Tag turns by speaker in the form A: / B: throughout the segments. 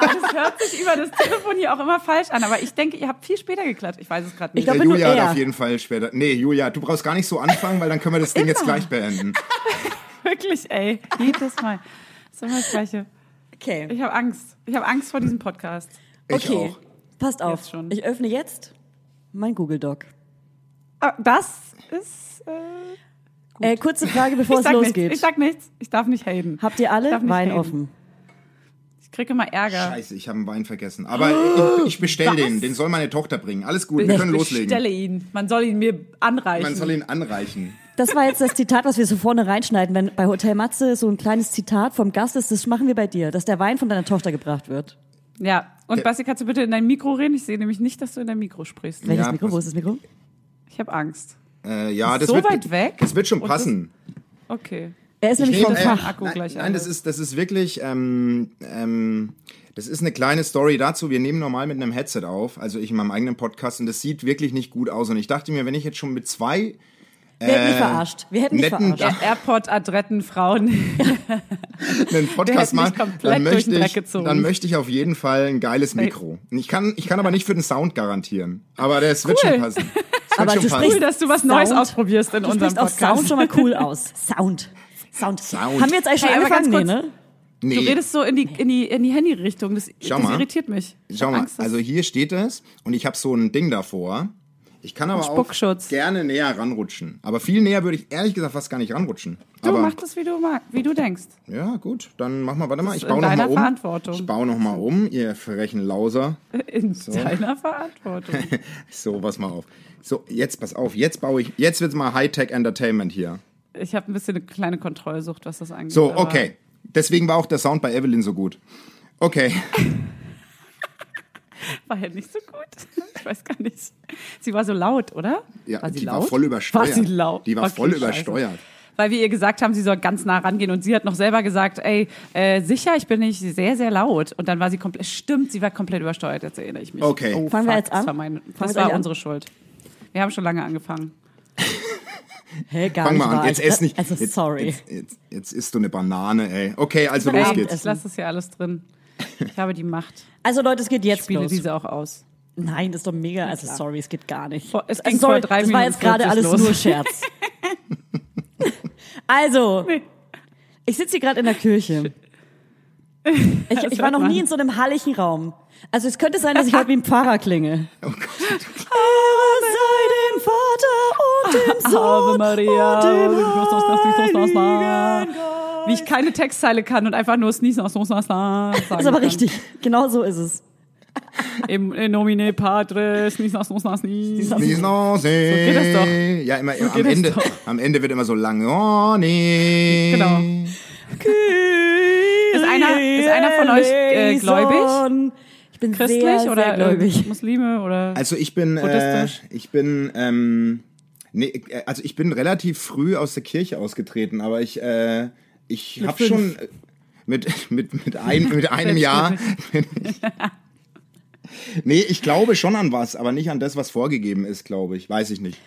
A: Das hört sich über das Telefon hier auch immer falsch an, aber ich denke, ihr habt viel später geklatscht. Ich weiß es gerade nicht.
B: Ich glaub-
C: Äh,
B: bin nur
C: Julia
B: er.
C: hat auf jeden Fall später. Nee, Julia, du brauchst gar nicht so anfangen, weil dann können wir das Ding jetzt gleich beenden.
A: Wirklich, ey. Jedes Mal. Das ist immer das Gleiche.
B: Okay.
A: Ich habe Angst. Ich habe Angst vor diesem Podcast.
C: Ich
B: okay.
C: auch.
B: Passt auf.
A: Jetzt schon.
B: Ich öffne jetzt mein Google Doc.
A: Ah, Das ist. Äh,
B: Äh, kurze Frage, bevor
A: ich
B: es
A: sag nichts.
B: losgeht.
A: Ich sag nichts. Ich darf nicht haten.
B: Habt ihr alle
A: Darf nicht
B: Wein
A: reden.
B: offen?
A: Ich krieg immer Ärger.
C: Scheiße, ich habe einen Wein vergessen. Aber
A: Oh,
C: ich, ich bestell den. Den soll meine Tochter bringen. Alles gut, wir können
A: Ich
C: loslegen.
A: stelle ihn. Man soll ihn mir anreichen.
C: Man soll ihn anreichen.
B: Das war jetzt das Zitat, was wir so vorne reinschneiden. Wenn bei Hotel Matze so ein kleines Zitat vom Gast ist, das machen wir bei dir, dass der Wein von deiner Tochter gebracht wird.
A: ja. Und Basti, kannst du bitte in dein Mikro reden? Ich sehe nämlich nicht, dass du in dein Mikro sprichst.
B: Welches
C: Ja,
B: Mikro? Wo
C: pass-
B: ist das Mikro?
A: Ich habe Angst.
C: Äh, ja, das
A: So
C: wird,
A: weit weg?
C: Das wird schon
A: Und
C: passen.
A: Okay.
B: Er ist nämlich
C: Nee,
B: vom
C: äh,
B: Fach.
A: Akku
C: nein,
A: gleich ne?
C: nein,
A: alles.
C: das ist, das ist wirklich. Ähm, ähm, das ist eine kleine Story dazu. Wir nehmen normal mit einem Headset auf, also ich in meinem eigenen Podcast, und das sieht wirklich nicht gut aus. Und ich dachte mir, wenn ich jetzt schon mit zwei
B: Wir hätten dich verarscht. Wir hätten dich
C: äh, netten
B: verarscht.
C: Gast-
A: Airport-Adretten, Frauen.
C: einen Podcast
A: hätten mich
C: machen,
A: komplett
C: dann
A: durch den
C: möchte,
A: Dreck
C: ich,
A: gezogen.
C: dann möchte ich auf jeden Fall ein geiles Mikro. Und Ich kann, ich kann aber nicht für den Sound garantieren. Aber das wird
A: Cool.
C: schon passen. Das wird
B: Aber
C: schon
B: du
C: passen.
A: Cool, dass du was
B: Sound.
A: Neues ausprobierst in
B: Du
A: unserem
B: sprichst auch
A: Podcast.
B: Sound schon mal cool aus. Sound. Sound.
C: Sound.
B: Haben wir jetzt eigentlich schon
A: Hey, aber
B: angefangen? Nee,
A: ganz
B: ne?
C: nee,
A: Du redest so in die, in die, in die Handy-Richtung. Das,
C: Schau
A: das
C: mal.
A: irritiert mich. Ich
C: Schau
A: hab
C: mal,
A: Angst, dass-
C: also hier steht es und ich habe so ein Ding davor. Ich kann aber
A: Spuckschutz.
C: auch gerne näher ranrutschen. Aber viel näher würde ich ehrlich gesagt fast gar nicht ranrutschen.
A: du
C: aber
A: mach das, wie du magst, wie du denkst.
C: ja, gut, dann mach mal, warte mal, ich
A: ist
C: baue
A: in
C: noch mal
A: deiner
C: um.
A: Verantwortung.
C: Ich baue noch mal um, ihr frechen Lauser.
A: In deiner Verantwortung.
C: So, pass mal auf. So, jetzt pass auf, jetzt baue ich, jetzt wird's mal Hightech Entertainment hier.
A: Ich habe ein bisschen eine kleine Kontrollsucht, was das angeht.
C: So,
A: aber-
C: okay. Deswegen war auch der Sound bei Evelyn so gut. Okay.
A: War ja nicht so gut. Ich weiß gar nicht. Sie war so laut, oder?
C: Ja,
A: war sie
C: die
A: laut?
C: war voll übersteuert.
A: War sie laut?
C: Die war
A: Okay,
C: voll
A: scheiße.
C: übersteuert.
A: Weil wir ihr gesagt haben, sie soll ganz nah rangehen und sie hat noch selber gesagt, ey, äh, sicher, ich bin nicht sehr, sehr laut. Und dann war sie komplett, stimmt, sie war komplett übersteuert, jetzt erinnere ich mich.
C: Okay.
A: Oh,
B: Fangen
A: fuck,
B: wir jetzt an?
A: Das war, mein,
B: Fangen wir
A: das
B: jetzt
A: war
B: an?
A: unsere Schuld. Wir haben schon lange angefangen.
B: Hey, gar
C: Fang
B: nicht
C: mal
B: wahr.
C: an. Jetzt
B: Ich-
C: ess nicht.
B: Also,
C: jetzt,
B: sorry.
C: Jetzt, jetzt, jetzt isst du eine Banane, ey. Okay, also
A: Ey,
C: los
B: Abend
C: geht's.
A: Ähm, ich lasse das hier alles drin. Ich habe die Macht.
B: also, Leute, es geht
A: Ich
B: jetzt
A: spiele
B: los.
A: diese auch aus.
B: Nein, ist doch mega. Also, sorry, es geht gar nicht.
A: Vor- es
B: also,
A: ging vor drei
B: das war
A: Minuten
B: jetzt gerade
A: 40
B: alles
A: los.
B: nur Scherz. also,
A: Nee.
B: ich sitze hier gerade in der Kirche. Ich, ich war
A: hört
B: noch nie
A: man.
B: in so einem halligen Raum. Also, es könnte sein, dass ich heute wie ein Pfarrer klinge.
C: Oh Gott.
B: Sei dem Vater und dem
A: Ave Maria.
B: und dem
A: Wie ich keine Textzeile kann und einfach nur Sneeze aus sagen
B: Ist aber
A: kann.
B: richtig. Genau so ist es.
A: Im in nomine Patris, nis nas nos nas nis.
C: Please no
A: geht das doch.
C: Ja, immer am
A: geht das
C: Ende.
A: doch.
C: Am Ende wird immer so lang. Oh nee.
A: Genau.
B: Ist
A: einer- ist einer von euch, äh, gläubig?
B: Ich bin
A: Christlich
B: sehr, sehr
A: oder
B: gläubig.
A: äh, Muslime oder
C: Also ich bin, äh,
A: Buddhistisch?
C: ich bin, ähm, nee, äh, also ich bin relativ früh aus der Kirche ausgetreten, aber ich, äh, ich habe
B: fünf.
C: schon äh, mit mit mit, ein, mit einem Jahr. nee, ich glaube schon an was, aber nicht an das, was vorgegeben ist, glaube ich. Weiß ich nicht.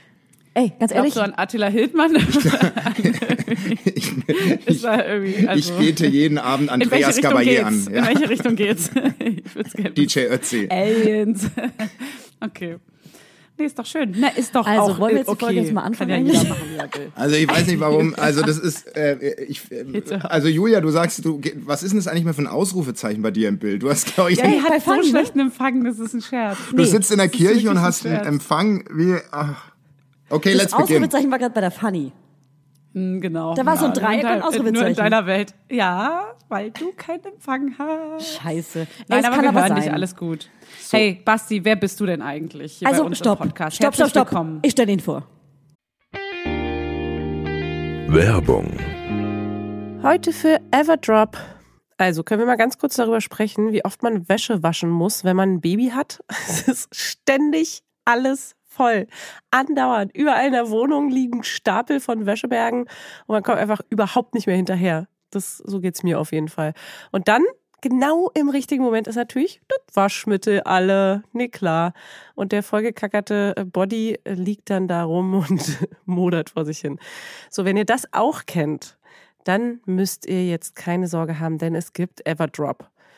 B: Ey, ganz ehrlich,
A: glaubst du an Attila Hildmann?
C: Ich,
A: Ist
C: ich,
A: da irgendwie, also,
C: ich bete jeden Abend
A: in welche
C: Andreas
A: Richtung
C: Gabayé
A: geht's?
C: an.
A: In
C: Ja,
A: welche Äh. Richtung geht's? ich würde gerne wissen.
C: DJ Ötzi.
A: Aliens. okay. Nee, ist doch schön. Na, ist doch
B: Also,
A: auch
B: wollen wir jetzt die
A: okay.
B: Folge jetzt mal anfangen
A: Kann ja jeder
B: eigentlich?
A: machen, wie er will.
C: Also ich weiß nicht warum. Also das ist, äh, ich, äh, also Julia, du sagst, du, ge- was ist denn das eigentlich mehr für ein Ausrufezeichen bei dir im Bild? Du hast glaube ich,
B: bei
A: Ey, hat so
B: Fanny, ne?
A: schlechten Empfang, das ist ein Scherz.
C: du sitzt in der
A: das ist wirklich
C: Kirche und
A: ein
C: hast einen
A: Scherz.
C: Empfang wie. Ach. Okay,
B: das
C: let's begin.
B: Ausrufezeichen war gerade bei der Fanny.
A: Hm, Genau.
B: Da war so ein
A: Nur in
B: Dreieck und ein
A: dein- Nur in
B: Ausrufezeichen.
A: deiner Welt. Ja, weil du keinen Empfang hast.
B: Scheiße. Ey,
A: Nein,
B: es
A: aber
B: kann
A: wir
B: aber
A: hören
B: sein.
A: dich, alles gut. Hey, Basti, wer bist du denn eigentlich hier bei
B: also,
A: uns
B: stopp.
A: im Podcast?
B: Stopp, stopp,
A: Herzlich
B: stopp.
A: Willkommen.
B: Ich stelle ihn vor.
D: Werbung.
E: Heute für Everdrop. Also können wir mal ganz kurz darüber sprechen, wie oft man Wäsche waschen muss, wenn man ein Baby hat. Es ist ständig alles voll. Andauernd. Überall in der Wohnung liegen Stapel von Wäschebergen und man kommt einfach überhaupt nicht mehr hinterher. Das, so geht's mir auf jeden Fall. Und dann, genau im richtigen Moment, ist natürlich das Waschmittel alle. Nee, klar. Und der vollgekackerte äh, Body äh, liegt dann da rum und modert vor sich hin. So, wenn ihr das auch kennt, dann müsst ihr jetzt keine Sorge haben, denn es gibt Everdrop.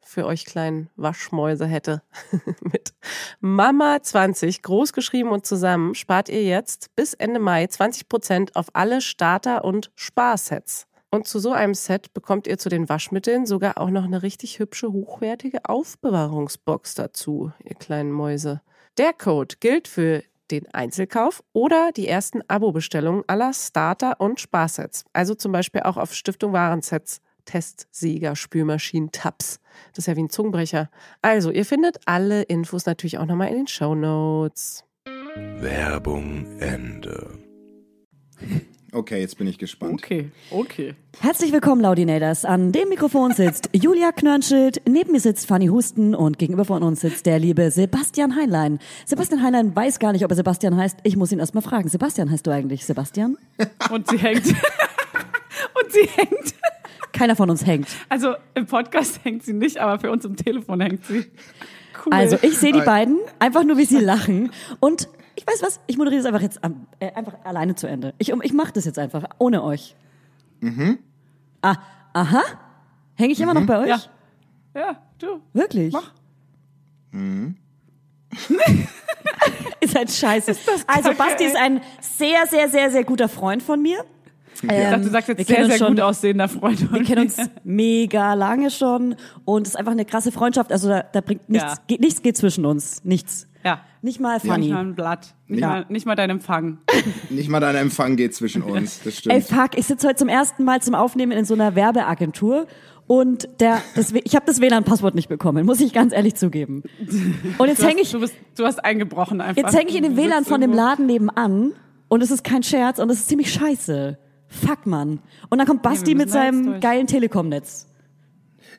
E: für euch kleinen Waschmäuse hätte. Mit Mama20 großgeschrieben und zusammen spart ihr jetzt bis Ende Mai 20% auf alle Starter- und Sparsets. Und zu so einem Set bekommt ihr zu den Waschmitteln sogar auch noch eine richtig hübsche, hochwertige Aufbewahrungsbox dazu, ihr kleinen Mäuse. Der Code gilt für den Einzelkauf oder die ersten Abo-Bestellungen aller Starter- und Sparsets. Also zum Beispiel auch auf Stiftung Warensets, Testsieger, Spülmaschinen, Tabs. Das ist ja wie ein Zungenbrecher. Also, ihr findet alle Infos natürlich auch nochmal in den Show Notes.
D: Werbung Ende.
C: Okay, jetzt bin ich gespannt.
A: Okay, okay.
B: Herzlich willkommen, Laudinators. An dem Mikrofon sitzt Julia Knörnschild, neben mir sitzt Fanny Husten und gegenüber von uns sitzt der liebe Sebastian Heinlein. Sebastian Heinlein weiß gar nicht, ob er Sebastian heißt. Ich muss ihn erst mal fragen. Sebastian heißt du eigentlich Sebastian?
A: Und sie hängt. Und sie hängt.
B: Keiner von uns hängt.
A: Also im Podcast hängt sie nicht, aber für uns im Telefon hängt sie. Cool.
B: Also ich sehe die beiden, einfach nur wie sie lachen. Und ich weiß was, ich moderiere es einfach jetzt am, äh, einfach alleine zu Ende. Ich, um, ich mache das jetzt einfach, ohne euch. Mhm. Ah, aha. Hänge ich immer noch bei euch?
A: Ja. Ja, du.
B: Wirklich? Mach. Mhm. ist halt scheiße. also
A: kacke,
B: Basti
A: ey.
B: ist ein sehr, sehr, sehr, sehr guter Freund von mir.
A: Ich dachte,
B: Ähm,
A: du sagst
B: wir
A: jetzt
B: kennen
A: sehr,
B: uns
A: sehr
B: schon-
A: gut aussehender Freund.
B: Wir kennen uns mega lange schon und es ist einfach eine krasse Freundschaft. Also da, da bringt nichts,
A: Ja.
B: geht, nichts geht zwischen uns. Nichts.
A: Ja.
B: Nicht mal
A: Nicht
B: funny.
A: mal ein Blatt. Nicht,
C: Ja.
A: mal, nicht mal dein Empfang.
C: Nicht mal dein Empfang geht zwischen uns. Das stimmt.
B: Ey, fuck, ich sitze heute zum ersten Mal zum Aufnehmen in so einer Werbeagentur und der, das, W- ich habe das WLAN-Passwort nicht bekommen, muss ich ganz ehrlich zugeben. Und jetzt
A: Du hast,
B: hänge ich,
A: du, bist, du hast eingebrochen einfach.
B: jetzt häng ich in
A: Du
B: dem
A: sitzt
B: WLAN von dem
A: irgendwo.
B: Laden nebenan und es ist kein Scherz und es ist ziemlich scheiße. Fuck, Mann. Und dann kommt Basti
A: wir
B: mit
A: müssen da jetzt
B: seinem
A: durch.
B: geilen Telekom-Netz.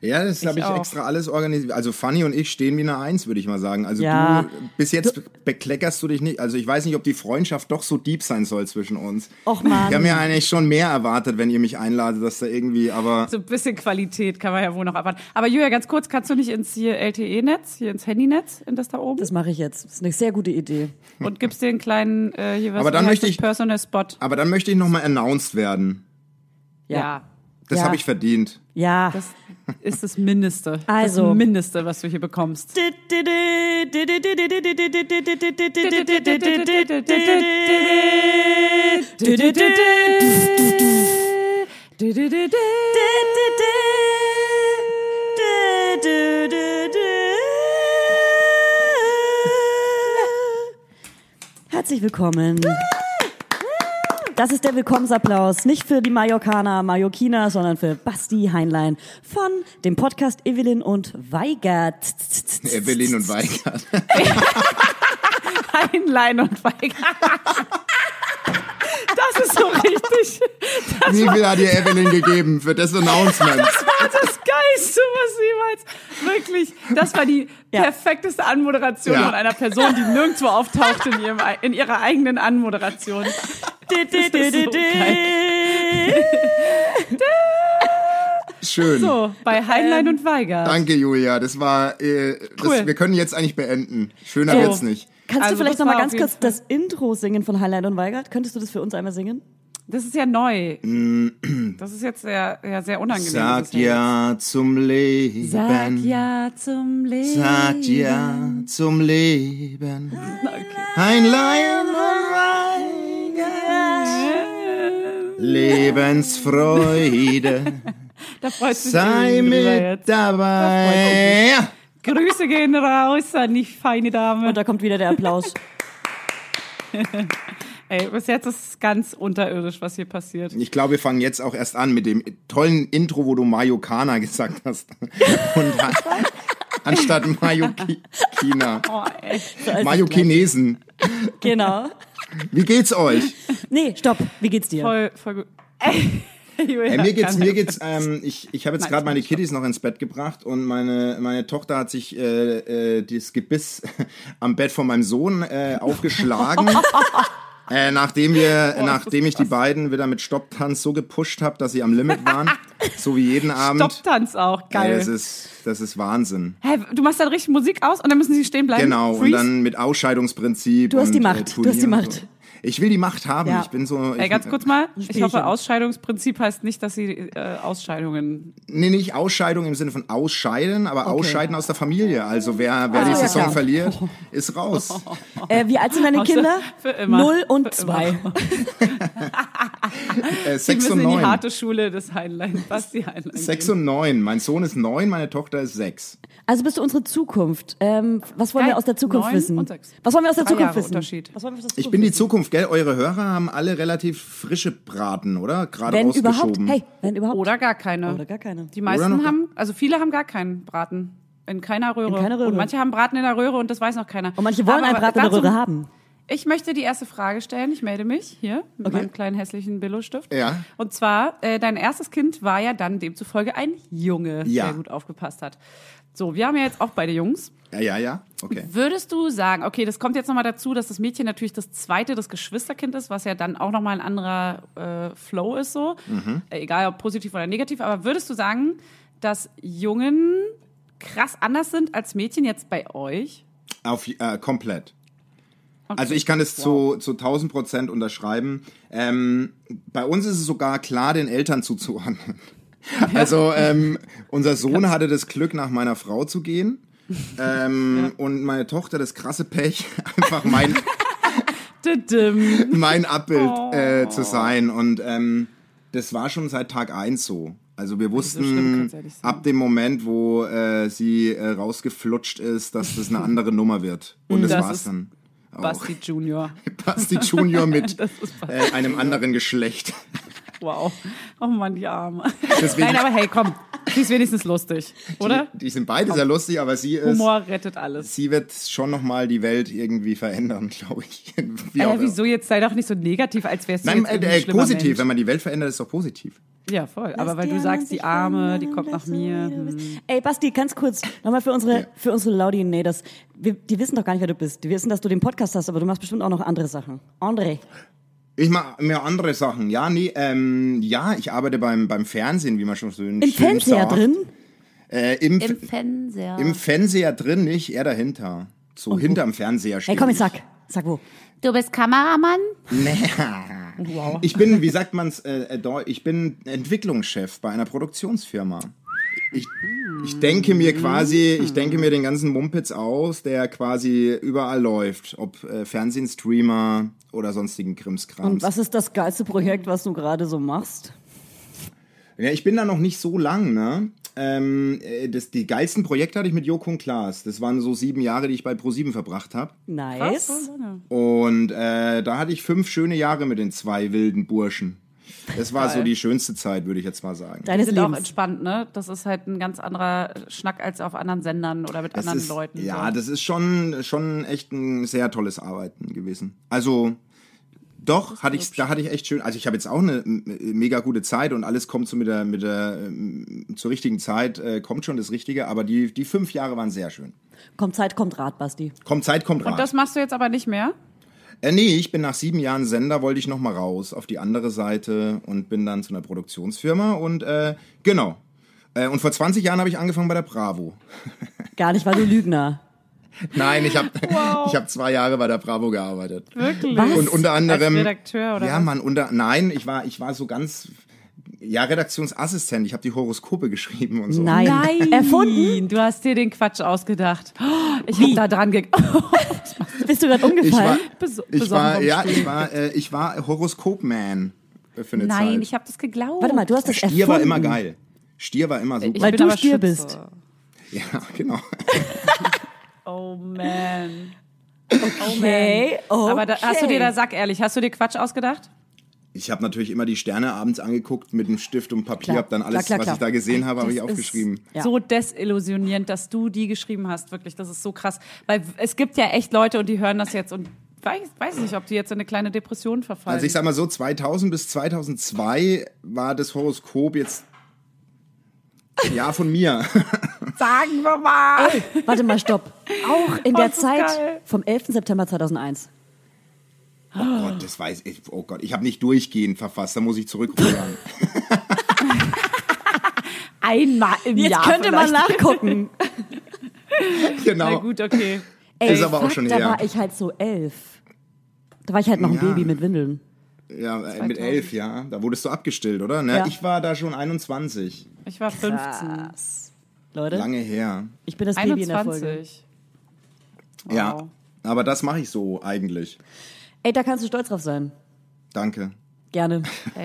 C: Ja, das habe ich,
A: auch.
C: extra alles organisiert. Also Fanny und ich stehen wie eine Eins, würde ich mal sagen. Also
B: Ja.
C: du, bis jetzt bekleckerst du dich nicht. Also ich weiß nicht, ob die Freundschaft doch so deep sein soll zwischen uns.
B: Och, Mann.
C: Ich habe mir eigentlich schon mehr erwartet, wenn ihr mich einladet, dass da irgendwie, aber
A: So ein bisschen Qualität kann man ja wohl noch erwarten. Aber Julia, ganz kurz, kannst du nicht ins hier LTE-Netz, hier ins Handynetz, in das da oben?
B: Das mache ich jetzt. Das ist eine sehr gute Idee.
A: und gibst dir einen kleinen äh, hier was
C: Aber dann
A: wie heißt
C: möchte
A: das?
C: ich-
A: Personal Spot.
C: aber dann möchte ich nochmal announced werden.
B: Ja.
C: Das
B: Ja.
C: habe ich verdient.
B: Ja.
A: Das ist das Mindeste.
B: Also.
A: Das Mindeste, was du hier bekommst.
B: Herzlich willkommen. Das ist der Willkommensapplaus, nicht für die Mallorcaner, Mallorquiner, sondern für Basti Heinlein von dem Podcast Evelyn und Weigert.
C: Evelyn und Weigert.
A: Heinlein und Weigert. Das ist so richtig.
C: Wie viel hat dir Evelyn gegeben für das Announcement?
A: Das ist das Geilste, was niemals. Wirklich, das war die
B: Ja.
A: perfekteste Anmoderation
C: Ja.
A: von einer Person, die nirgendwo auftaucht in, ihrem, in ihrer eigenen Anmoderation. Das ist so
C: Schön.
B: Oh,
A: So, bei
B: ähm,
A: Heinlein Äh, und Weiger.
C: Danke, Julia. Das war.
A: Cool.
C: Äh,
A: Oh.
C: das, wir können jetzt eigentlich beenden. Schöner
B: So.
C: wird's nicht.
B: Kannst
A: Also,
B: du vielleicht
A: das
B: nochmal
A: war
B: ganz
A: auf jeden
B: kurz das Intro singen von Heinlein und Weigert? Könntest du das für uns einmal singen?
A: Das ist ja neu. Das ist jetzt sehr, ja, sehr unangenehm.
C: Sagt
A: Das ist jetzt-
C: ja zum Leben.
A: Sag ja zum Leben.
C: Sagt ja zum Leben. Heinlein und Weigert. Lebensfreude.
A: Da freut sich
C: Sei
A: Ihnen drüber
C: mit
A: jetzt.
C: dabei. Ja.
A: Grüße gehen raus an die feine Dame.
B: Und da kommt wieder der Applaus.
A: Ey, bis jetzt ist es ganz unterirdisch, was hier passiert.
C: Ich glaube, wir fangen jetzt auch erst an mit dem tollen Intro, wo du Mayo Kana gesagt hast. Und an- anstatt Mayo Ki- China.
A: Oh, ey.
C: Mayo Chinesen.
B: genau.
C: Wie geht's euch?
B: Nee, stopp. Wie geht's dir?
A: Voll, voll gut. Ey,
C: Hey,
A: Julia,
C: Äh, mir geht's,
A: ganz-
C: mir geht's, ähm, ich, ich habe jetzt
A: Nein,
C: gerade meine
A: stopp.
C: Kitties noch ins Bett gebracht und meine, meine Tochter hat sich äh, äh, das Gebiss am Bett von meinem Sohn äh, aufgeschlagen. Äh, nachdem
A: Oh,
C: wir, nachdem ich die beiden wieder mit Stopptanz so gepusht habe, dass sie am Limit waren, so wie jeden Abend.
A: Stopptanz auch,
C: Ey,
A: geil.
C: das ist, das ist Wahnsinn.
A: Hä, du machst dann richtig Musik aus und dann müssen sie stehen bleiben.
C: Genau, und
A: Freeze.
C: dann mit Ausscheidungsprinzip.
B: Du hast
C: und,
B: die Macht, du hast die
C: Turnier und
B: Macht.
C: So. Ich will die Macht haben.
B: Ja.
C: Ich bin so. Ich,
A: Ey, ganz kurz mal, ich
B: Spielchen.
A: hoffe, Ausscheidungsprinzip heißt nicht, dass sie äh, Ausscheidungen.
C: Nee, nicht Ausscheidung im Sinne von Ausscheiden, aber Ausscheiden aus der Familie. Also wer, wer die
B: ja,
C: Saison
B: klar.
C: verliert, ist raus.
B: Äh, wie alt sind deine
A: Außer-
B: Kinder?
A: für immer.
B: Null und
A: Für
B: zwei.
A: immer. Sie
C: Äh, sechs
A: müssen
C: und
A: in die
C: neun.
A: harte Schule des Heinlein. Basti Heinlein.
C: Sechs
A: gehen.
C: und neun. Mein Sohn ist neun, meine Tochter ist sechs.
B: Also bist du unsere Zukunft. Ähm, was wollen
A: Geil.
B: wir aus der Zukunft
A: Neun
B: wissen?
A: und sechs.
B: Was wollen wir aus der
A: Drei
B: Zukunft
A: Jahre
B: wissen?
A: Unterschied.
B: Was wollen wir aus der Zukunft
C: Ich bin die
B: wissen?
C: Zukunft, gell? Eure Hörer haben alle relativ frische Braten, oder? Gerade
B: Wenn überhaupt.
C: rausgeschoben.
B: Hey, wenn überhaupt.
A: Oder gar keine.
B: Oder gar keine.
A: Die meisten
C: Oder noch-
A: haben, also viele haben gar keinen Braten. In keiner Röhre.
B: In keiner Röhre.
A: Und manche haben Braten in der Röhre und das weiß noch keiner.
B: Und manche wollen
A: Aber
B: einen Braten in der
A: dazu-
B: Röhre haben.
A: Ich möchte die erste Frage stellen. Ich melde mich hier mit
B: Okay.
A: meinem kleinen hässlichen Billo-Stift.
C: Ja.
A: Und zwar, äh, dein erstes Kind war ja dann demzufolge ein Junge,
C: Ja.
A: der gut aufgepasst hat. So, wir haben ja jetzt auch beide Jungs.
C: Ja, ja, ja. Okay.
A: Würdest du sagen, okay, das kommt jetzt nochmal dazu, dass das Mädchen natürlich das zweite, das Geschwisterkind ist, was ja dann auch nochmal ein anderer äh, Flow ist so,
C: Mhm.
A: äh, egal ob positiv oder negativ, aber würdest du sagen, dass Jungen krass anders sind als Mädchen jetzt bei euch?
C: Auf, äh, komplett. Also ich kann es zu, zu 1000 Prozent unterschreiben. Ähm, bei uns ist es sogar klar, den Eltern zuzuordnen. Also ähm, unser Sohn hatte das Glück, nach meiner Frau zu gehen. Ähm, Und meine Tochter das krasse Pech, einfach mein,
A: Didim.
C: mein Abbild
A: Oh.
C: äh, zu sein. Und ähm, das war schon seit Tag eins so. Also wir
A: schlimm
C: wussten
A: kann's ja nicht sein.
C: ab dem Moment, wo äh, sie äh, rausgeflutscht ist, dass das eine andere Nummer wird. Und das,
A: Mhm. Das
C: war's
A: ist
C: dann. auch.
A: Basti Junior.
C: Basti Junior mit
A: Das ist Basti.
C: äh, einem anderen Geschlecht.
A: Wow. Oh Mann, die Arme.
C: Deswegen-
A: Nein, aber hey, komm. Sie ist wenigstens lustig, oder?
C: Die, die sind beide sehr lustig, aber sie ist.
A: Humor rettet alles.
C: Sie wird schon nochmal die Welt irgendwie verändern, glaube ich. Wie auch
A: Ja,
C: immer.
A: Äh, wieso jetzt sei doch nicht so negativ, als wärst du
C: Nein,
A: jetzt
C: äh, äh, positiv.
A: positiv.
C: Wenn man die Welt verändert, ist doch positiv.
A: Ja, voll. Aber weil du sagst, die Arme, die kommt nach mir. Hm.
B: Ey, Basti, ganz kurz, nochmal für unsere,
C: Ja.
B: für unsere Laudinators. Wir, die wissen doch gar nicht, wer du bist. Die wissen, dass du den Podcast hast, aber du machst bestimmt auch noch andere Sachen. André.
C: Ich mache mir andere Sachen. Ja, nee, ähm, ja, ich arbeite beim, beim Fernsehen, wie man schon so
B: Im Fernseher drin?
C: Äh, im, Im Fernseher. Im Fernseher drin, nicht eher dahinter. So hinterm Fernseher stehen.
B: Ey, komm, jetzt sag. Sag wo.
F: Du bist Kameramann?
C: Ich bin, wie sagt man's, äh, äh, deu- ich bin Entwicklungschef bei einer Produktionsfirma. Ich, ich denke mir quasi, ich denke mir den ganzen Mumpitz aus, der quasi überall läuft, ob äh, Fernsehen, Streamer oder sonstigen
B: Und
C: Krimskrams.
B: was ist das geilste Projekt, was du gerade so machst?
C: Ja, ich bin da noch nicht so lang, ne? Ähm, äh, das, die geilsten Projekte hatte ich mit Joko und Klaas. Das waren so sieben Jahre, die ich bei ProSieben verbracht habe.
B: Nice.
C: Und äh, da hatte ich fünf schöne Jahre mit den zwei wilden Burschen. Das war so die schönste Zeit, würde ich jetzt mal sagen.
B: Deines
A: sind auch
B: Lebens.
A: entspannt, ne? Das ist halt ein ganz anderer Schnack als auf anderen Sendern oder mit
C: Das
A: anderen
C: ist,
A: Leuten.
C: Ja,
A: so.
C: das ist schon, schon echt ein sehr tolles Arbeiten gewesen. Also Doch, hatte ich, da hatte ich echt schön. Also ich habe jetzt auch eine m- mega gute Zeit und alles kommt so mit der, mit der ähm, zur richtigen Zeit, äh, kommt schon das Richtige, aber die, die fünf Jahre waren sehr schön.
B: Kommt Zeit, kommt Rat, Basti.
C: Kommt Zeit, kommt Rat.
A: Und das machst du jetzt aber nicht mehr?
C: Äh, nee, ich bin nach sieben Jahren Sender, wollte ich nochmal raus auf die andere Seite und bin dann zu einer Produktionsfirma und äh, genau. Äh, und vor 20 Jahren habe ich angefangen bei der Bravo.
B: Gar nicht, weil du Lügner.
C: Nein, ich habe ich hab zwei Jahre bei der Bravo gearbeitet.
A: Wirklich?
B: Was?
C: Und unter anderem.
A: Als Redakteur oder
C: Ja,
A: was?
C: Mann, unter. Nein, ich war, ich war so ganz. Ja, Redaktionsassistent. Ich habe die Horoskope geschrieben und so.
B: Nein. Erfunden?
A: Du hast dir den Quatsch ausgedacht. Oh, Ich hab da dran ge...
B: Bist du gerade
C: Ich war,
B: umgefallen?
A: Beso-
C: ich
A: besoffen
C: war,
A: vom
C: ja, ich war, äh, ich war Horoskop-Man für eine Zeit.
A: Nein, ich habe das geglaubt.
B: Warte mal, du hast das
C: Stier
B: erfunden.
C: war immer geil. Stier war immer super.
B: Weil
A: bin
B: du
A: aber
B: Stier
A: Schütze.
B: bist.
C: ja, genau.
A: Oh man.
B: Okay, okay.
A: Aber da, hast du dir da, sag ehrlich, hast du dir Quatsch ausgedacht?
C: Ich habe natürlich immer die Sterne abends angeguckt mit einem Stift und Papier,
B: Klar.
C: habe dann alles,
B: Klar, klar,
C: was
B: klar.
C: ich da gesehen habe, habe ich
B: Das ist-
C: aufgeschrieben.
B: Ja.
A: So desillusionierend, dass du die geschrieben hast, wirklich. Das ist so krass. Weil es gibt ja echt Leute und die hören das jetzt und weiß, weiß nicht, ob die jetzt in eine kleine Depression verfallen.
C: Also ich sag mal so, 2000 bis 2002 war das Horoskop jetzt ja von mir.
A: sagen wir mal.
B: Warte mal, stopp. Auch in
A: Oh,
B: der
A: das ist
B: Zeit
A: geil.
B: vom 11. September 2001.
C: Oh Gott, das weiß ich. Oh Gott, ich habe nicht durchgehend verfasst, da muss ich zurückrudern.
A: Einmal im
B: Jetzt
A: Jahr.
B: könnte man
A: vielleicht.
B: nachgucken.
A: Na
C: genau.
A: gut, okay.
B: Ey,
C: Ist aber auch
B: fuck,
C: schon
B: da
C: her.
B: war ich halt so elf. Da war ich halt noch ein
C: Ja.
B: Baby mit Windeln.
C: Ja, äh, mit elf, ja. Da wurdest du abgestillt, oder? Ne?
B: Ja.
C: Ich war da schon 21.
A: Ich war 15.
B: Leute,
C: Lange her.
B: ich bin das Baby in der Folge.
A: 21.
C: Ja. Aber das mache ich so eigentlich.
B: Ey, da kannst du stolz drauf sein.
C: Danke.
B: Gerne.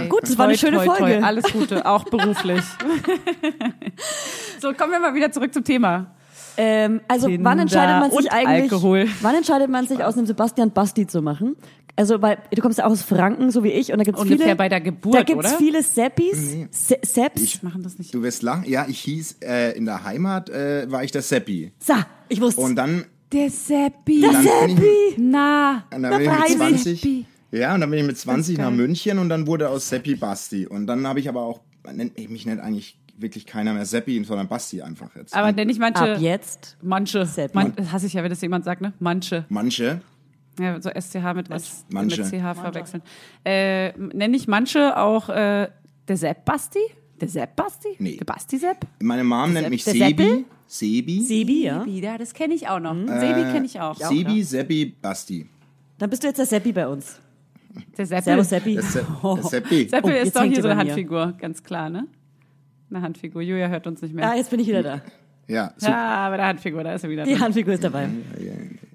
B: Gut, das war eine schöne Folge.
A: Alles Gute, auch beruflich. so, kommen wir mal wieder zurück zum Thema.
B: Ähm, also
A: Kinder
B: wann entscheidet man sich
A: und
B: eigentlich,
A: Alkohol.
B: wann entscheidet man sich aus einem Sebastian Basti zu machen? Also weil du kommst ja auch aus Franken, so wie ich, und da gibt's
A: Ungefähr
B: viele,
A: bei der Geburt,
B: da gibt's
A: oder?
B: viele Seppis, Se Sepps.
A: Wir machen das nicht.
C: Du wirst lachen. Ja, ich hieß äh, in der Heimat äh, war ich der Seppi.
B: Sa, ich wusste.
C: Und dann,
A: Der Seppi.
C: dann bin ich,
A: Na,
C: und dann
B: da
C: bin ich mit
B: weiß ich.
C: 20.
A: Seppi.
C: Ja, und dann bin ich mit 20 nach
A: geil.
C: München und dann wurde aus Seppi Basti. Und dann habe ich aber auch, nennt mich, mich nennt eigentlich wirklich keiner mehr Seppi, sondern Basti einfach jetzt.
A: Aber nenne ich manche.
B: ab jetzt.
A: Manche.
B: Seppi.
A: Man, das hasse ich ja, wenn das jemand sagt, ne? Manche.
C: Manche,
A: Ja, so SCH mit, S,
C: Manche.
A: mit CH verwechseln. Äh, nenne ich manche auch äh, der Sepp Basti? Der Sepp Basti?
C: Nee.
A: Der Basti Sepp?
C: meine Mom nennt
B: Sepp-
C: mich
B: der
C: Sebi.
B: Seppel?
C: Sebi.
B: Sebi, ja.
A: Ja, das kenne ich auch noch. Sebi kenne ich auch.
C: Hm. Äh, Sebi, Seppi, Basti.
B: Dann bist du jetzt der Seppi bei uns.
A: Der Sepp.
B: Servus Seppi.
C: Der Se- der Seppi.
A: Seppel
B: Oh,
A: ist
B: jetzt
A: doch
B: hängt
A: hier
B: ihr
A: so eine
B: bei mir.
A: Handfigur, ganz klar, ne? Eine Handfigur. Julia hört uns nicht mehr.
B: Ah, jetzt bin ich wieder da.
C: Ja, so,
A: Ja, bei der Handfigur, da ist er wieder.
B: Die
A: drin.
B: Handfigur ist dabei.
C: Mhm.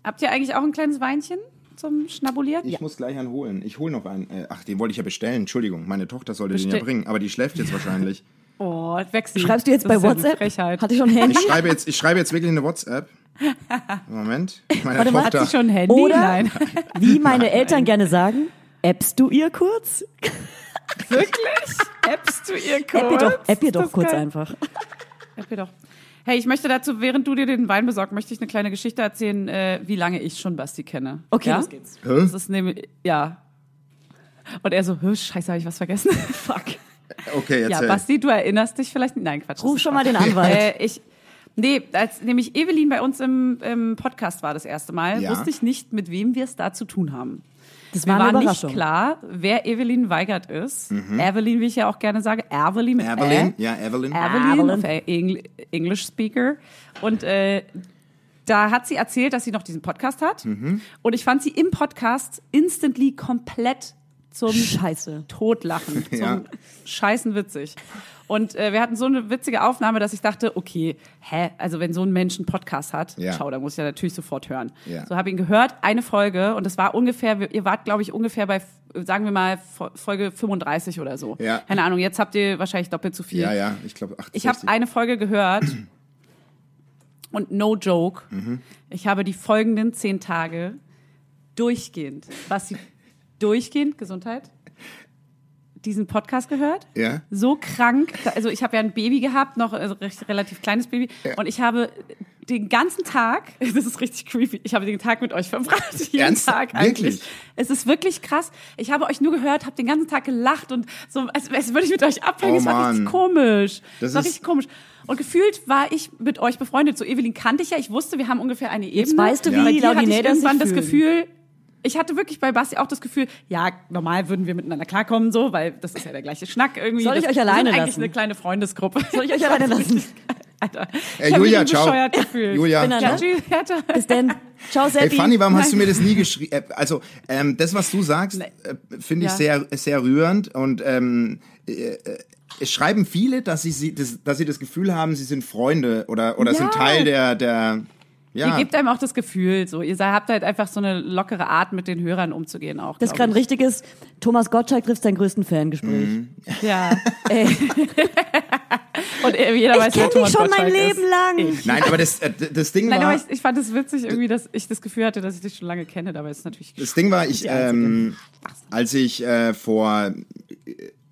A: Habt ihr eigentlich auch ein kleines Weinchen zum Schnabulieren?
C: ich muss gleich einen holen. Ich hole noch einen. Äh, ach, den wollte ich ja bestellen. Entschuldigung, meine Tochter sollte den
A: Bestell-
C: ja bringen, aber die schläft jetzt wahrscheinlich.
A: Oh, wechsel.
B: Schreibst du jetzt
A: das
B: bei
A: ist ja eine
B: WhatsApp?
A: Frechheit.
B: Hatte ich schon ein
C: Ich
B: Handy?
C: schreibe jetzt, ich schreibe jetzt wirklich eine WhatsApp. Moment, meine
B: Warte mal,
C: Tochter.
A: Hat sie schon ein Handy?
B: Oder-
A: Nein.
B: Wie meine Eltern gerne sagen, appst du ihr kurz?
A: Wirklich? Appst du ihr kurz?
B: App ihr doch, app ihr
A: Das
B: doch
A: ist
B: kurz
A: geil.
B: einfach.
A: App ihr doch. Hey, ich möchte dazu, während du dir den Wein besorgst, möchte ich eine kleine Geschichte erzählen, äh, wie lange ich schon Basti kenne.
B: Okay,
A: ja?
B: los geht's.
C: Hä?
A: Das ist nämlich, ja. Und er so, "Hö, scheiße, habe ich was vergessen? Fuck.
C: Okay,
A: Ja,
C: erzähl.
A: Basti, du erinnerst dich vielleicht nicht. Nein, Quatsch. das
B: Ruf
A: ist
B: schon
A: Quatsch.
B: mal den Anwalt.
A: Äh, ich, nee, als nämlich Evelyn bei uns im, im Podcast war das erste Mal,
C: Ja.
A: wusste ich nicht, mit wem wir es da zu tun haben.
B: Das
A: Mir
B: war
A: war
B: eine
A: nicht
B: Überraschung.
A: klar, wer Evelyn Weigert ist. Evelyn, wie ich ja auch gerne sage, Evelyn mit
C: Mhm. Evelyn,
A: Ä.
C: ja, Evelyn.
A: Evelyn,
B: Evelyn.
A: auf Engl English Speaker. Und äh, da hat sie erzählt, dass sie noch diesen Podcast hat.
C: Mhm.
A: Und ich fand sie im Podcast instantly komplett zum
B: Scheiße.
A: Totlachen, zum
C: Ja.
A: Scheißen witzig. Und äh, wir hatten so eine witzige Aufnahme, dass ich dachte, okay, hä, also wenn so ein Mensch einen Podcast hat,
C: Ja.
A: schau, da muss ich ja natürlich sofort hören.
C: Ja.
A: So habe ihn gehört, eine Folge und das war ungefähr, wir- ihr wart glaube ich ungefähr bei, sagen wir mal, Fo- Folge 35 oder so.
C: Ja.
A: Keine Ahnung, jetzt habt ihr wahrscheinlich doppelt so viel.
C: Ja, ja, ich glaube, ach,
A: Ich habe eine Folge gehört und no joke, ich habe die folgenden zehn Tage durchgehend, was sie durchgehend, Gesundheit, diesen Podcast gehört.
C: Ja.
A: So krank, da- also ich habe ja ein Baby gehabt, noch also recht, relativ kleines Baby und ich habe den ganzen Tag, das ist richtig creepy, ich habe den Tag mit euch verbracht. Jeden
C: Ernst?
A: Tag
C: Wirklich?
A: eigentlich. Es ist wirklich krass. Ich habe euch nur gehört, habe den ganzen Tag gelacht und so, als, als würde ich mit euch abhängen.
C: Oh
A: es war richtig
C: Mann.
A: komisch.
C: Das
A: es war
C: ist-
A: richtig komisch. Und gefühlt war ich mit euch befreundet. So Evelyn kannte ich ja. Ich wusste, wir haben ungefähr eine Ebene.
B: weißt du, wie
A: Bei dir hatte ich
B: Laudinators sich
A: irgendwann das
B: fühlen.
A: Gefühl, ich hatte wirklich bei Basti auch das Gefühl, ja, normal würden wir miteinander klarkommen, so, weil das ist ja der gleiche Schnack irgendwie.
B: Soll ich
A: das,
B: euch
A: wir sind
B: alleine
A: eigentlich
B: lassen?
A: eine kleine Freundesgruppe.
B: Soll ich euch alleine lassen?
A: Alter.
C: Ey,
A: ich hab
C: Julia,
A: mich
C: ciao.
A: bescheuert gefühlt.
C: Julia. Ah.
B: Bin
A: Ja,
B: dann, ne?
A: tschüss. Ja, ciao.
B: Bis denn. Ciao,
C: Hey
B: Seppi.
C: Fanny, warum hast du
A: Nein.
C: mir das nie geschrieben? Äh, Also ähm, das, was du sagst, äh, finde ich
A: Ja.
C: sehr, sehr rührend und ähm, äh, äh, es schreiben viele, dass sie, sie das, dass sie das Gefühl haben, sie sind Freunde oder oder sind
A: Ja.
C: Teil der der
A: Ihr
C: ja.
A: gebt einem auch das Gefühl, so. Ihr habt halt einfach so eine lockere Art, mit den Hörern umzugehen auch.
B: Das ist
A: glaub
B: gerade ein
A: ich.
B: richtiges Thomas Gottschalk trifft seinen größten Fangespräch.
C: Mhm.
A: Ja.
B: Ey.
A: Und äh, jeder weiß,
B: Ich
A: wer
B: kenne dich
A: Thomas
B: schon mein
A: Gottschalk ist.
B: Leben lang.
C: Nein, aber das, äh, d- das Ding
A: Nein,
C: war.
A: aber ich, ich fand es witzig irgendwie, dass ich das Gefühl hatte, dass ich dich schon lange kenne, dabei ist natürlich
C: Das Ding war, ich, ähm, als ich äh, vor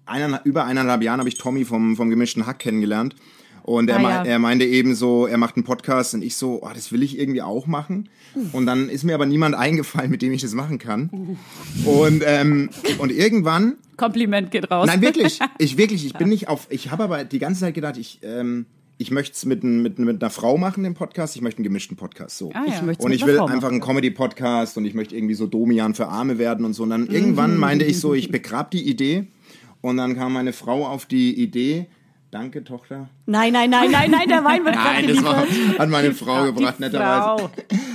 C: eineinhalb, über eineinhalb Jahren habe ich Tommy vom, vom gemischten Hack kennengelernt. Und er,
A: Ah,
C: mei-
A: ja.
C: er meinte eben so, er macht einen Podcast und ich so, oh, das will ich irgendwie auch machen. Und dann ist mir aber niemand eingefallen, mit dem ich das machen kann. Und, ähm, und irgendwann
A: Kompliment geht raus.
C: Nein, wirklich. Ich wirklich, ich bin nicht auf. Ich habe aber die ganze Zeit gedacht, ich, ähm, ich möchte es mit, n- mit, n- mit einer Frau machen, den Podcast. Ich möchte einen gemischten Podcast. So.
A: Ah, ja. Ich
B: möcht's
C: und
B: mit
C: ich
B: einer
C: will
B: Frau
C: einfach einen Comedy-Podcast und ich möchte irgendwie so Domian für Arme werden und so. Und dann
A: Mhm.
C: irgendwann meinte ich so, ich begrab die Idee. Und dann kam meine Frau auf die Idee. Danke, Tochter.
B: Nein, nein, nein, nein, nein, der Wein wird gerade
C: Nein, das
B: geliefert.
C: war, hat meine Frau
A: Die
C: gebracht, netterweise.
A: Frau.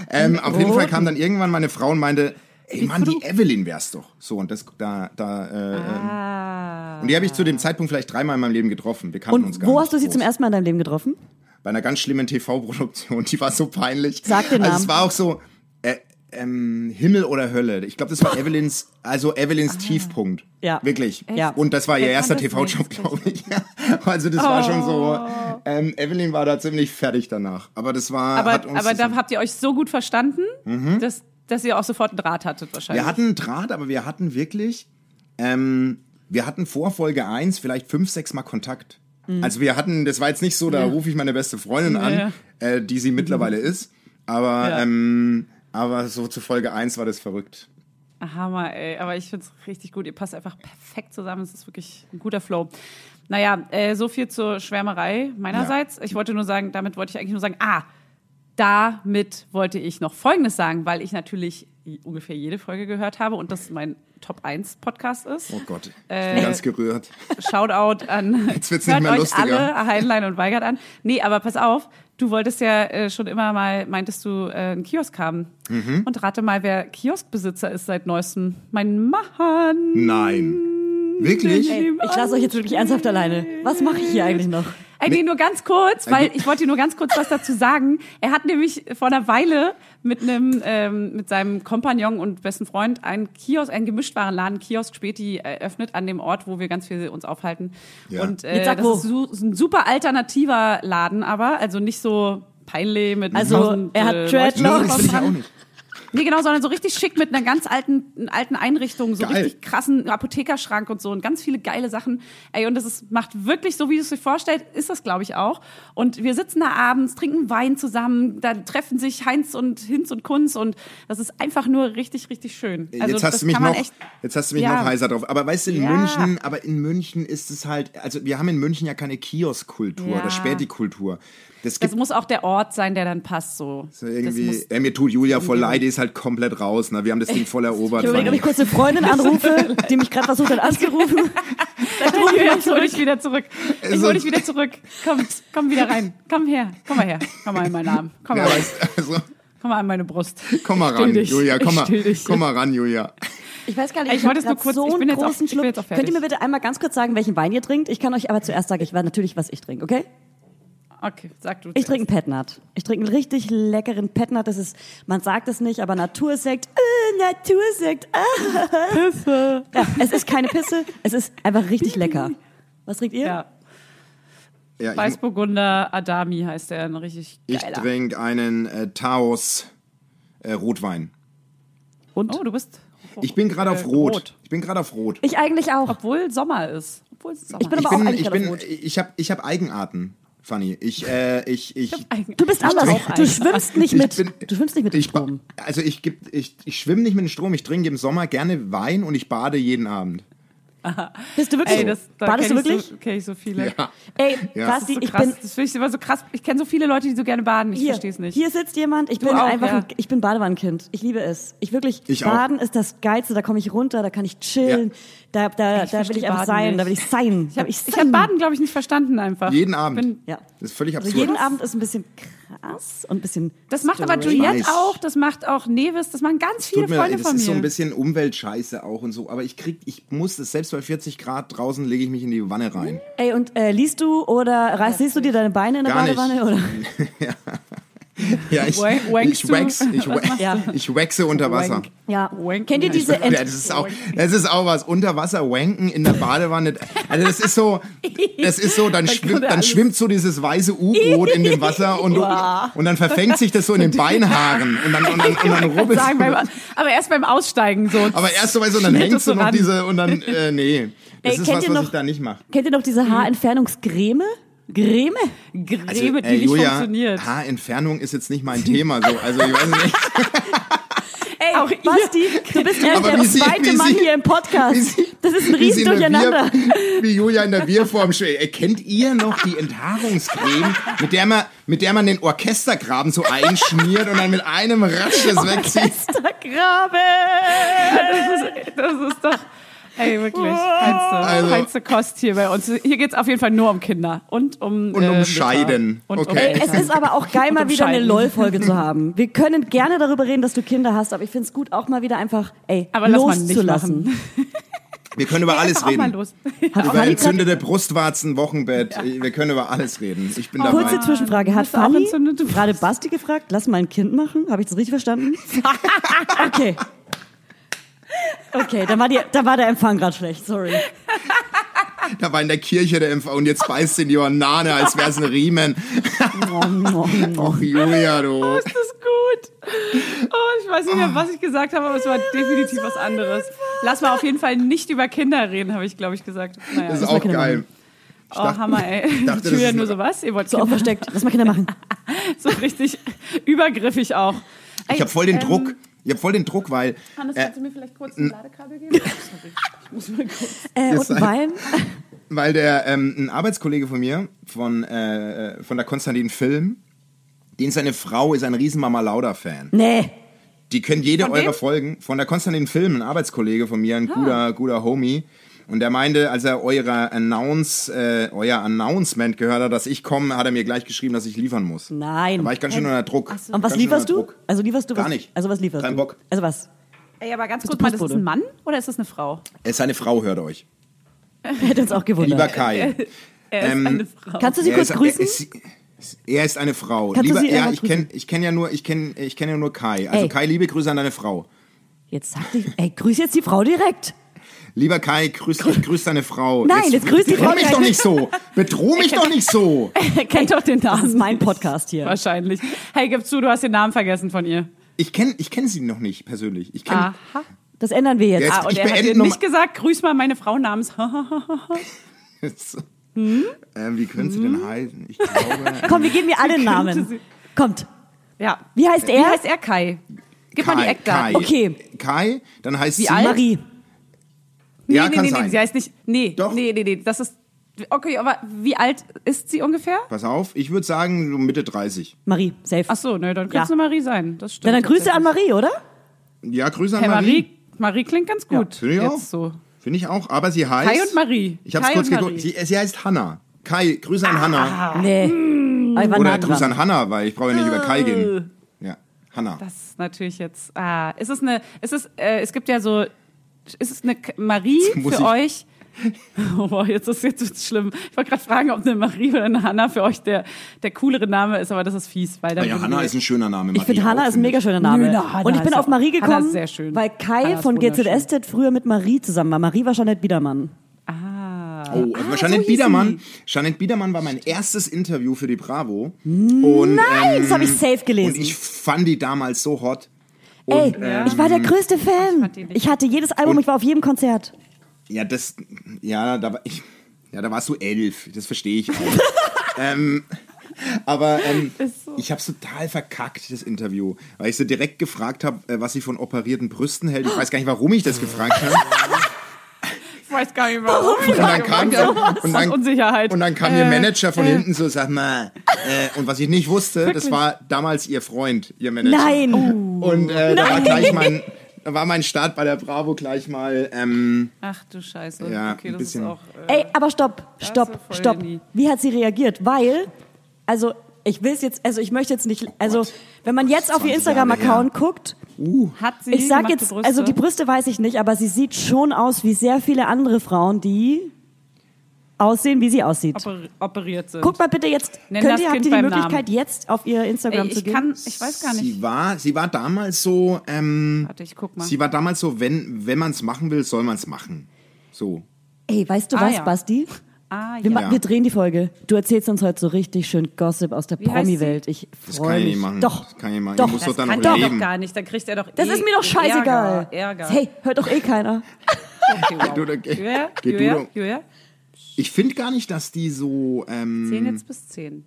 C: Ähm, auf jeden Fall kam dann irgendwann meine Frau und meinte, ey Mann, die Evelyn wär's doch. So, und das, da, da, äh, ähm,
A: Ah.
C: und die habe ich zu dem Zeitpunkt vielleicht dreimal in meinem Leben getroffen. Wir kannten uns
B: Und
C: gar
B: wo
C: nicht
B: hast du sie
C: groß.
B: zum ersten Mal in deinem Leben getroffen?
C: Bei einer ganz schlimmen TV-Produktion. Die war so peinlich.
B: Sag den
C: Also
B: Namen.
C: es war auch so äh, ähm, Himmel oder Hölle. Ich glaube, das war Evelyns, also Evelyns Tiefpunkt.
B: Ja.
C: Wirklich.
B: Ja.
C: Und das war
A: Wer
C: ihr
A: kann
C: erster
A: das
C: TV-Job,
A: nicht?
C: glaube ich. also das war schon so. Ähm, Evelyn war da ziemlich fertig danach. Aber das Mhm. war.
A: Aber,
C: hat uns
A: aber da
C: zusammen-
A: habt ihr euch so gut verstanden, dass, dass ihr auch sofort einen Draht hattet wahrscheinlich.
C: Wir hatten Draht, aber wir hatten wirklich, ähm, wir hatten vor Folge 1 vielleicht fünf, sechs Mal Kontakt. Also wir hatten, das war jetzt nicht so, da rufe ich meine beste Freundin an,
A: Mhm. Ja, Mhm.
C: Äh, die sie mittlerweile ist, aber,
A: Ja.
C: ähm, aber so zu Folge 1 war das verrückt.
A: Ah, Hammer, ey. Aber ich find's richtig gut. Ihr passt einfach perfekt zusammen. Es ist wirklich ein guter Flow. Naja, äh, so viel zur Schwärmerei meinerseits. Ich wollte nur sagen, damit wollte ich eigentlich nur sagen, ah, damit wollte ich noch Folgendes sagen, weil ich natürlich ungefähr jede Folge gehört habe und das mein Top 1 Podcast ist.
C: Oh Gott, ich
A: Äh.
C: bin ganz gerührt.
A: Shoutout an.
C: Jetzt wird's nicht mehr
A: euch
C: lustiger.
A: alle Heinlein und Weigert an. Nee, aber pass auf, du wolltest ja äh, schon immer mal, meintest du, äh, einen Kiosk haben.
C: Mhm.
A: Und rate mal, wer Kioskbesitzer ist seit neuestem. Mein Mann.
C: Nein. Wirklich?
B: Ey, ich lasse euch jetzt wirklich ernsthaft alleine. Was mache ich hier eigentlich noch?
A: Ey, nee, nur ganz kurz, weil
C: Äh,
A: ich wollte dir nur ganz kurz was dazu sagen. Er hat nämlich vor einer Weile mit einem, ähm, mit seinem Kompagnon und besten Freund einen Kiosk, einen Gemischtwarenladen, Kiosk Späti eröffnet an dem Ort, wo wir ganz viel uns aufhalten.
C: Ja.
A: Und äh,
B: Jetzt sag
A: das
B: wo.
A: ist su ist ein super alternativer Laden, aber also nicht so peinlich mit äh,
B: Also, er hat Dreadlocks.
C: Nee, das bin ich ja auch nicht.
A: Nee, genau, sondern so richtig schick mit einer ganz alten, einer alten Einrichtung, so
C: Geil.
A: richtig krassen Apothekerschrank und so und ganz viele geile Sachen. Ey, und das ist, macht wirklich so, wie du es dir vorstellst, ist das, glaube ich, auch. Und wir sitzen da abends, trinken Wein zusammen, da treffen sich Heinz und Hinz und Kunz und das ist einfach nur richtig, richtig schön. Also,
C: jetzt,
A: das
C: hast du mich
A: kann man
C: noch,
A: echt.
C: jetzt hast du mich
A: Ja.
C: noch heiser drauf. Aber weißt du, in
A: Ja.
C: München, aber in München ist es halt, also wir haben in München ja keine Kioskkultur
A: Ja.
C: oder Spätikultur. Das gibt
A: Das muss auch der Ort sein, der dann passt, so.
C: So irgendwie,
A: das muss,
C: ja, mir tut Julia voll leid, die ist halt komplett raus. Ne? Wir haben das Ding voll erobert.
B: Ich überlege, ob
C: Fanny.
B: ich kurz eine Freundin anrufe, die mich gerade versucht hat anzurufen.
A: ich hol dich- hol dich wieder zurück. Ich
C: Also-
A: hol dich wieder zurück. Komm, komm wieder rein. Komm her. Komm mal her. Komm mal in meinen Arm. Komm
C: Ja,
A: mal,
C: weißt, also,
A: komm mal an meine Brust.
C: komm mal
A: Ich still
C: ran,
A: dich.
C: Julia, komm
A: Ich
C: mal,
A: still dich.
C: komm mal ran, Julia.
B: Ich weiß gar nicht,
A: Ich wollte es
B: hab
A: nur
B: grad
A: kurz-
B: so
A: ich bin
B: einen
A: jetzt auch-
B: großen
A: ich bin
B: Schluck.
A: jetzt auch
B: Könnt ihr
A: fertig.
B: mir bitte einmal ganz kurz sagen, welchen Wein ihr trinkt? Ich kann euch aber zuerst sagen, ich weiß natürlich, was ich trinke, okay?
A: Okay, sag du.
B: Ich trinke einen Petnat. Ich trinke einen richtig leckeren Petnat. Das ist, man sagt es nicht, aber Natursekt. Äh, Natursekt. Ah. Pisse. Ja, es ist keine Pisse. Es ist einfach richtig lecker. Was trinkt ihr?
A: Ja.
C: Ja, ich,
A: Weißburgunder Adami heißt der, ein richtig
C: ich
A: geiler.
C: trinke einen äh, Taos äh, Rotwein.
B: Und?
A: oh, du bist.
C: Ich bin gerade auf
A: äh,
C: Rot. Ich bin gerade auf Rot.
B: Ich eigentlich auch.
A: Obwohl Sommer ist. Obwohl es Sommer
B: Ich bin
A: ist.
B: aber auch
C: ich bin,
B: eigentlich
C: ich
B: gerade
C: bin,
B: auf Rot.
C: ich habe, ich habe Eigenarten. Fanny. Ich, äh, ich, ich,
B: Du bist anders. Du schwimmst nicht
C: Ich
B: mit.
C: bin-
B: du schwimmst nicht mit dem
C: ich, ba-
B: Strom.
C: also ich, geb- ich, ich schwimme nicht mit dem Strom, ich trinke im Sommer gerne Wein und ich bade jeden Abend.
B: Bist du wirklich?
A: Ey, das, da
B: Badest du
A: kenn ich
B: wirklich?
A: So, kenn ich so viele.
B: Ey,
C: Ja.
B: Basti,
A: So
B: ich
A: krass.
B: bin
A: das finde ich immer so krass. Ich kenne so viele Leute, die so gerne baden. Ich
B: hier.
A: verstehe es nicht.
B: Hier sitzt jemand. Ich bin
A: auch,
B: einfach.
A: ja.
B: Ein, ich bin Badewannenkind. Ich liebe es. Ich wirklich.
C: Ich auch.
B: Baden ist das Geilste. Da komme ich runter. Da kann ich chillen. Da, da,
C: Ja.
A: Ich
B: da will
A: verstehe
B: ich einfach
A: Baden
B: sein.
A: nicht.
B: Da will ich sein.
A: Ich habe
B: ich
A: hab Baden, glaube ich, nicht verstanden einfach.
C: Jeden Abend.
A: Bin,
B: Ja.
C: Das ist völlig
B: Also
C: absurd.
B: jeden Abend ist ein bisschen krass und ein bisschen.
A: das macht aber
B: strange.
A: Juliette
C: Weiß.
A: auch, das macht auch Nevis, das machen ganz viele
C: Tut mir
A: Freunde
C: leid, das
A: von mir.
C: ist so ein bisschen Umweltscheiße auch und so, aber ich krieg, ich muss das, selbst bei 40 Grad draußen lege ich mich in die Wanne rein.
A: Hm?
B: Ey, und äh, liest du oder reißt, siehst du dir deine Beine in der
C: Gar nicht.
B: Badewanne? Oder?
C: Ja, ich,
A: Wa- wankst du?
C: ich wax, ich, wa
B: Ja.
C: ich waxe unter Wasser.
A: Wank.
B: Ja.
A: Wanken.
B: Kennt ihr
A: Ich
B: diese
C: Ja, das ist auch, das ist auch was. Unter Wasser wanken in der Badewanne. Also das ist so, das ist so, dann, schwimmt, dann
A: alles.
C: schwimmt so dieses weiße U-Boot in dem Wasser und, und dann verfängt sich das so in den Beinhaaren und dann, und dann, und dann rubbelt
A: Sagen, beim, aber erst beim Aussteigen so.
C: Aber erst so, weißt du, und dann
A: Schnitt
C: hängst
A: so
C: du noch
A: ran.
C: diese, und dann, äh, nee. Das
B: Ey,
C: ist
B: kennt
C: was,
B: ihr
C: was
B: noch-
C: ich da nicht mache.
B: Kennt ihr noch diese Haarentfernungsgreme? Greme?
A: Grebe,
C: Also,
A: Mhm. die
C: äh,
A: nicht
C: Julia,
A: funktioniert.
C: Haarentfernung ist jetzt nicht mein Thema, so. Also, ich weiß nicht.
B: Ey,
A: Auch ihr-
B: Basti, du bist ehrlich
C: Aber
B: der
C: wie sie-
B: zweite
C: wie
B: Mann
C: sie-
B: hier im Podcast.
C: wie sie-
B: das ist ein
C: wie sie in der
B: Riesendurcheinander.
C: Bier- Wie Julia in der Bierform steht. Äh, Kennt ihr noch die Enthaarungscreme, mit der man, mit der man den Orchestergraben so einschmiert und dann mit einem Ratsch
A: Oh
C: das wegzieht?
A: Grabe! Das ist, das ist doch. Ey, wirklich. Feinste,
C: Also-
A: feinste Kost hier bei uns. Hier geht's auf jeden Fall nur um Kinder. Und um.
C: Und um
A: Mütter.
C: Scheiden.
A: Und
C: Okay.
A: um
B: Es ist aber auch geil, mal wieder eine
A: umscheiden.
B: LOL-Folge zu haben. Wir können gerne darüber reden, dass du Kinder hast, aber ich finde es gut, auch mal wieder einfach, ey,
A: Aber lass mal nicht
B: loszulassen.
A: machen.
C: Wir können über alles
A: Mach auch mal
C: reden.
A: los.
C: Über
B: Fanny grad-
C: entzündete Brustwarzen, Wochenbett. Wir können über alles reden. Ich
A: Oh,
C: bin dabei.
B: Kurze Zwischenfrage. Hat
A: Bist du auch
B: Fanny
A: entzündet? Du-
B: gerade Basti gefragt, lass mal ein Kind machen? Habe ich das richtig verstanden? Okay. Okay, da war, die, da war der Empfang gerade schlecht, sorry.
C: Da war in der Kirche der MV und jetzt beißt in die Banane, als wär's ein Riemen.
A: Oh,
C: Och, Julia, du.
A: Ist das gut? Oh, ich weiß
C: Ah.
A: nicht mehr, was ich gesagt habe, aber es war definitiv was anderes. Lass mal auf jeden Fall nicht über Kinder reden, habe ich, glaube ich, gesagt. Naja,
C: Das ist auch
B: Kinder
C: geil.
A: oh, Hammer, ey.
C: dachte, das
A: Julia,
C: ist-
A: nur so was. Ihr wollt
B: So auch versteckt. Lass mal Kinder machen.
A: so richtig übergriffig auch.
C: Ich habe voll den
B: Ähm,
C: Druck. Ich habe voll den Druck, weil
A: Hannes,
C: äh,
A: kannst du mir vielleicht kurz ein Ladekabel geben? Sorry. Ich muss mal kurz.
B: Äh, und
C: Ist
B: ein
C: ein-
B: Wein.
C: Weil der ähm, ein Arbeitskollege von mir, von, äh, von der Konstantin Film, den seine Frau ist ein riesen Mama Lauda-Fan.
B: Nee.
C: Die kennt jede
A: Von
C: eurer
A: wem?
C: Folgen. Von der Konstantin Film, ein Arbeitskollege von mir, ein
B: Ah.
C: guter, guter Homie. Und der meinte, als er eurer Announce, äh, euer Announcement gehört hat, dass ich komme, hat er mir gleich geschrieben, dass ich liefern muss.
B: Nein. Ähm,
C: Da war ich ganz schön unter Druck.
B: Und was
C: Ganz schön
B: lieferst
C: unter
B: du?
C: Druck.
B: Also lieferst du
C: Gar
B: was?
C: nicht.
B: Also was lieferst
C: Kein
B: du?
C: Bock.
B: Also was?
A: Ey, aber ganz
B: Bist
A: kurz
B: du
A: mal, ist das
B: Postbote?
A: ein Mann oder ist das eine Frau?
C: Äh, Seine Frau hört euch.
B: Hätte uns auch gewundert.
C: Lieber Kai.
A: Er ist
C: Ähm,
A: eine Frau.
B: Kannst du sie
C: Er
B: kurz
C: ist-
B: grüßen?
C: Er ist, er ist eine Frau.
B: Kannst du
C: Lieber,
B: sie
C: ja,
B: einmal
C: ich kenne ich kenn ja nur ich kenn, ich kenn ja nur Kai. Also
B: Ey.
C: Kai, liebe Grüße an deine Frau.
B: jetzt sag dich, ey, grüß jetzt die Frau direkt.
C: Lieber Kai, grüß, grüß deine Frau.
B: Nein, jetzt grüß die
C: bedroh
B: Frau
C: mich doch nicht so. Bedroh mich doch nicht so.
A: Er kennt doch den Namen.
B: Das ist mein Podcast hier.
A: Wahrscheinlich. Hey, gib zu, du hast den Namen vergessen von ihr.
C: Ich kenne ich kenn sie noch nicht persönlich. Ich kenn,
B: Ah.
A: Aha.
B: Das ändern wir jetzt.
C: Jetzt-
A: Ah, und
C: ich
A: er hat
C: beende
A: dir
C: noch
A: nicht
C: mal-
A: gesagt, grüß mal meine Frau namens.
B: Hm?
C: ähm, wie können sie denn heißen? Ich glaube,
B: Komm, wir geben mir alle
A: sie-
B: Namen. Kommt.
A: ja.
B: Wie heißt
A: Wie
B: er?
A: heißt er Kai? Gib mal die
C: Kai,
A: Eckdaten. Oh,
C: Kai.
B: Okay.
C: Kai, dann heißt sie.
A: alt?
B: Marie.
A: Nee,
C: Ja,
A: nee,
C: kann
A: nee,
C: sein.
A: nee, sie heißt nicht. Nee,
C: Doch.
A: nee, nee, nee. Das ist. Okay, aber wie alt ist sie ungefähr?
C: Pass auf, ich würde sagen so Mitte 30.
B: Marie, safe.
A: Ach so, ne, dann könnte es
B: Ja.
A: eine Marie sein. Das stimmt.
B: Dann, dann Grüße an Marie, oder?
C: Ja, Grüße an
A: Hey,
C: Marie.
A: Marie, Marie klingt ganz gut.
C: Finde ich
A: jetzt
C: auch.
A: so.
C: Finde ich auch. Aber sie heißt.
A: Kai und Marie.
C: Ich habe es
A: Kai
C: kurz
A: und
C: geguckt. Sie,
A: Marie.
C: sie heißt Hanna. Kai, Grüße an Hanna.
A: Ah.
B: Nee.
A: Mm.
B: Aber ich war nah
C: Oder
B: dran.
C: Grüße an Hanna, weil ich brauche ja nicht über Kai gehen. Ja, Hanna.
A: Das ist natürlich jetzt. Ah, ist es eine. Ist es, äh, es gibt ja so. Ist es eine K- Marie
C: muss
A: für euch? Oh, boah, jetzt ist jetzt wird's schlimm. Ich wollte gerade fragen, ob eine Marie oder eine Hanna für euch der, der coolere Name ist, aber das ist fies, weil dann
C: Ja,
A: würden
C: Hanna
A: wir-
C: ist ein schöner Name.
B: Ich finde,
C: Marie
B: Hanna
C: auch,
B: ist ein mega
C: ich.
B: schöner Name.
A: Nö, na, Hanna
B: und ich bin
A: ist
B: auf Marie
A: auch- Hanna
B: gekommen,
A: ist sehr schön.
B: weil Kai
A: Hanna ist
B: von
A: wunderschön.
B: GZSZ früher mit Marie zusammen war. Marie war Jeanette Biedermann.
C: Oh, also Janet Biedermann. Janet Biedermann war mein erstes Interview für die Bravo. Und,
B: Nein, das
C: ähm,
B: habe ich safe
C: und
B: gelesen.
C: ich fand die damals so hot.
B: Ey,
C: Und, ähm,
B: ich war der größte Fan.
A: fand die nicht-
B: Ich hatte jedes Album,
C: Und-
B: ich war auf jedem Konzert.
C: Ja, das, ja, da war ich, ja, da warst du elf. Das verstehe ich auch. ähm, aber ähm, ich habe es total verkackt, das Interview, weil ich so direkt gefragt habe, äh, was sie von operierten Brüsten hält. Ich weiß gar nicht, warum ich das gefragt habe.
A: Ich weiß gar nicht, warum.
C: Und dann kam, und dann,
A: genau Aus Unsicherheit. Äh,
C: Und dann kam ihr Manager von hinten so, sag mal. Äh, und was ich nicht wusste, das war damals ihr Freund, ihr Manager.
B: Nein.
C: Und äh, da war gleich mein, da war mein Start bei der Bravo gleich mal. Ähm,
A: Ach du Scheiße.
C: Ja,
A: okay,
C: ein
A: das ist
C: bisschen.
A: auch. Äh,
B: Ey, aber stopp, stopp,
A: ist voll
B: stopp.
A: nie.
B: Wie hat sie reagiert? Weil, also ich will es jetzt, also ich möchte jetzt nicht, also wenn man jetzt auf ihr
C: 20 Jahre
B: Instagram-Account guckt,
A: hat sie
B: ich sag
A: gemachte
B: jetzt,
A: Brüste?
B: also die Brüste weiß ich nicht, aber sie sieht schon aus wie sehr viele andere Frauen, die aussehen, wie sie aussieht.
A: Oper- operiert sind.
B: Guckt mal bitte jetzt,
A: Nenn
B: könnt
A: das
B: ihr, habt ihr
A: Kind
B: die
A: beim
B: Möglichkeit,
A: Namen.
B: jetzt auf ihr Instagram
A: Ey,
B: um zu
A: ich
B: gehen?
A: kann, ich weiß gar nicht.
C: Sie war, sie war damals so, ähm,
A: Warte, ich guck mal.
C: sie war damals so, wenn, wenn man es machen will, soll man es machen. So.
B: Ey, weißt du
A: Ah,
B: was,
A: ja.
B: Basti?
A: ah,
B: Wir,
A: ja.
B: ma-
C: Ja.
B: wir drehen die Folge. Du erzählst uns heute so richtig schön Gossip aus der
A: heißt sie?
B: Promi-Welt. Ich
C: Das kann
B: freue
C: ich
B: mich.
C: nicht machen.
B: Doch.
C: Das kann ich nicht machen.
B: Doch.
C: Ich muss doch
B: das
C: dann
A: Kann
C: noch
A: doch
C: leben.
A: gar nicht, dann kriegt er doch.
B: das
A: eh,
B: ist mir doch scheißegal.
A: Ärger. Ärger.
B: Hey, hört doch eh keiner.
A: okay, wow.
C: Geh du doch, geh-
A: Julia,
C: geh du
A: Julia,
C: doch.
A: Julia.
C: Ich finde gar nicht, dass die so, ähm,
A: 10 jetzt bis 10.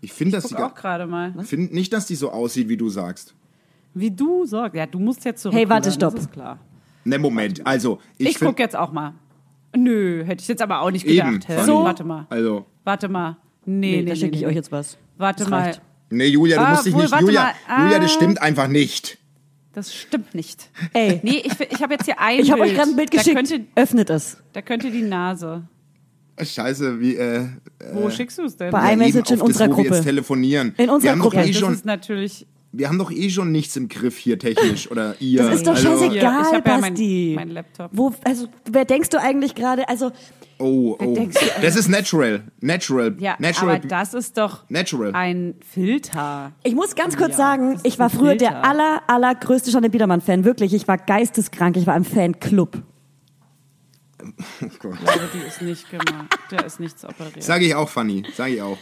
C: ich finde, dass
A: Guck
C: die
A: auch
C: gar,
A: gerade ne? mal.
C: finde nicht, dass die so aussieht, wie du sagst.
A: Wie du sorgst. Ja, du musst jetzt zurück.
B: Hey, warte, stopp.
A: Das ist klar.
C: Ne, Moment. Also, ich,
A: Ich,
C: find-
A: guck jetzt auch mal. Nö, hätte ich jetzt aber auch nicht
C: Eben,
A: gedacht. Hä?
C: Fanny. So.
A: Warte mal.
C: Also,
A: Warte mal. Nee, nee,
B: da
A: nee,
B: schicke
A: nee,
B: ich
A: nee.
B: euch jetzt was.
A: Warte
B: Das
A: mal.
B: reicht.
C: nee, ne, Julia, du
A: Ah,
C: musst dich
A: wohl,
C: nicht,
A: warte
C: Julia,
A: mal. Ah.
C: Julia, das stimmt einfach nicht.
A: Das stimmt nicht.
B: Ey.
A: Nee, ich, fi- ich habe jetzt hier ein
B: Ich habe
A: Bild.
B: euch gerade ein Bild
A: Da
B: geschickt.
A: könnte,
B: Öffnet es.
A: da könnte die Nase.
C: Scheiße, wie, äh,
A: Wo schickst du es denn?
B: Bei- iMessage
C: eben
B: in
C: auf das,
B: unserer
C: wo Wir
B: Gruppe.
C: jetzt telefonieren.
B: In unserer
C: wir haben
B: Gruppe.
C: Doch eh
A: das
C: schon,
A: ist natürlich.
C: wir haben doch eh schon nichts im Griff hier technisch oder ihr.
B: Das ist doch
C: also,
B: scheißegal,
A: Ja, ich hab ja mein-
B: Basti.
A: mein Laptop.
B: Wo, also, wer denkst du eigentlich gerade? Also,
C: Oh, oh.
A: denkst du,
C: Das ist natural. Natural.
A: Ja,
C: natural.
A: aber das ist doch
C: Natural.
A: ein Filter.
B: ich muss ganz kurz
A: Ja,
B: sagen,
A: das ist
B: ich war
A: ein
B: früher der
A: Filter.
B: aller, allergrößte Janne Biedermann-Fan. Wirklich, ich war geisteskrank. Ich war im Fanclub.
A: Also die ist nicht gemacht. Da ist nichts operiert.
C: Sage ich auch, Fanny. Sage ich auch.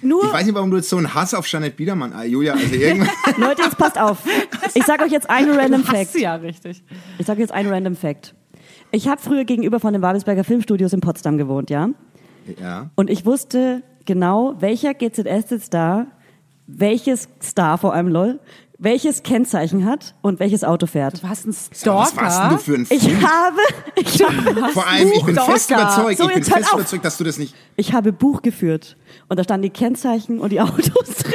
C: Ich
B: Nur,
C: weiß nicht, warum du jetzt so einen Hass auf Janet Biedermann. Ah, Julia, also irgendwann.
B: Leute, jetzt passt auf. Ich sage euch jetzt einen random
A: du hast
B: Fact.
A: sie ja richtig.
B: Ich sage jetzt einen random Fact. Ich habe früher gegenüber von den Babelsberger Filmstudios in Potsdam gewohnt, ja?
C: ja.
B: Und ich wusste genau, welcher GZS-Star, welches Star vor allem, lol, welches Kennzeichen hat und welches Auto fährt.
A: Du hast einen Stalker.
C: Was warst denn du für ein
B: Ich habe, ich habe,
C: Vor allem, ich bin
B: Stalker.
C: fest überzeugt,
B: So,
C: ich bin
B: jetzt hört
C: fest
B: auf.
C: überzeugt, dass du das nicht.
B: ich habe Buch geführt. Und da standen die Kennzeichen und die Autos drin.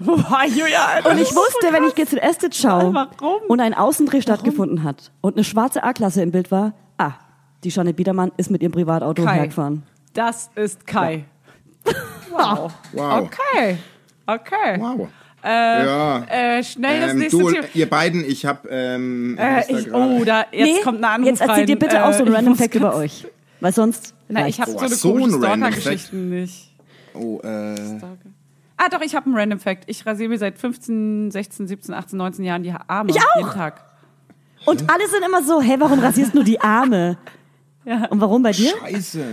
A: Boah, Julia, Alter.
B: Und ich wusste, wenn ich jetzt in Estet schaue
A: Warum?
B: und ein Außendreh stattgefunden hat und eine schwarze A-Klasse im Bild war, ah, die Janne Biedermann ist mit ihrem Privatauto
A: Kai.
B: hergefahren.
A: Das ist Kai. Wow.
C: Wow.
A: Okay. Okay.
C: Wow.
A: Äh,
C: Ja.
A: äh, schnell das
C: Ähm,
A: nächste
C: du,
A: Tier.
C: ihr beiden, ich habe ähm,
A: Äh, ich, oh, da, jetzt
B: Nee,
A: kommt eine Anruf
B: Jetzt erzählt
A: rein.
B: ihr bitte
A: Äh,
B: auch so einen
A: ich
B: Random
A: muss
B: Fact
A: ganz-
B: über euch. Weil sonst.
A: Na, ich habe
B: reicht's.
A: so
C: Boah,
A: eine komische
C: so ein Random Fact.
A: Stalker-Geschichten nicht.
C: oh äh,
A: Ah, doch, ich habe einen Random Fact. Ich rasiere mir seit 15, 16, 17, 18, 19 Jahren die Arme.
B: Ich auch!
A: Jeden Tag.
B: Und alle sind immer so, hä, warum rasierst du die Arme? Und warum bei dir?
C: Scheiße.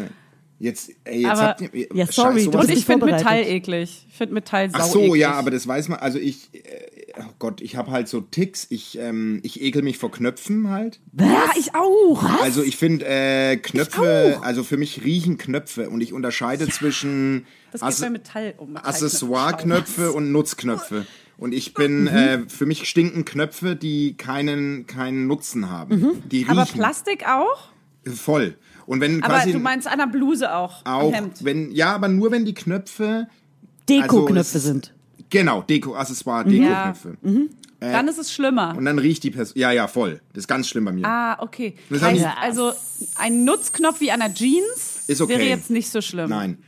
C: Jetzt, ey, jetzt
A: Aber-
C: habt ihr.
B: Ja, sorry,
C: Scheiße,
B: du
C: sowas
B: bist
A: Und ich
B: nicht
A: finde
B: vorbereitet.
A: Metall eklig. Ich finde Metall sau
C: Ach so,
A: eklig.
C: ja, aber das weiß man. Also ich, äh, oh Gott, ich habe halt so Ticks. Ich, ähm, ich ekel mich vor Knöpfen halt.
B: Ja, ich auch. Was?
C: Also ich finde äh, Knöpfe, also für mich riechen Knöpfe und ich unterscheide zwischen
A: Das geht
C: Ass
A: bei Metall um. Metallknöpfe.
C: Accessoire-Knöpfe und Nutzknöpfe. Und ich bin,
A: Mhm.
C: äh, für mich stinken Knöpfe, die keinen, keinen Nutzen haben. Die riechen
A: Mhm. Aber Plastik auch?
C: voll. Und wenn
A: Aber
C: quasi
A: du meinst an der Bluse auch. am
C: auch,
A: Hemd.
C: wenn, ja, aber nur wenn die Knöpfe,
B: Deko-Knöpfe
C: also es-
B: sind.
C: genau, Deko, Accessoire, Deko-Knöpfe.
A: Mhm. Dann ist es schlimmer.
C: Und dann riecht die Person, ja, ja, voll. Das ist ganz schlimm bei mir.
A: Ah, okay.
C: Das haben
A: heißt,
C: die-
A: also ein Nutzknopf wie an der Jeans
C: Ist okay.
A: wäre jetzt nicht so schlimm.
C: Nein.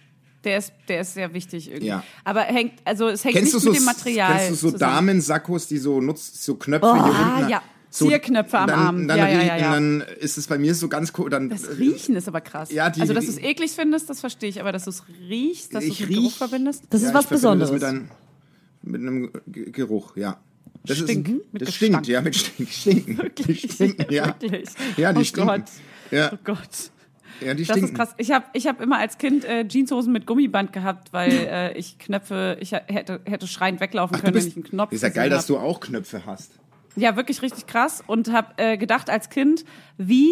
A: Der ist, der ist sehr wichtig irgendwie.
C: Ja.
A: Aber hängt, also es hängt nicht
C: Kennst du so,
A: mit dem Material.
C: kennst du so
A: zusammen. Oh, ah,
C: Damensakos, die so nutzt, so Knöpfe hier unten?
A: ja.
C: So,
A: Zierknöpfe am
C: dann,
A: Arm.
C: Dann,
A: Ja, ja,
C: rie-
A: ja, ja.
C: dann ist es bei mir so ganz cool. Dann,
A: Das Riechen ist aber krass.
C: Ja, die-
A: also, dass du es eklig findest, das verstehe ich, aber dass du es riechst, dass du es
C: Ich
A: mit
C: riech-
A: Geruch verbindest.
B: Das
C: ja,
B: ist was
C: ich verbinde das
B: Besonderes.
C: Mit einem, mit einem Ge- Geruch, ja. Das
A: Stink,
C: ist,
A: mit
C: das
A: Gestank.
C: stinkt, ja, mit Stink, stinken. Die stinken, ja.
A: Wirklich.
C: Ja, die
A: oh
C: stinken.
A: Gott.
C: Ja,
A: Oh Gott.
C: ja, die
A: Das
C: stinken.
A: ist krass. Ich habe ich hab immer als Kind äh, Jeanshosen mit Gummiband gehabt, weil äh, ich Knöpfe, ich hätte, hätte schreiend weglaufen
C: Ach, du
A: können,
C: bist,
A: wenn ich einen Knopf
C: ist ja
A: gesehen
C: geil, dass
A: hab.
C: du auch Knöpfe hast.
A: Ja, wirklich richtig krass und habe äh, gedacht als Kind, wie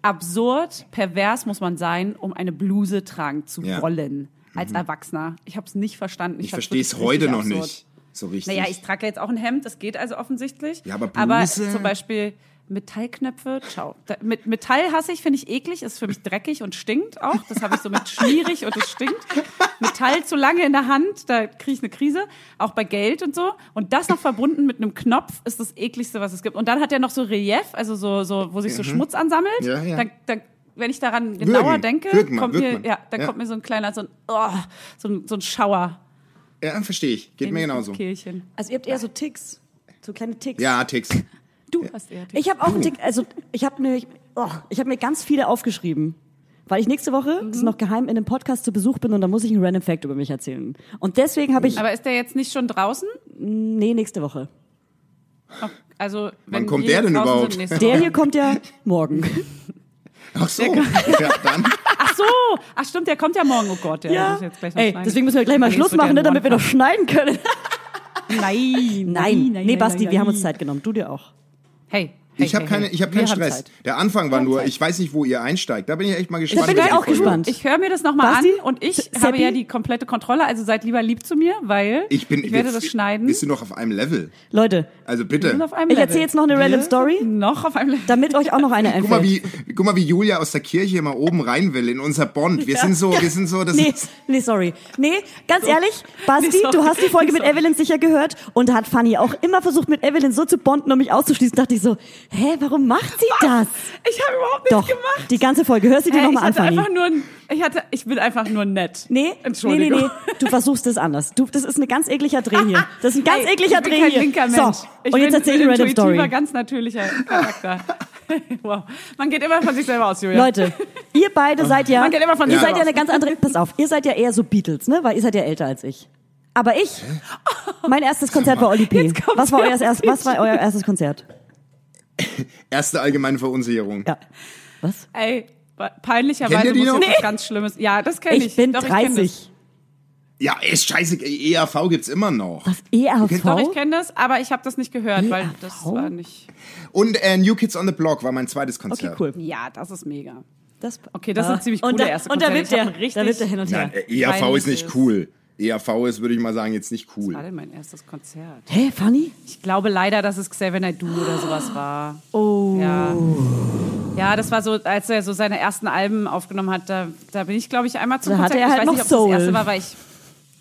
A: absurd, pervers muss man sein, um eine Bluse tragen zu
C: Ja. Mhm.
A: wollen. als Erwachsener. Ich habe es nicht verstanden.
C: Ich
A: fand's
C: verstehe es
A: wirklich
C: heute
A: richtig
C: noch
A: absurd.
C: nicht so richtig.
A: Naja, ich trage ja jetzt auch ein Hemd, das geht also offensichtlich.
C: Ja, aber
A: aber
C: Bluse?
A: zum Beispiel Metallknöpfe, ciao. Da, mit Metall hasse ich, finde ich eklig, ist für mich dreckig und stinkt auch. Das habe ich so mit schmierig und es stinkt. Metall zu lange in der Hand, da kriege ich eine Krise. Auch bei Geld und so. Und das noch verbunden mit einem Knopf ist das ekligste, was es gibt. Und dann hat er noch so Relief, also so, so wo sich so Schmutz ansammelt.
C: Mhm. Ja, ja.
A: Dann, dann, wenn ich daran genauer denke,
C: Würgen mal,
A: kommt
C: würg
A: mir,
C: mal.
A: ja, dann
C: Ja.
A: kommt mir so ein kleiner, so ein, oh, so ein, so ein Schauer.
C: ja, verstehe ich. Geht mir
A: in-
C: genauso.
A: Kehlchen.
B: Also ihr habt eher so Ticks, so kleine Ticks.
C: Ja, Ticks.
A: Du hast eher
B: Ich habe auch einen Tick, also ich habe mir, oh, ich habe mir ganz viele aufgeschrieben. Weil ich nächste Woche,
A: Mhm.
B: das ist noch geheim, in einem Podcast zu Besuch bin und da muss ich einen random Fact über mich erzählen. Und deswegen habe ich,
A: Aber ist der jetzt nicht schon draußen?
B: nee, nächste Woche.
A: Also,
C: Wann
A: wenn
C: kommt
A: wir
C: der denn
A: draußen
C: überhaupt?
A: Sind, nächste
B: Der
A: Woche.
B: hier kommt ja morgen.
C: Ach so. Ja, dann.
A: Ach so, ach stimmt, der kommt ja morgen. Oh Gott, der muss jetzt gleich noch
B: Ey,
A: schneiden.
B: deswegen müssen wir gleich mal
A: Nee,
B: Schluss
A: es wird
B: machen,
A: ja
B: ne,
A: ein
B: damit wir noch
A: One-Fach.
B: schneiden können.
A: Nein,
B: Nein, nee, Basti, wir
A: nein,
B: haben uns
A: nein.
B: Zeit genommen. Du dir auch.
A: Hey, hey
C: Ich habe
A: hey,
C: keine,
A: hey.
C: ich hab
A: Wir
C: keinen
A: haben
C: Stress.
A: Zeit.
C: Der Anfang war nur,
A: Zeit.
C: ich weiß nicht, wo ihr einsteigt. Da bin ich echt mal gespannt.
B: bin
C: wie
B: ich
C: die
B: auch
C: Folge wird.
B: gespannt.
A: Ich höre mir das nochmal an
B: Basti?
A: und ich
B: Se-
A: habe ja
B: Seppi?
A: die komplette Kontrolle, also seid lieber lieb zu mir, weil
C: Ich bin,
A: werde
C: wir-
A: das schneiden.
C: Bist du noch auf einem Level?
B: Leute,
C: Also
A: Wir sind
C: bitte.
A: auf einem
B: ich
A: Level.
B: erzähle jetzt noch eine random Story,
A: Noch auf einem Level.
B: damit euch auch noch eine
C: Guck mal,
B: einfällt.
C: wie, guck mal, wie Julia aus der Kirche immer oben rein will in unser Bond. Wir sind so, wir sind so, das
B: Nee,
C: ist,
B: nee, sorry. Nee, ganz ehrlich, Basti,
A: Nee, sorry.
B: du hast die Folge mit
A: Sorry.
B: Evelyn sicher gehört und da hat Fanny auch immer versucht, mit Evelyn so zu bonden, um mich auszuschließen. Dachte ich so, hä, warum macht sie das?
A: Ich habe überhaupt nichts
B: Doch,
A: gemacht.
B: die ganze Folge. Hörst du dir
A: Hey, ich
B: nochmal an,
A: hatte
B: Fanny?
A: einfach nur, ein- ich hatte, ich bin einfach nur nett.
B: Nee, nee, nee,
A: Entschuldigung.
B: nee, du versuchst es anders. Du, das ist ein ganz ekliger Dreh hier. Das ist ein ganz
A: Ey,
B: ekliger
A: ich bin
B: Dreh
A: kein
B: hier.
A: Linker Mensch.
B: so, und
A: ich bin
B: jetzt erzähl ich
A: ein
B: eine random
A: intuitiver,
B: Story.
A: ganz natürlicher Charakter. wow. Man geht immer von sich selber aus, Julia.
B: Leute, ihr beide seid ja,
A: Oh. Man geht immer von
B: ihr
A: sich
B: seid ja
A: aus.
B: eine ganz andere, pass auf, ihr seid ja eher so Beatles, ne, weil ihr seid ja älter als ich. Aber ich, mein erstes Konzert war Oli P.
A: Jetzt kommt
B: Was war
A: der
B: euer, erst, was war euer erstes Konzert?
C: erste allgemeine Verunsicherung.
B: Ja. Was?
A: Ey, wa-
C: Kennt
A: peinlicherweise
C: ihr
A: muss
C: die
A: ich
C: noch?
A: was ganz Schlimmes. Ja, das kenne ich.
B: Ich, bin
A: Doch, ich kenn
B: 30.
C: Ja, ist scheiße, EAV gibt's immer noch.
B: Was? ERV?
C: kennst
A: das. Doch, ich kenne das, aber ich habe das nicht gehört, weil das
B: warum?
A: war nicht.
C: Und äh, New Kids on the Block war mein zweites
B: okay,
C: Konzert.
B: cool.
A: Ja, das ist mega.
B: Das, Ah.
A: Okay, das sind ziemlich coole
B: und da,
A: erste
B: Und da
A: Konzerte.
B: wird
A: Ich hab
B: der,
A: einen richtig-
B: da wird der hin und her.
C: Nein, äh, EAV ist nicht
A: Peinliches.
C: cool. EAV ist, würde ich mal sagen, jetzt nicht
A: War
C: cool.
A: denn mein erstes Konzert?
B: Hä, Fanny?
A: Ich glaube leider, dass es Xavier Naidoo oder sowas war. Oh. Ja.
B: Uh.
A: Ja, das war so, als er so seine ersten Alben aufgenommen hat, da, da bin ich, glaube ich, einmal zum
B: Da hatte er
A: Konzert.
B: halt
A: ich
B: noch
A: weiß nicht, ob
B: Soul.
A: das erste war, weil ich,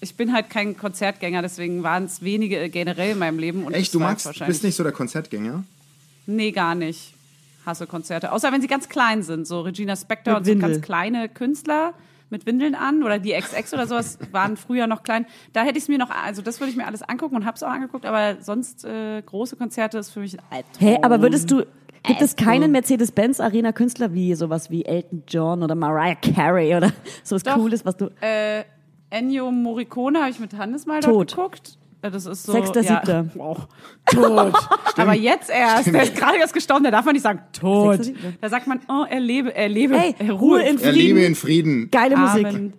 A: ich bin halt kein Konzertgänger, deswegen waren es wenige äh, generell in meinem Leben. Und
C: Echt,
A: das
C: du
A: war
C: magst,
A: wahrscheinlich-
C: bist nicht so der Konzertgänger?
A: Nee, gar nicht. Hasse Konzerte. Außer wenn sie ganz klein sind, so Regina Spektor
B: Mit
A: und so
B: Windel.
A: ganz kleine Künstler mit Windeln an oder die XX oder sowas waren früher noch klein. Da hätte ich es mir noch, also das würde ich mir alles angucken und hab's auch angeguckt, aber sonst äh, große Konzerte ist für mich ein Albtraum.
B: Hä, aber würdest
A: Oh.
B: du, gibt es keinen Mercedes-Benz-Arena-Künstler wie sowas wie Elton John oder Mariah Carey oder sowas
A: Doch.
B: Cooles, was du,
A: Äh, Ennio Morricone habe ich mit Hannes mal
B: Tot.
A: dort geguckt. Äh, Das ist so.
B: Sechster,
A: ja,
B: siebter.
A: Wow. Tot. Aber jetzt erst. Der ist gerade erst gestorben, da darf man nicht sagen, tot.
B: Sechster, siebter.
A: Da sagt man, oh, er lebe, er lebe,
B: Ey,
A: er
B: Ruhe in
C: Er
B: Frieden.
C: lebe in Frieden.
B: geile Musik.
A: Abend.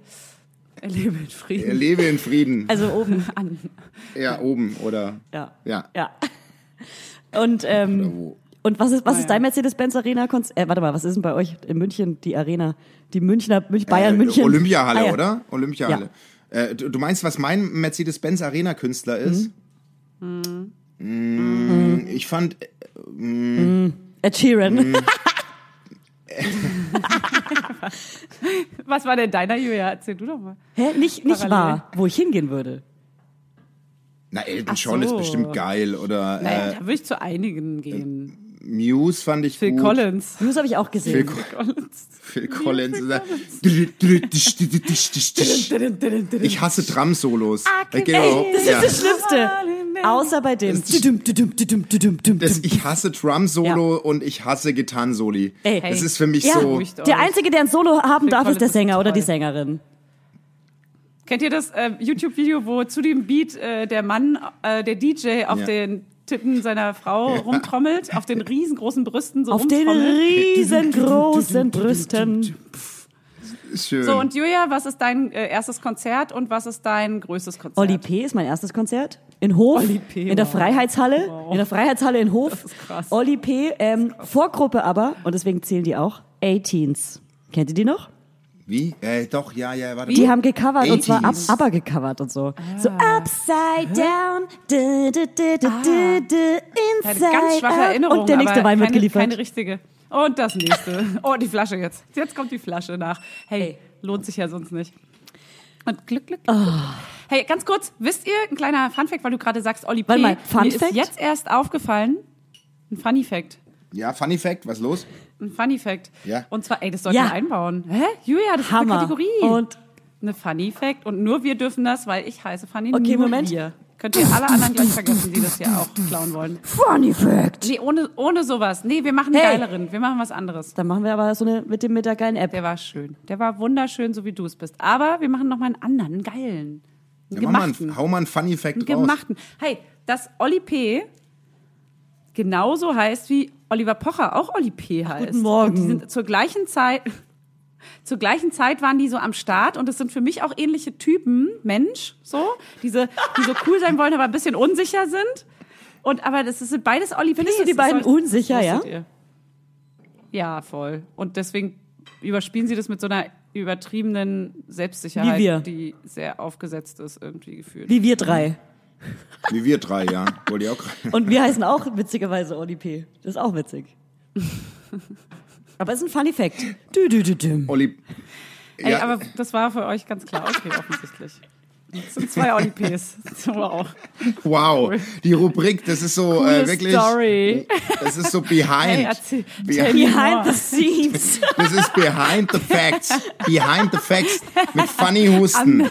A: Er lebe in Frieden.
C: Er lebe in Frieden.
B: Also oben.
A: an.
C: Ja, oben oder
B: Ja.
C: ja.
B: Ja. Und, ähm,
C: Wo.
B: und was ist, was ist
A: ja.
B: dein Mercedes-Benz-Arena-Konzert? Äh, warte mal, was ist denn bei euch in München die Arena? Die Münchner, Münch, Bayern,
C: Äh,
B: München.
C: Olympiahalle,
B: Ah, ja.
C: oder? Olympiahalle. Äh, du, du meinst, was mein Mercedes-Benz Arena-Künstler ist?
B: Mhm.
C: Mm, Ich fand,
B: Ed Sheeran.
C: Mhm.
A: Was war denn deiner, Julia? Erzähl du doch mal.
B: Hä? Nicht, nicht
A: Parallel.
B: wahr, wo ich hingehen würde.
C: na, Elton
A: Ach
C: John ist
A: so.
C: bestimmt geil. Oder
A: Naja,
C: äh,
A: da würde ich zu einigen gehen.
C: Muse fand ich
A: Phil
C: gut.
A: Collins.
B: News habe ich auch
C: Phil,
B: gesehen.
C: Co
A: Collins.
C: Phil Collins. Ich hasse Drum-Solos. Das geht überhaupt-
B: Ah, Das
C: Ja.
B: ist das Schlimmste. Außer bei dem. Düdüm, düdüm, düdüm, düdüm, düdüm.
C: Das, ich hasse Drum-Solo und ich hasse Gitarren-Soli.
B: Ey.
C: Das ist für mich
B: Ja,
C: so.
A: Beruhigt euch.
B: der Einzige, der ein Solo haben
A: Phil
B: darf, ist
A: Collins
B: der
A: ist
B: Sänger oder die
A: toll.
B: Sängerin.
A: Kennt ihr das äh, YouTube-Video, wo zu dem Beat äh, der Mann, äh, der DJ, auf
C: Ja.
A: den Titten seiner Frau rumtrommelt, auf den riesengroßen Brüsten so
B: Auf den
A: rumtrommelt?
B: riesengroßen Brüsten.
C: Schön.
A: So, und Julia, was ist dein äh, erstes Konzert und was ist dein größtes Konzert?
B: Oli P. ist mein erstes Konzert. In Hof,
A: Oli P,
B: in der
A: wow.
B: Freiheitshalle,
A: Wow.
B: in der Freiheitshalle in Hof.
A: Das ist krass.
B: Oli P. Ähm, Vorgruppe aber, und deswegen zählen die auch, 18s. Kennt ihr die noch?
C: Wie? Äh, doch, ja, ja, warte.
B: Die haben gecovert und zwar ab,
C: 80s.
B: aber gecovert und
A: Ah.
B: so. So upside down, du, du, du, du, du, du,
A: Eine
B: inside
A: Ah. ganz schwache
B: out.
A: Erinnerung.
B: Und der nächste
A: aber
B: Wein wird
A: keine,
B: geliefert.
A: Keine richtige. Und das nächste. Oh, die Flasche jetzt. Jetzt kommt die Flasche nach. Hey, lohnt sich ja sonst nicht. Und Glück, Glück, Glück.
B: Oh.
A: Glück. Hey, ganz kurz, wisst ihr, ein kleiner Funfact, weil du gerade sagst, Oli P.,
B: Warte mal, Fun
A: mir
B: Fact?
A: ist jetzt erst aufgefallen, ein Funny Fact.
C: Ja, Funny Fact, was los?
A: Ein Funny Fact.
C: Ja.
A: Und zwar, ey, das sollten
B: Ja.
A: wir einbauen. Hä? Julia, das
B: Hammer.
A: ist eine Kategorie.
B: Und-
A: eine Funny Fact. Und nur wir dürfen das, weil ich heiße Funny.
B: Okay,
A: nur
B: Moment.
A: Wir. Könnt ihr alle anderen gleich vergessen, die das hier auch klauen wollen.
B: Funny Fact.
A: Nee, ohne, ohne sowas. Nee, wir machen
B: Hey.
A: geileren. Wir machen was anderes.
B: Dann machen wir aber so eine mit dem mit der geilen App.
A: Der war schön. Der war wunderschön, so wie du es bist. Aber wir machen noch mal einen anderen, einen geilen. Einen
C: Ja, mach mal
A: gemachten.
C: einen, hau mal einen Funny Fact
A: einen
C: raus.
A: gemachten. Hey, dass Oli P. genauso heißt wie Oliver Pocher auch Oli P. heißt.
B: guten Morgen.
A: Und die sind zur gleichen Zeit. Zur gleichen Zeit waren die so am Start und es sind für mich auch ähnliche Typen, Mensch, so, diese, die so cool sein wollen, aber ein bisschen unsicher sind. Und aber das sind beides Oli P.
B: Findest du die beiden unsicher, ja?
A: Ihr. Ja, voll. Und deswegen überspielen sie das mit so einer übertriebenen Selbstsicherheit,
B: Wie wir.
A: die sehr aufgesetzt ist, irgendwie gefühlt.
B: Wie wir drei.
C: Wie wir drei, ja. Wollte ich auch gerade.
B: Und wir heißen auch witzigerweise Oli P. Das ist auch witzig. Aber es ist ein Funny Fact. Dü, dü, dü, dü.
C: Olli.
A: Ey,
C: Ja,
A: aber das war für euch ganz klar. Okay, offensichtlich. Das sind zwei Oli-Ps. Wow.
C: wow, die Rubrik, das ist so äh, wirklich.
A: Story.
C: Das ist so behind.
A: Hey, erzähl-
C: Be-
A: erzähl mir
B: Behind
A: more.
B: the scenes.
C: das ist behind the facts. Behind the facts mit Funny Husten.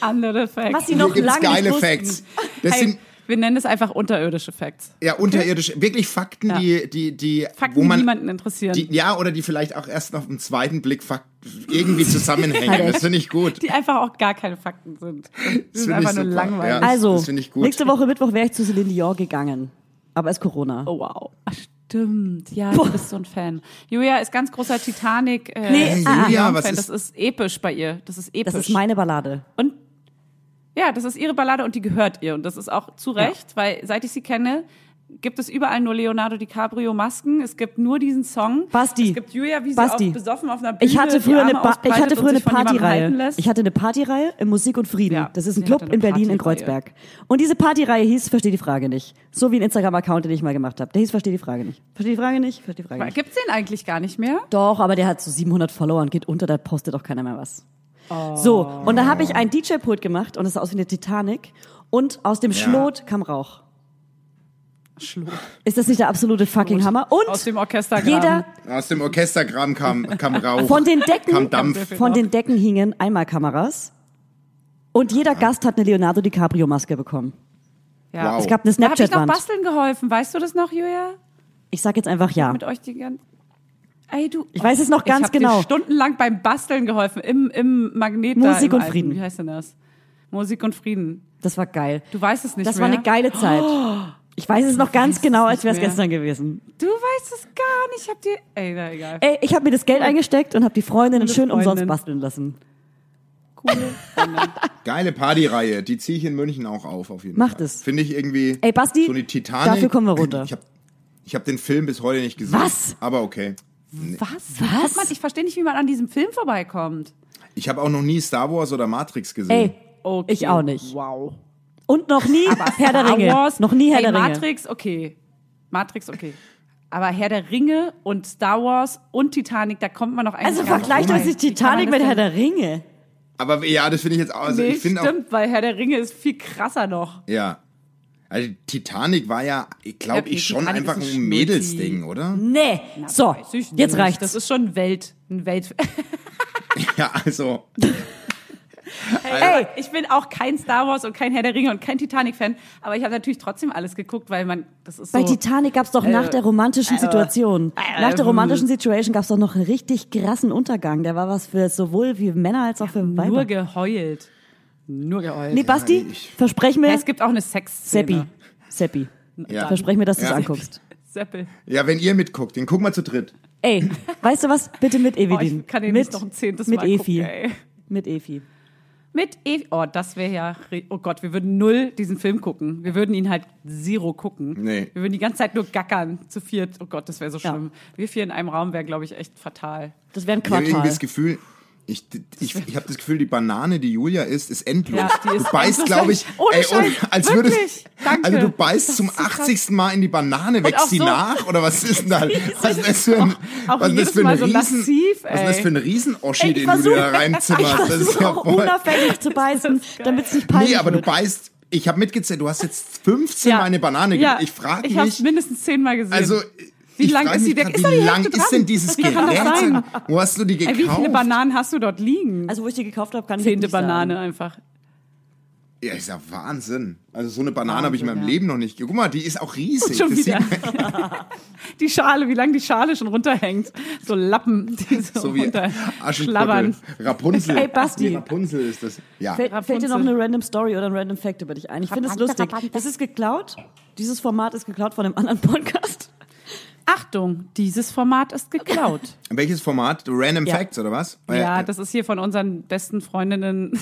A: Andere Facts.
B: Was sie noch
C: Hier gibt's
B: lange
C: geile
B: nicht wussten.
C: Facts. Das
A: hey,
C: sind
A: wir nennen es einfach unterirdische Facts.
C: ja unterirdisch, wirklich Fakten, die, die, die,
A: Fakten,
C: wo
A: die
C: man
A: niemanden interessieren.
C: die,
A: Die,
C: ja, oder die vielleicht auch erst auf dem zweiten Blick Fakt irgendwie zusammenhängen. Das finde ich gut.
A: einfach auch gar keine Fakten sind. Das ist
C: find
A: einfach
C: ich
A: nur
C: super.
A: langweilig.
C: Ja.
B: Also,
C: das find ich gut.
B: nächste Woche Mittwoch wäre ich zu Celine Dior gegangen. Aber es ist Corona.
A: Oh, wow. Ach, Stimmt, ja, du bist so ein Fan. Julia ist ganz großer Titanic. Äh,
B: Nee,
C: Hey,
B: ah, ah,
C: Julia, was
A: Fan. Das
C: ist,
A: ist episch bei ihr. Das ist episch.
B: Das ist meine Ballade.
A: Und ja, das ist ihre Ballade und die gehört ihr. Und das ist auch zu Recht, weil seit ich sie kenne, gibt es überall nur Leonardo DiCaprio Masken. Es gibt nur diesen Song.
B: Basti.
A: Es gibt Julia, wie sie
B: Basti.
A: auch besoffen auf einer Bühne
B: Ich hatte
A: die
B: früher
A: Arme
B: eine, ba ich
A: ausbreitet
B: hatte
A: und
B: früher eine
A: sich von jemandem halten
B: Partyreihe.
A: lässt.
B: Ich hatte eine Partyreihe im Musik und Frieden.
A: Ja,
B: das ist ein
A: sie
B: Club
A: hatte eine
B: in Berlin in
A: Partyreihe.
B: Kreuzberg. Und diese Partyreihe hieß Versteh die Frage nicht. So wie ein Instagram-Account, den ich mal gemacht habe. Der hieß Versteh die Frage nicht. Versteh die Frage nicht, versteh die Frage nicht.
A: Gibt's den eigentlich gar nicht mehr?
B: Doch, aber der hat so 700 Follower und geht unter, da postet auch keiner mehr was. So, und da habe ich ein DJ-Pult gemacht und es sah aus wie eine Titanic. Und aus dem Schlot kam Rauch.
A: Schlot.
B: Ist das nicht der absolute fucking Hammer? Und
A: Aus dem Orchester
B: jeder
C: aus dem Orchestergraben kam, kam Rauch.
B: von den
C: kam
B: Decken
C: Dampf.
B: Von den Decken hingen Einmalkameras. Und jeder Gast hat eine Leonardo DiCaprio-Maske bekommen.
A: Ja.
C: Wow.
B: Es gab eine
A: Da habe ich noch
B: Snapchat-Wand.
A: basteln geholfen. Weißt du das noch, Julia?
B: Ich sag jetzt einfach ja.
A: Mit euch die ganzen... Ey, du,
B: Ich weiß es noch ganz
A: ich hab
B: genau.
A: Dir stundenlang beim Basteln geholfen im im Magnet.
B: Musik
A: da, im
B: und
A: alten-
B: Frieden.
A: Wie heißt denn das? Musik und Frieden.
B: Das war geil.
A: Du weißt es nicht
B: Das
A: mehr.
B: war eine geile Zeit. Ich weiß es noch ganz genau, als wäre es
A: Oh. nicht mehr.
B: gestern gewesen.
A: Du weißt es gar nicht. Ich hab dir. Ey, na egal.
B: Ey, ich habe mir das Geld eingesteckt und habe die Freundinnen
A: Coole
B: schön umsonst
A: Freundin.
B: basteln lassen.
A: Coole.
C: Geile Partyreihe, die ziehe ich in München auch auf, auf jeden
B: Macht
C: Fall.
B: es.
C: Finde ich irgendwie
B: Ey, Basti,
C: so eine Titanic.
B: dafür kommen wir runter.
C: Ich habe ich hab den Film bis heute nicht gesehen.
B: Was?
C: Aber okay.
A: Was? Guck mal, ich verstehe nicht, wie man an diesem Film vorbeikommt.
C: Ich habe auch noch nie Star Wars oder Matrix gesehen.
B: Ey,
A: Okay.
B: ich auch nicht.
A: Wow.
B: Und noch nie Herr der
A: Star
B: Ringe.
A: Wars,
B: Noch nie Herr
A: ey,
B: der Ringe.
A: Matrix, okay. Matrix, okay. Aber Herr der Ringe und Star Wars und Titanic, da kommt man noch eigentlich
B: Also
A: gar nicht
B: vergleicht euch
A: vorbei.
B: die Titanic
A: Wie kann man
B: mit
A: das
B: Herr
A: denn-
B: der Ringe.
C: Aber ja, das finde ich jetzt auch. Also
A: Nee,
C: ich finde auch.
A: stimmt, weil Herr der Ringe ist viel krasser noch.
C: Ja. Also Titanic war ja, ich glaube
A: Ja,
C: ich, schon
A: Titanic
C: einfach
A: ist ein
C: ein Mädelsding, oder?
B: Nee. So,
A: Weiß ich
B: jetzt
A: nicht.
B: reicht's.
A: Das ist schon Welt, ein Welt.
C: Ja, also.
A: Ey, ich bin auch kein Star Wars und kein Herr der Ringe und kein Titanic-Fan, aber ich habe natürlich trotzdem alles geguckt, weil man, das ist so.
B: Bei Titanic gab's doch nach der romantischen Situation,
A: äh,
B: nach der romantischen Situation gab's doch noch einen richtig krassen Untergang. Der war was für sowohl wie Männer als auch für
A: Nur
B: Weiber.
A: geheult. Nur geheult.
B: Nee, Basti, versprech mir,
A: Hey, es gibt auch eine sex
B: Seppi, Seppi,
C: Ja.
B: versprech mir, dass du es
C: Ja.
B: anguckst.
A: Seppel.
C: Ja, wenn ihr mitguckt, den gucken wir zu dritt.
B: Ey, weißt du was? Bitte mit
A: Oh,
B: Evelyn.
A: ich kann den
B: mit,
A: nicht noch ein zehntes
B: mit
A: Mal
B: Efi.
A: gucken, ey.
B: Mit Efi.
A: Mit Evi. Oh, das wäre ja. re- Oh Gott, wir würden null diesen Film gucken. Wir würden ihn halt zero gucken.
C: Nee.
A: Wir würden die ganze Zeit nur gackern. Zu viert. Oh Gott, das wäre so
B: Ja.
A: schlimm. Wir vier in einem Raum wäre, glaube ich, echt fatal.
B: Das wäre ein
C: Ich habe irgendwie
B: Quartal.
C: das Gefühl, Ich, ich, ich habe das Gefühl, die Banane, die Julia isst, ist endlos.
A: Ja, die ist
C: du beißt,
A: endlos.
C: glaube ich,
A: Ohne
C: ey,
A: Scheiß,
C: als würdest,
A: wirklich. Danke.
C: also du beißt
A: Das
C: zum
A: ist so krass.
C: 80. Mal in die Banane, wächst
A: auch
C: die
A: so- Also
C: nach oder was ist denn da? Was ist das für ein,
A: auch
C: was ist das
A: jedes
C: für ein
A: Mal so
C: Riesen,
A: lasziv,
C: was ist das
A: ey.
C: für ein Riesenoschi,
B: Ey, ich
C: den du
B: versuch-
C: dir da reinzimmerst? Das ist
B: Versuch
C: ja
B: auch
C: voll.
B: unauffällig zu beißen, damit es nicht peinlich
C: Nee, aber du
B: wird.
C: beißt, ich habe mitgezählt, du hast jetzt 15 Mal eine Banane
A: ja.
C: gegessen. Ich frage
A: Ich hab's
C: mich,
A: mindestens zehnmal gesehen.
C: also,
A: Wie
C: ich
A: lang
C: frag
A: ist
C: mich
A: die denn?
C: grad,
A: Ist doch die
C: Wie lang
A: Hälfte
C: ist
A: dran.
C: denn dieses
A: Wie kann das
C: Gehirn?
A: sein?
C: Wo hast du die
A: Ey, wie viele
C: gekauft?
A: Bananen hast du dort liegen?
B: Also wo ich die gekauft habe, kann ich
A: Zehnte
B: nicht sagen.
A: Banane einfach.
C: Ja, ist ja Wahnsinn. Also so eine Banane habe ich in
B: Wahnsinn,
C: meinem
B: ja.
C: Leben noch nicht. ge- Guck mal, die ist auch riesig.
A: Schon
C: das
A: wieder.
C: Sieht,
A: Die Schale, wie lange die Schale schon runterhängt. So Lappen, die so,
C: so wie
A: runter
C: Aschenbrödel.
A: schlabbern.
C: Rapunzel.
B: Ey, Basti.
C: Nee, Rapunzel ist das. Ja.
B: Fällt,
A: Rapunzel.
B: fällt dir noch eine random Story oder ein random Fact über dich ein? Ich finde es lustig. Das ist geklaut. Dieses Format ist geklaut von einem anderen Podcast.
A: Achtung, dieses Format ist geklaut.
C: Welches Format? Random
B: Ja.
C: Facts oder was?
A: ja, das ist hier von unseren besten Freundinnen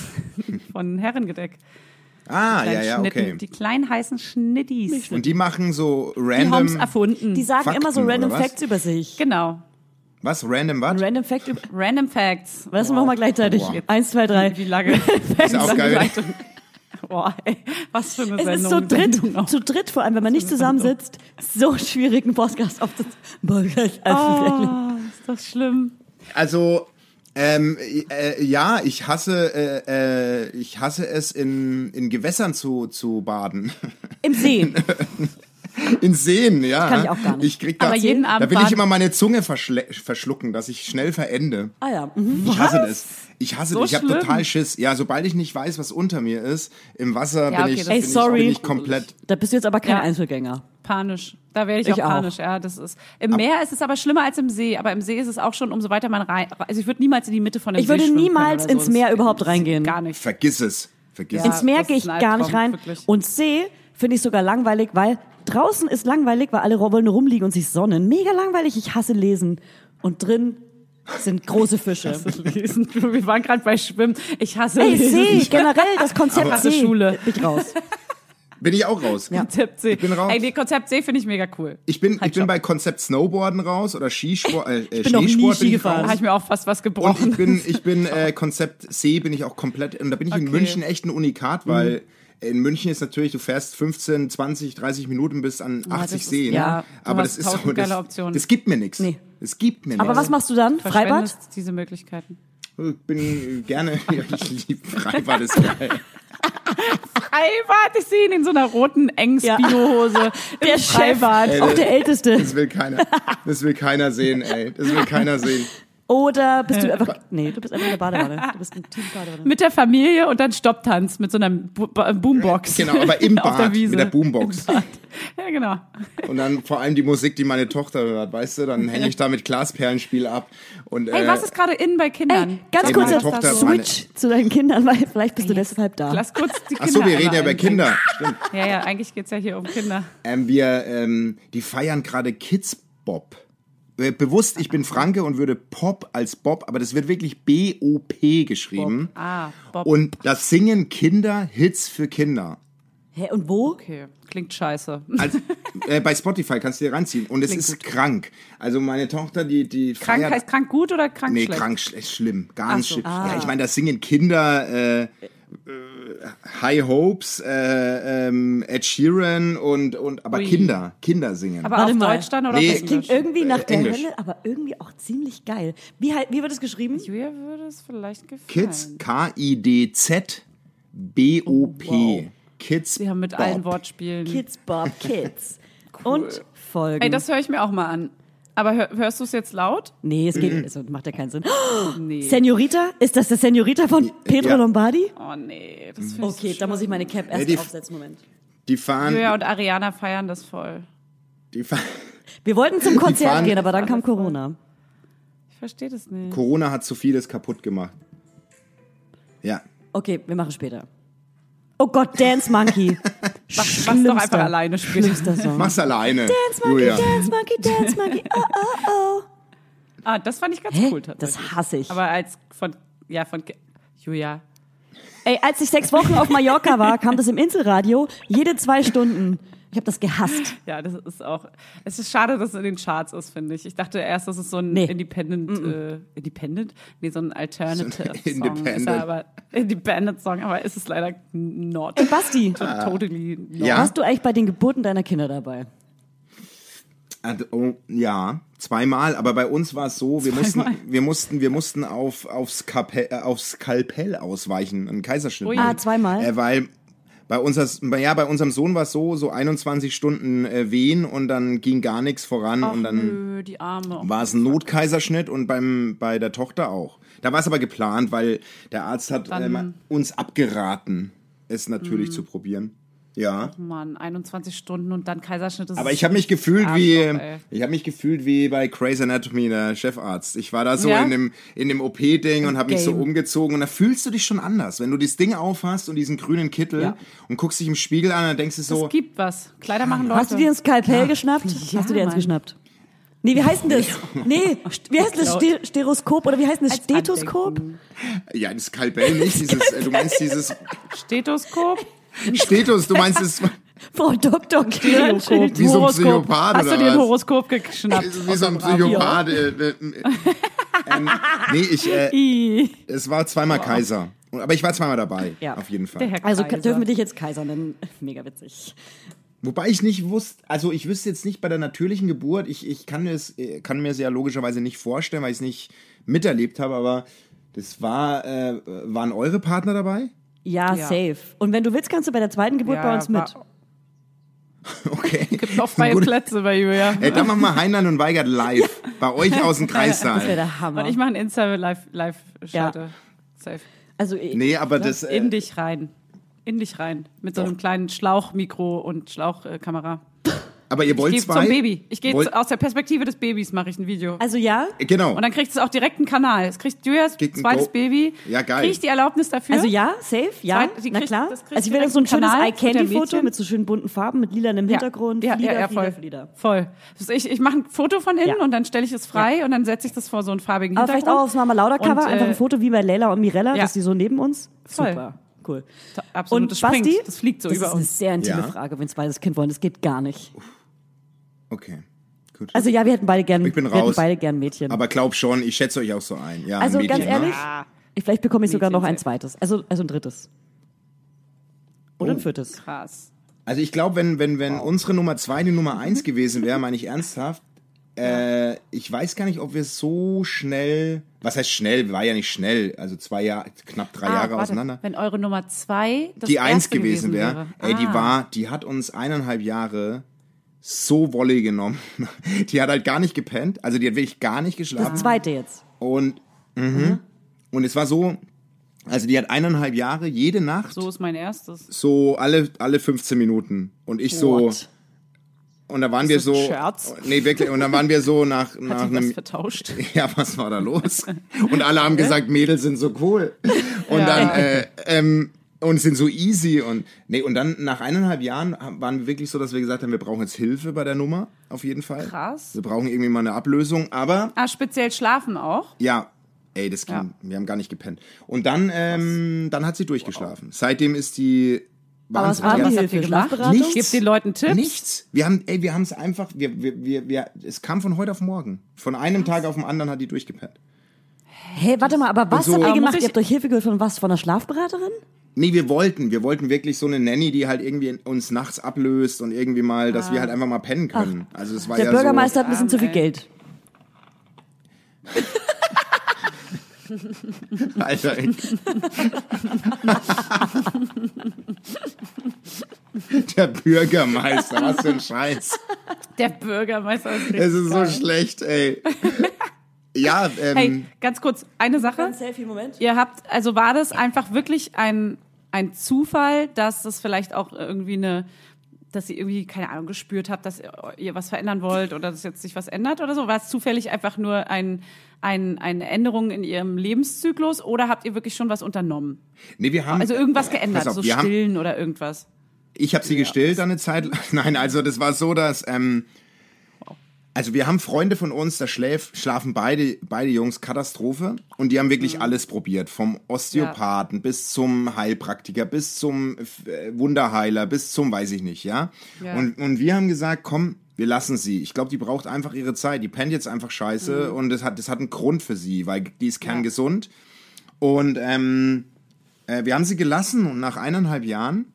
A: von Herrengedeck.
C: ah, ja,
A: Kleinen
C: ja,
A: Schnitten,
C: okay.
A: Die kleinen heißen Schnittis.
C: Und die machen so
A: Die haben es
C: random.
A: erfunden.
B: Die sagen immer so
C: Fakten,
B: random
C: oder was?
B: Facts über sich.
A: genau.
C: Was? Random was?
B: Random Fact über...
A: Random Facts.
B: Was machen wir mal gleichzeitig?
C: Wow.
B: Eins, zwei, drei.
A: Wie lange? Facts
C: auch geil.
A: angeleitet. Boah, ey, was für eine
B: Es
A: Sendung.
B: ist so dritt,
A: Sendung auch.
B: zu dritt vor allem, wenn man nicht zusammensitzt, so schwierig einen Podcast aufzunehmen. Boah, gleich öffentlich.
A: Oh, ist das schlimm.
C: Also, ähm, äh, ja, ich hasse, äh, äh, ich hasse es, in, in Gewässern zu, zu baden.
B: Im See.
C: In Seen, ja.
B: kann ich auch gar nicht.
C: Ich krieg da,
A: Aber jeden
C: da
A: Abend
C: will ich
A: baden-
C: immer meine Zunge verschle- verschlucken, dass ich schnell verende.
B: Ah ja. Mhm.
C: Ich hasse das. Ich hasse
A: So
C: das. Ich habe
A: schlimm?
C: total Schiss. Ja, sobald ich nicht weiß, was unter mir ist, im
A: Ja,
C: Wasser bin,
A: okay,
C: ich,
A: das
C: bin,
B: ist- Ey, sorry.
C: ich, bin ich komplett.
B: Da bist du jetzt aber kein
A: Ja.
B: Einzelgänger.
A: Panisch. Da werde ich,
B: Ich
A: auch
B: auch.
A: panisch, ja. Das ist. Im Meer ist es aber schlimmer als im See, aber im See ist es auch schon, umso weiter man rein. Also ich würde niemals in die Mitte von dem
B: Ich
A: See
B: würde
A: schwimmen können
B: niemals
A: oder so.
B: ins Meer überhaupt reingehen.
A: Gar nicht.
C: Vergiss es. Vergiss
A: Ja.
C: es.
B: Ins Meer
A: das
B: gehe
A: ist
B: ich
A: ein
B: gar nicht
A: Albtraum,
B: rein.
A: wirklich.
B: Und See finde ich sogar langweilig, weil draußen ist langweilig, weil alle wollen nur rumliegen und sich sonnen. Mega langweilig. Ich hasse Lesen. Und drin sind große Fische.
A: Lesen. Wir waren gerade bei Schwimmen. Ich hasse
B: Ey,
A: Lesen.
B: See, generell das Konzept
A: Aber-
B: See.
A: Schule.
B: Bin ich raus.
C: Bin ich auch raus.
A: Konzept See. Ich
C: bin raus.
A: Ey, nee, Konzept See finde ich mega cool.
C: Ich bin,
A: Halt
C: ich bin
A: schon.
C: bei Konzept Snowboarden raus oder Skisport, äh, äh,
B: bin noch nie
C: Schneesport bin
B: Ski
C: ich
B: gefahren.
A: Da habe
C: raus.
A: ich mir auch fast was
C: Und
A: gebrochen.
C: ich bin, ich bin äh, Konzept See bin ich auch komplett. Und da bin ich in
A: Okay. Mhm.
C: München echt ein Unikat, weil in München ist natürlich, du fährst 15, 20, 30 Minuten bis an 80
A: das ist-
C: Seen.
A: ja, du
C: aber
A: hast
C: das ist so,
A: tausend
C: das,
A: geile Optionen.
C: das gibt mir nichts.
B: Nee.
C: Das gibt mir
B: Aber
C: nichts.
B: was machst du dann? Freibad?
A: Verschwendest diese Möglichkeiten.
C: Also Ich bin gerne, ich liebe Freibad, ist geil.
A: Freibad, ich sehe ihn in so einer roten, engen
B: Ja.
A: Spiohose.
B: Der
A: Im
B: Chef,
A: Freibad.
B: auch der Älteste.
C: Das will keiner, das will keiner sehen, ey. Das will keiner sehen.
B: Oder bist du einfach, nee, du bist einfach in der Badewanne. Du bist ein Team Badewanne.
A: Mit der Familie und dann Stopptanz mit so einer Bu- Ba- äh, Boombox.
C: Genau, aber im
A: Auf der
C: Bad
A: Wiese.
C: mit der Boombox.
A: Im Bad. Ja, genau.
C: Und dann vor allem die Musik, die meine Tochter hört, weißt du, dann hänge ich da mit Glasperlenspiel ab. Und,
A: Hey,
C: äh,
A: was ist gerade in bei Kindern?
B: Ey, ganz
C: Ey,
B: kurz,
C: meine
B: jetzt
C: Tochter-
B: switch zu deinen Kindern, weil vielleicht bist du deshalb da.
A: Lass kurz die Kinder.
C: Ach so, wir reden ja
A: einmal
C: über Kinder. Stimmt.
A: einbringen. Ja, ja, eigentlich geht's ja hier um Kinder.
C: Ähm, wir, ähm, die feiern gerade Kids Bob. Äh, Bewusst, ich bin Franke und würde Pop als Bob, aber das wird wirklich B-O-P geschrieben.
A: Ah, Bob.
C: Und das singen Kinder Hits für Kinder.
B: Hä, und wo?
A: okay, klingt scheiße.
C: Als, äh, bei Spotify kannst du dir reinziehen. Und es
A: Klingt
C: ist krank. Also meine Tochter, die, die
A: Krank
C: feiert.
A: heißt krank gut oder krank
C: nee,
A: schlecht?
C: krank schl- ist schlimm. Ganz
A: Ach so. Ah.
C: schlimm. Ja, ich meine, das singen Kinder äh, äh, High Hopes, äh, ähm, Ed Sheeran und, und aber
A: Ui.
C: Kinder. Kinder singen.
A: Aber
B: Warte
A: auf
B: mal.
A: Deutsch dann oder
C: Nee,
A: auf
B: Das klingt äh,
A: Englisch?
B: irgendwie nach der
C: Englisch.
B: Hölle, aber irgendwie auch ziemlich geil. Wie, hei- wie wird es geschrieben?
A: Julia würde es vielleicht gefallen.
C: Kids, K-I-D-Z B-O-P.
B: Oh, wow.
C: Kids.
A: Sie haben mit
C: Bob.
A: allen Wortspielen.
B: Kids Bob Kids. Und Folgen.
A: Ey, das höre ich mir auch mal an. Aber hör, hörst du es jetzt laut?
B: nee, es
C: Mhm.
B: geht, also macht ja keinen Sinn.
A: Nee.
B: Senorita? Ist das der Senorita von Pedro
C: ja.
B: Lombardi?
A: Oh nee, das finde ich
B: Okay,
A: so
B: da muss ich meine Cap erst
C: die-
B: aufsetzen. Moment.
C: Die fahren.
A: Julia und Ariana feiern das voll.
C: Die fahren.
B: Wir wollten zum Konzert
C: fahren-
B: gehen, aber dann kam Corona.
A: Ich verstehe das nicht.
C: Corona hat so vieles kaputt gemacht. Ja.
B: Okay, wir machen später. Oh Gott, Dance Monkey.
A: Mach's doch einfach
B: Schlimmster.
A: alleine spielen.
B: Schlimmster Song.
C: Mach's alleine.
B: Dance Monkey,
C: Julia.
B: Dance Monkey, Dance Monkey. Oh, oh, oh.
A: Ah, das fand ich ganz
B: Hä?
A: cool tatsächlich.
B: Das hasse ich.
A: Aber als von, ja, von Ki- Julia.
B: Ey, als ich sechs Wochen auf Mallorca war, kam das im Inselradio jede zwei Stunden. Ich habe das gehasst.
A: Ja, das ist auch. Es ist schade, dass es in den Charts ist, finde ich. Ich dachte erst, das ist so ein
B: Nee.
A: Independent, äh, Independent? Nee, so ein Alternative
C: So ein
A: Song.
C: Independent.
A: Ist er aber Independent Song, aber ist es leider not.
B: Ey, Basti,
A: To- Totally not.
C: Ja.
B: warst du eigentlich bei den Geburten deiner Kinder dabei?
C: Also, oh, ja, zweimal, aber bei uns war es so, wir mussten, wir mussten, wir mussten auf, aufs, Kapell, äh, aufs Skalpell ausweichen, einen Kaiserschnitt.
A: Ui.
B: Ah, zweimal?
C: Äh, weil bei, unseres, ja, bei unserem Sohn war es so, so 21 Stunden äh, wehen und dann ging gar nichts voran
A: Ach,
C: und dann
A: nö, die Arme. oh
C: war es ein Notkaiserschnitt und beim, bei der Tochter auch. Da war es aber geplant, weil der Arzt hat ähm, uns abgeraten, es natürlich
A: Mhm.
C: zu probieren. Ja.
A: Mann, 21 Stunden und dann Kaiserschnitt. Das
C: Aber
A: ist-
C: ich habe mich gefühlt
A: Arschloch,
C: wie
A: ey.
C: ich habe mich gefühlt wie bei Grey's Anatomy der Chefarzt. Ich war da so
A: Ja?
C: in dem in dem OP Ding und habe mich so
B: Game.
C: umgezogen und da fühlst du dich schon anders, wenn du dieses Ding aufhast und diesen grünen Kittel
B: Ja.
C: und guckst dich im Spiegel an, dann denkst du
A: Es
C: so
A: gibt was. Kleider machen Leute.
B: Hast du dir ein Skalpell geschnappt? Hast du dir eins
A: Mann.
B: geschnappt? Nee, wie heißt denn das? Nee, st- wie heißt das? Ste Stereoskop oder wie heißt denn das?
A: Als
B: Stethoskop?
A: Andenken.
C: ja, das Skalpell nicht, dieses äh, du meinst dieses
A: Stethoskop?
C: Stetus, du meinst es
B: Frau Dr. Kirsch.
A: Schild,
C: Wie so ein
A: Horoskop.
C: Psychopath
A: Hast
C: oder
A: du dir ein
C: was?
A: Horoskop geschnappt?
C: wie so ein Psychopath. Äh, äh, äh, ähm, nee, ich äh,
A: I.
C: es war zweimal Kaiser, aber ich war zweimal dabei
B: Ja.
C: auf jeden Fall.
A: Der Herr
B: Also
A: Kaiser.
B: dürfen wir dich jetzt Kaiser nennen? Mega witzig.
C: Wobei ich nicht wusste, also ich wüsste jetzt nicht bei der natürlichen Geburt, ich, ich kann, es, äh, kann mir es ja logischerweise nicht vorstellen, weil ich es nicht miterlebt habe, aber das war, äh, waren eure Partner dabei?
B: Ja,
A: Ja.
B: safe. Und wenn du willst, kannst du bei der zweiten Geburt
A: Ja,
B: bei uns mit.
A: war-
C: Okay.
A: Noch freie
C: Gut.
A: Plätze bei Julia.
C: Ey, dann machen wir Heinlein und Weigert live. Bei euch aus dem
B: Das wäre
C: Kreissaal.
B: der Hammer.
A: Und ich mache einen Insta-Live-Schalte. Safe.
B: also, ich-
C: Nee, aber das.
A: In
C: Äh,
A: dich rein. In dich rein. Mit so einem kleinen Schlauchmikro und Schlauchkamera.
C: aber ihr wollt
A: Ich gehe
C: zwei.
A: zum Baby. Ich gehe
C: wollt,
A: aus der Perspektive des Babys, mache ich ein Video.
B: also ja,
C: Genau.
A: Und dann kriegt es auch direkt einen Kanal. Es kriegt Julias
C: Kriegt ein
A: zweites
C: Go-
A: Baby.
C: Ja, geil.
A: Kriegt die Erlaubnis dafür.
B: also ja, safe, ja,
A: Zweit- die
B: na
A: kriegt-
B: klar.
A: das kriegt
B: Also ich will
A: direkt
B: so ein
A: einen
B: schönes
A: Kanal mit der
B: Eye-Candy-Foto
A: Mädchen.
B: mit so schönen bunten Farben, mit lilanem Hintergrund.
A: Ja,
B: Flieder,
A: ja, ja voll.
B: Flieder, Flieder.
A: Voll. Das ist echt- Ich mache ein Foto von innen
B: Ja.
A: und dann stelle ich es frei und dann setze ich das vor so einen farbigen
B: Aber vielleicht
A: Hintergrund.
B: auch aufs Mama Lauda Cover,
A: Und, äh,
B: einfach ein Foto wie bei Leila und Mirella,
A: ja.
B: dass die so neben uns.
A: Voll.
B: Super, cool.
A: absolut,
B: und
A: das springt,
B: Basti,
A: das fliegt so über
B: Das ist eine
A: uns.
B: sehr intime
C: Ja.
B: Frage, wenn zweites Kind wollen, das geht gar nicht.
C: okay. Gut.
B: Also ja, wir hätten beide gern,
C: Ich bin
B: wir hätten
C: raus.
B: beide gern Mädchen.
C: aber glaub schon, ich schätze euch auch so ein. Ja,
B: also
C: ein Mädchen,
B: ganz ehrlich,
C: Ne?
B: ich- vielleicht bekomme ich sogar
A: Mädchen
B: noch ein
A: safe.
B: zweites, also also ein drittes oder ein
C: Oh.
B: viertes.
A: Krass.
C: Also ich glaube, wenn, wenn, wenn unsere Nummer zwei die Nummer eins gewesen wäre, meine ich ernsthaft, äh, ich weiß gar nicht, ob wir so schnell, was heißt schnell, war ja nicht schnell, also zwei Jahre, knapp drei
B: Ah,
C: Jahre
A: Ah, warte,
C: auseinander.
A: Wenn eure Nummer zwei das
C: Die eins
A: erste
C: gewesen wäre, ey, die
A: Ah.
C: war, die hat uns eineinhalb Jahre so Wolle genommen. Die hat halt gar nicht gepennt, also die hat wirklich gar nicht geschlafen.
B: Das zweite jetzt.
C: Und, mhm. und es war so, also die hat eineinhalb Jahre jede Nacht
A: So ist mein erstes.
C: so alle, alle 15 Minuten. Und ich so.
B: What?
C: Und da waren wir
A: das ein
C: so.
A: Scherz?
C: Nee, wirklich. Und dann waren wir so nach, nach
A: Hat die was
C: einem.
A: vertauscht?
C: Ja, was war da los? Und alle haben gesagt, Mädels sind so cool. Und dann, äh, ähm, und sind so easy und nee und dann nach eineinhalb Jahren haben- waren wir wirklich so, dass wir gesagt haben, wir brauchen jetzt Hilfe bei der Nummer auf jeden Fall.
A: Krass.
C: Wir brauchen irgendwie mal eine Ablösung, aber
A: Ah, speziell schlafen auch.
C: ja, ey, das ging.
A: Ja.
C: Wir haben gar nicht gepennt. Und dann, ähm, dann hat sie durchgeschlafen. Seitdem ist die
B: Aber was
C: Wahnsinn.
B: war
C: Wir
B: die
C: haben-
A: habt ihr
B: Hilfe?
A: gemacht?
B: Schlafberatung?
C: Nichts.
A: Gebt den Leuten Tipps.
C: Nichts. Wir haben, ey, wir haben es einfach. Wir, wir, wir, wir, es kam von heute auf morgen. Von einem Tag auf den anderen hat die durchgepennt.
B: Hey, warte mal, aber was
C: so-
B: habt ihr
C: Aber
B: gemacht?
A: muss ich-
B: Ihr habt euch Hilfe geholt von was? Von einer Schlafberaterin?
C: Nee, wir wollten. Wir wollten wirklich so eine Nanny, die halt irgendwie uns nachts ablöst und irgendwie mal, dass wir
A: Ah.
C: halt einfach mal pennen können. also es war
B: Der
C: ja
B: Bürgermeister hat ein bisschen
A: Arm,
B: zu viel
A: ey.
B: Geld.
C: so. Alter, ey. Der Bürgermeister, was für ein Scheiß.
A: Der Bürgermeister ist richtig
C: Es ist so
A: geil.
C: schlecht, ey. Ja, ähm,
A: Hey, ganz kurz, eine Sache.
B: Selfie-Moment.
A: Ihr habt, also war das einfach wirklich ein, ein Zufall, dass das vielleicht auch irgendwie eine, dass ihr irgendwie, keine Ahnung, gespürt habt, dass ihr, ihr was verändern wollt oder dass jetzt sich was ändert oder so? War es zufällig einfach nur ein, ein, eine Änderung in ihrem Lebenszyklus oder habt ihr wirklich schon was unternommen?
C: nee, wir haben Äh,
A: Also irgendwas geändert,
C: Pass auf,
A: so
C: wir haben,
A: stillen oder irgendwas?
C: ich habe sie gestillt dann eine Zeit. lang. Nein, also das war so, dass ähm, Also wir haben Freunde von uns, da schläf, schlafen beide, beide Jungs Katastrophe und die haben wirklich alles probiert. Vom Osteopathen bis zum Heilpraktiker, bis zum äh, Wunderheiler, bis zum weiß ich nicht, ja.
A: Ja.
C: Und, und wir haben gesagt, komm, wir lassen sie. Ich glaube, die braucht einfach ihre Zeit. Die pennt jetzt einfach scheiße und das hat, das hat einen Grund für sie, weil die ist kerngesund. Und ähm, äh, wir haben sie gelassen und nach eineinhalb Jahren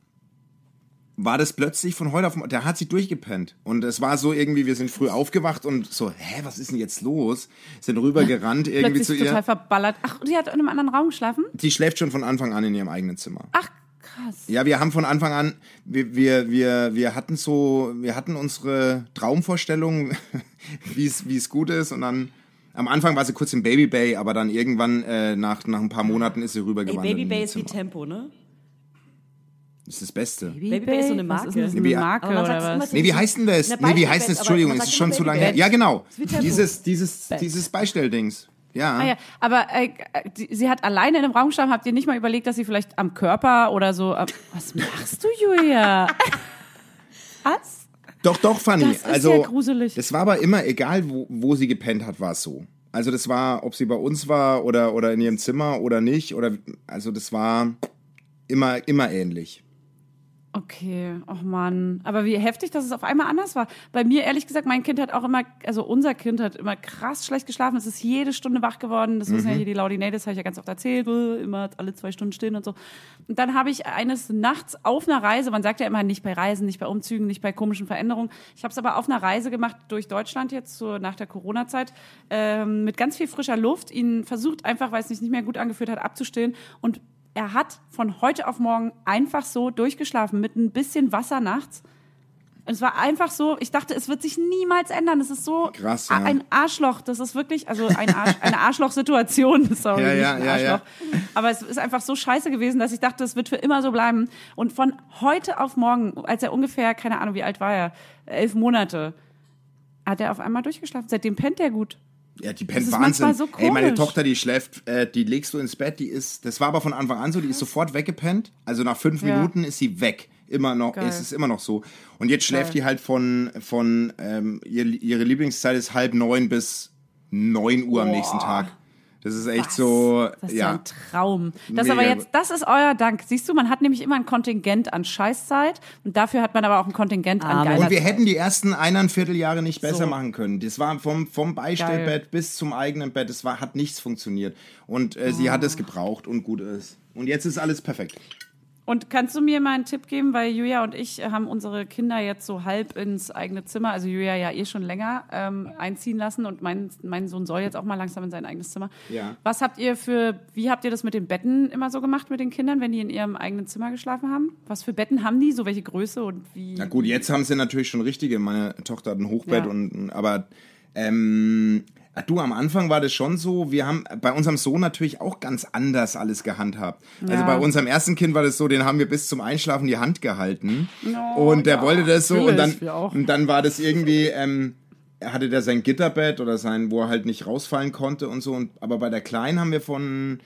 C: war das plötzlich von heute auf morgen, der hat sie durchgepennt. Und es war so irgendwie, wir sind früh aufgewacht und so, hä, was ist denn jetzt los? Sind rübergerannt irgendwie
A: Plötzlich
C: zu
A: total
C: ihr.
A: verballert. Ach, und die hat in einem anderen Raum geschlafen?
C: Die schläft schon von Anfang an in ihrem eigenen Zimmer.
A: Ach, krass.
C: Ja, wir haben von Anfang an, wir, wir, wir, wir hatten so, wir hatten unsere Traumvorstellung, wie es wie es gut ist. Und dann, am Anfang war sie kurz im Baby Bay, aber dann irgendwann, äh, nach, nach ein paar Monaten ist sie
F: Ey,
C: rübergewandert.
F: Baby
C: in
F: Bay
C: ihr
F: ist wie
C: Zimmer.
F: Tempo, ne?
C: Das ist das Beste.
F: Baby Bay ist so
A: Was
F: eine Marke.
A: ist denn das für
C: Nee, wie-
A: eine Marke
F: Aber man sagt es
A: oder
F: immer
A: was?
F: zu
C: Nee, wie
F: diesem-
C: heißt denn das?
F: Na,
C: Nee, wie heißt das?
F: Beistellbett, aber
C: Entschuldigung,
F: man
C: es ist
F: sagt
C: schon
F: immer
C: zu lange her.
F: Babybett.
C: Ja, genau.
F: wie Tabu.
C: Dieses, dieses, dieses Beistelldings. Ja.
A: Ah ja, aber äh, die, sie hat alleine in einem Raum geschlafen. Habt ihr nicht mal überlegt, dass sie vielleicht am Körper oder so... Am, was machst du, Julia? was?
C: Doch, doch, Fanny.
A: Das ist
C: also,
A: ja gruselig.
C: Das war aber immer, egal wo, wo sie gepennt hat, war es so. Also das war, ob sie bei uns war oder, oder in ihrem Zimmer oder nicht. Oder, also das war immer, immer ähnlich.
A: Okay, oh Mann. Aber wie heftig, dass es auf einmal anders war. Bei mir, ehrlich gesagt, mein Kind hat auch immer, also unser Kind hat immer krass schlecht geschlafen. Es ist jede Stunde wach geworden. Das wissen ja hier die Laudinators, habe ich ja ganz oft erzählt. Äh, Immer alle zwei Stunden stehen und so. Und dann habe ich eines Nachts auf einer Reise, man sagt ja immer nicht bei Reisen, nicht bei Umzügen, nicht bei komischen Veränderungen. Ich habe es aber auf einer Reise gemacht durch Deutschland jetzt zur, nach der Corona-Zeit ähm, mit ganz viel frischer Luft. Ihn versucht einfach, weil es sich nicht mehr gut angefühlt hat, abzustillen. Und er hat von heute auf morgen einfach so durchgeschlafen mit ein bisschen Wasser nachts. Und Es war einfach so, ich dachte, es wird sich niemals ändern. Es ist so
C: Krass, ja.
A: a- ein Arschloch. Das ist wirklich, also ein Arsch, eine Arschloch-Situation. Sorry,
C: Ja,
A: nicht
C: ja,
A: ein
C: ja, ja.
A: Arschloch. Aber es ist einfach so scheiße gewesen, dass ich dachte, es wird für immer so bleiben. Und von heute auf morgen, als er ungefähr, keine Ahnung, wie alt war er, elf Monate, hat er auf einmal durchgeschlafen. Seitdem pennt er gut.
C: Ja, die pennt
A: ist
C: Wahnsinn.
A: manchmal so
C: Ey, meine
A: komisch.
C: Tochter, die schläft, äh, die legst du ins Bett, die ist, das war aber von Anfang an so, die ist sofort weggepennt. Also nach fünf
A: Ja.
C: Minuten ist sie weg. Immer noch,
A: Geil.
C: es ist immer noch so. Und jetzt schläft die halt von, von ähm, ihr, ihre Lieblingszeit ist halb neun bis neun Uhr am nächsten Tag. Das ist echt so,
A: Das ist ja
C: ja.
A: ein Traum. Das
C: Mega
A: aber jetzt,
C: gut.
A: das ist euer Dank. Siehst du, man hat nämlich immer ein Kontingent an Scheißzeit und dafür hat man aber auch ein Kontingent an
B: Amen.
A: geiler
C: Und wir
A: Zeit.
C: hätten die ersten eineinviertel Jahre nicht besser
A: So.
C: machen können. Das war vom, vom Beistellbett bis zum eigenen Bett. Das war, hat nichts funktioniert. Und äh,
A: Ah.
C: sie hat es gebraucht und gut ist. Und jetzt ist alles perfekt.
A: Und kannst du mir mal einen Tipp geben, weil Julia und ich haben unsere Kinder jetzt so halb ins eigene Zimmer, also Julia ja eh schon länger, ähm, einziehen lassen und mein, mein Sohn soll jetzt auch mal langsam in sein eigenes Zimmer.
C: Ja.
A: Was habt ihr für, wie habt ihr das mit den Betten immer so gemacht mit den Kindern, wenn die in ihrem eigenen Zimmer geschlafen haben? Was für Betten haben die, so welche Größe und wie?
C: Na gut, jetzt haben sie natürlich schon richtige. Meine Tochter hat ein Hochbett
A: Ja.
C: und und- aber ähm, ah, du, am Anfang war das schon so, wir haben bei unserem Sohn natürlich auch ganz anders alles gehandhabt. Also bei unserem ersten Kind war das so, den haben wir bis zum Einschlafen die Hand gehalten. und der wollte das so und dann,
A: natürlich, wir auch.
C: und dann war das irgendwie, ähm, er hatte da sein Gitterbett oder sein, wo er halt nicht rausfallen konnte und so. Und, aber bei der Kleinen haben wir von,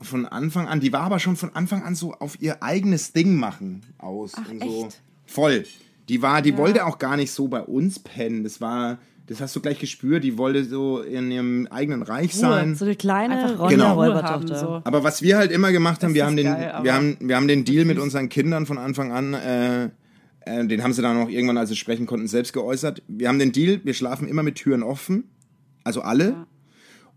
C: von Anfang an, die war aber schon von Anfang an so auf ihr eigenes Ding machen aus. und so.
A: echt?
C: Voll. Die war, die wollte auch gar nicht so bei uns pennen. Das war, das hast du gleich gespürt, die wollte so in ihrem eigenen Reich sein.
B: So eine kleine
A: Einfach
B: Ronja
C: Genau.
A: Ruhe
B: Räubertochter.
A: haben, so.
C: Aber was wir halt immer gemacht haben, wir
A: ist
C: haben, den,
A: geil, aber-
C: wir, haben, wir haben den Deal mit unseren Kindern von Anfang an, äh, äh, den haben sie dann auch irgendwann, als sie sprechen konnten, selbst geäußert. Wir haben den Deal, wir schlafen immer mit Türen offen, also alle.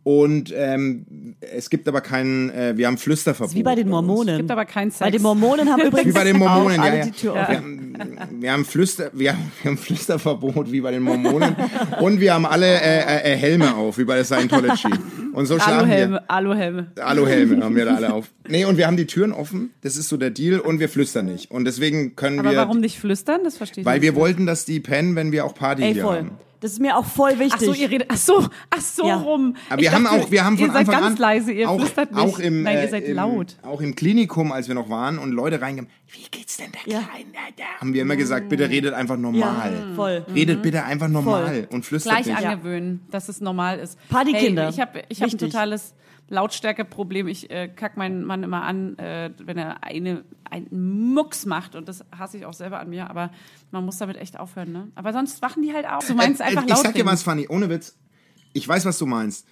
C: Und ähm, es gibt aber keinen, äh, wir haben Flüsterverbot.
B: Wie bei den
C: uns.
B: Mormonen.
A: Gibt aber keinen Sex.
B: bei den Mormonen haben
C: Wie
B: übrigens
C: bei den Mormonen,
B: auch alle
C: ja, ja.
B: die Tür
C: wir,
B: offen.
C: haben, wir, haben Flüster, wir, haben, wir haben Flüsterverbot wie bei den Mormonen und wir haben alle äh, äh, Helme auf, wie bei der Scientology. Und so schlafen wir.
A: Aluhelme, Aluhelme.
C: Aluhelme haben wir da alle auf. Nee, und wir haben die Türen offen. Das ist so der Deal und wir flüstern nicht. Und deswegen können
A: Aber
C: wir.
A: warum nicht flüstern? Das verstehe ich
C: Weil
A: nicht.
C: wir wollten, dass die pennen, wenn wir auch Party
B: Ey,
C: hier
B: voll.
C: haben.
B: Das ist mir auch voll wichtig.
A: Ach so, ihr redet, ach so, ach so
B: Ja.
A: rum.
C: Aber
A: Ich
C: wir haben
A: dachte,
C: auch, wir haben von
A: ihr seid
C: Anfang
A: ganz
C: an
A: leise, ihr
C: auch,
A: flüstert nicht.
C: auch im,
A: Nein,
C: äh,
A: ihr seid
C: im,
A: laut.
C: Auch im Klinikum, als wir noch waren und Leute reingekommen, wie geht's denn der
B: Ja.
C: Kleine? Da haben wir immer gesagt, bitte redet einfach normal.
B: Ja, voll.
C: Redet bitte einfach normal und flüstert
A: Mhm. gleich
C: nicht.
A: angewöhnen, dass es normal ist.
B: Partykinder.
A: Hey, ich habe ich hab ein
B: Wichtig.
A: totales Lautstärkeproblem. Ich äh, kack meinen Mann immer an, äh, wenn er eine, einen Mucks macht. Und das hasse ich auch selber an mir. Aber man muss damit echt aufhören. Ne? Aber sonst wachen die halt auf. Du meinst
C: Äh,
A: einfach
C: äh,
A: laut
C: Ich sag dir
A: reden.
C: was, Fanny, ohne Witz. Ich weiß, was du meinst.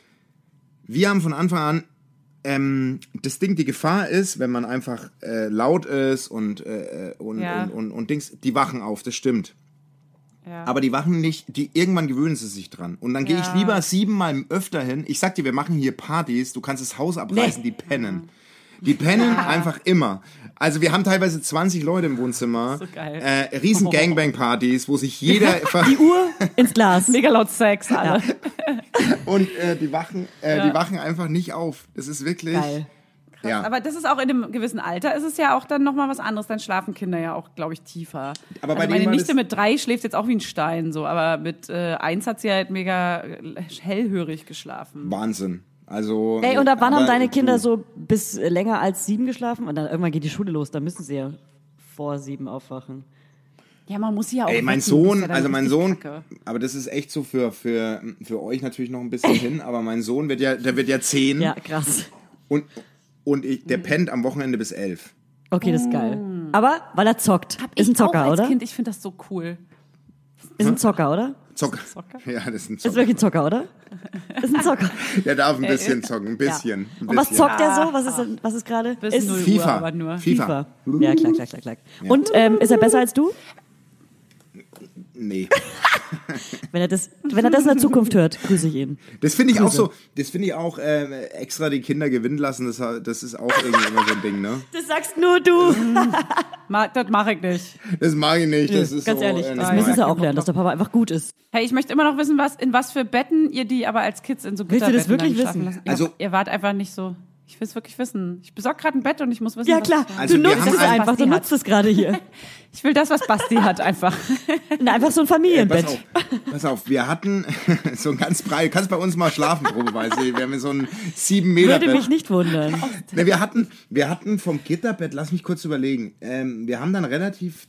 C: Wir haben von Anfang an ähm, das Ding, die Gefahr ist, wenn man einfach äh, laut ist und, äh, äh, und,
A: Ja.
C: und, und, und Dings, die wachen auf, das stimmt.
A: Ja.
C: Aber die wachen nicht, die irgendwann gewöhnen sie sich dran. Und dann gehe ich
A: Ja.
C: lieber siebenmal öfter hin. Ich sag dir, wir machen hier Partys, du kannst das Haus abreißen, die pennen. Die pennen einfach immer. Also wir haben teilweise 20 Leute im Wohnzimmer.
A: So geil. Oh.
C: Äh, riesen Gangbang-Partys, wo sich jeder ver
B: Uhr ins Glas.
A: Mega laut Sex, alle.
C: und äh, die wachen, äh, die wachen einfach nicht auf. Das ist wirklich.
B: Geil.
C: Ja.
A: Aber das ist auch in einem gewissen Alter, ist es ja auch dann nochmal was anderes. Dann schlafen Kinder ja auch, glaube ich, tiefer.
C: Aber
A: also
C: bei denen
A: meine
C: war
A: Nichte
C: das-
A: mit drei schläft jetzt auch wie ein Stein, so. Aber mit äh, eins hat sie halt mega äh, hellhörig geschlafen.
C: Wahnsinn. Also.
B: Ey, und ab wann
C: aber
B: haben deine
C: du-
B: Kinder so bis länger als sieben geschlafen? Und dann irgendwann geht die Schule los, dann müssen sie ja vor sieben aufwachen.
A: Ja, man muss sie ja auch.
C: Ey,
A: wecken, das
C: mein
A: ist
C: Sohn,
A: ja dann
C: also mein
A: richtig
C: Sohn,
A: Kacke.
C: aber das ist echt so für, für, für euch natürlich noch ein bisschen hin, aber mein Sohn wird ja, der wird ja zehn
B: Ja, krass.
C: und, und ich, der pennt am Wochenende bis elf.
B: Okay, das ist geil. Aber weil er zockt. ist ein
A: Oh. Ich auch
B: Zocker,
A: als
B: oder?
A: Kind, ich finde das so cool.
B: Ist ein Zocker, oder?
C: Zocker.
A: Zocker?
C: Ja, das ist ein
B: Ist
C: Zocker.
B: wirklich ein Zocker, oder? Ist ein Zocker.
C: Der darf ein bisschen zocken, ein bisschen. Ein
B: Und was
C: bisschen.
B: zockt er so? Was ist, denn- was ist gerade?
A: Ah. Bis
B: Ist
A: 0 Uhr,
C: FIFA.
A: aber nur.
B: FIFA.
C: FIFA.
B: Ja, klar, klar, klar, klar. Und ähm, ist er besser als du?
C: Nee.
B: Wenn er das, wenn er das in der Zukunft hört, grüße ich ihn.
C: Das finde ich auch so, das finde ich auch äh, extra die Kinder gewinnen lassen, das, das ist auch irgendwie immer so ein Ding, ne?
B: Das sagst nur du.
A: Ma das mache ich nicht.
C: Das mag ich nicht, das ist
B: Ganz
C: so,
B: ehrlich,
C: äh,
B: das
C: mag
B: müssen
C: ich
B: sie auch lernen, dass der Papa einfach gut ist.
A: Hey, ich möchte immer noch wissen, was, in was für Betten ihr die aber als Kids in so
B: Willst du das
A: Gitterbetten dann
B: wirklich
A: schlafen
B: wissen?
A: lassen. Ihr,
C: Also-
A: ihr wart einfach nicht so. Ich will es wirklich wissen. Ich besorge gerade ein Bett und ich muss wissen.
B: Ja
A: was-
B: klar,
C: Also
B: du
C: wir
B: nutzt
C: haben
B: es
C: ein-
B: einfach, du
A: Basti
B: nutzt es gerade hier.
A: Ich will das, was Basti hat, einfach.
B: Na, einfach so ein
C: Pass
B: Familienbett.
C: auf, pass auf, wir hatten so ein ganz breit, du kannst bei uns mal schlafen, probeweise. Wir haben hier so ein sieben Meter
B: Würde mich
C: Bett.
B: nicht wundern.
C: Ne, wir hatten, wir hatten vom Gitterbett, lass mich kurz überlegen. Ähm, wir haben dann relativ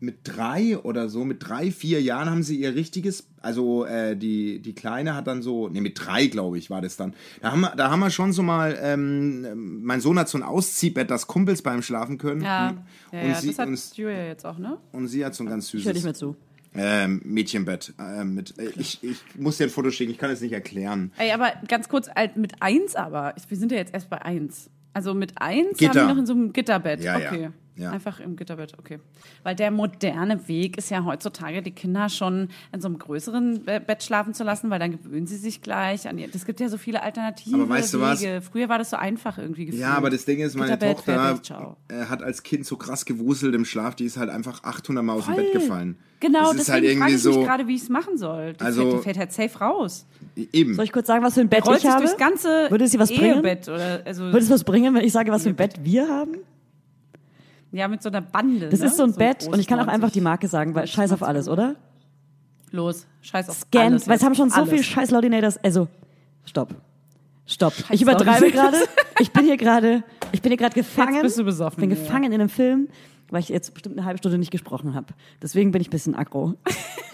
C: mit drei oder so, mit drei, vier Jahren haben sie ihr richtiges, also äh, die, die Kleine hat dann so, ne, mit drei, glaube ich, war das dann. Da haben wir, da haben wir schon so mal, ähm, ähm, mein Sohn hat so ein Ausziehbett, dass Kumpels beim Schlafen können.
A: Ja, ja,
C: und,
A: ja
C: sie,
A: das hat
C: und,
A: Julia jetzt auch, ne?
C: und sie hat so ein ganz
B: Ich höre dich
C: süßes
B: mir zu.
C: ähm, Mädchenbett. Ähm, mit, äh, ich, ich muss dir ein Foto schicken, ich kann es nicht erklären.
A: Ey, aber ganz kurz, halt mit eins aber. Ich, wir sind ja jetzt erst bei eins. Also mit eins
C: Gitter.
A: haben wir noch in so einem Gitterbett.
C: Ja, ja.
A: okay.
C: Ja.
A: Einfach im Gitterbett, okay. Weil der moderne Weg ist ja heutzutage, die Kinder schon in so einem größeren Be- Bett schlafen zu lassen, weil dann gewöhnen sie sich gleich an ihr. Es gibt ja so viele alternative
C: Aber weißt du was?
A: Wege. Früher war das so einfach irgendwie gefühlt.
C: Ja, aber das Ding ist, meine
A: Gitterbett,
C: Tochter
A: fertig, ciao.
C: äh, hat als Kind so krass gewuselt im Schlaf, die ist halt einfach 800 Mal aus dem Bett gefallen.
A: Genau,
C: das ist
A: deswegen
C: halt irgendwie
A: frage ich mich
C: so.
A: gerade, wie ich es machen soll. Die,
C: Also-
A: fällt, die fällt halt safe raus.
C: Eben.
B: Soll ich kurz sagen, was für ein Bett
A: Rollt
B: ich
A: sich
B: habe?
A: durchs ganze
B: Würde sie was bringen?
A: Ehebett oder also
B: Würde es was bringen, wenn ich sage, was für ein Bett wir haben?
A: ja mit so einer Bande.
B: Das
A: ne?
B: ist so ein Bett
A: groß
B: und ich kann auch
A: 90.
B: einfach die Marke sagen, weil scheiß auf alles, oder?
A: Los, scheiß auf
B: Scans,
A: alles.
B: weil es
A: jetzt.
B: haben schon so
A: Alles.
B: viel scheiß Laudinators. Also, stopp. Stopp. ich übertreibe gerade.
A: Laudinators.
B: Ich bin hier gerade, ich bin hier gerade gefangen.
A: Jetzt bist du besoffen,
B: bin
A: ja.
B: gefangen in einem Film, weil ich jetzt bestimmt eine halbe Stunde nicht gesprochen habe. Deswegen bin ich ein bisschen aggro.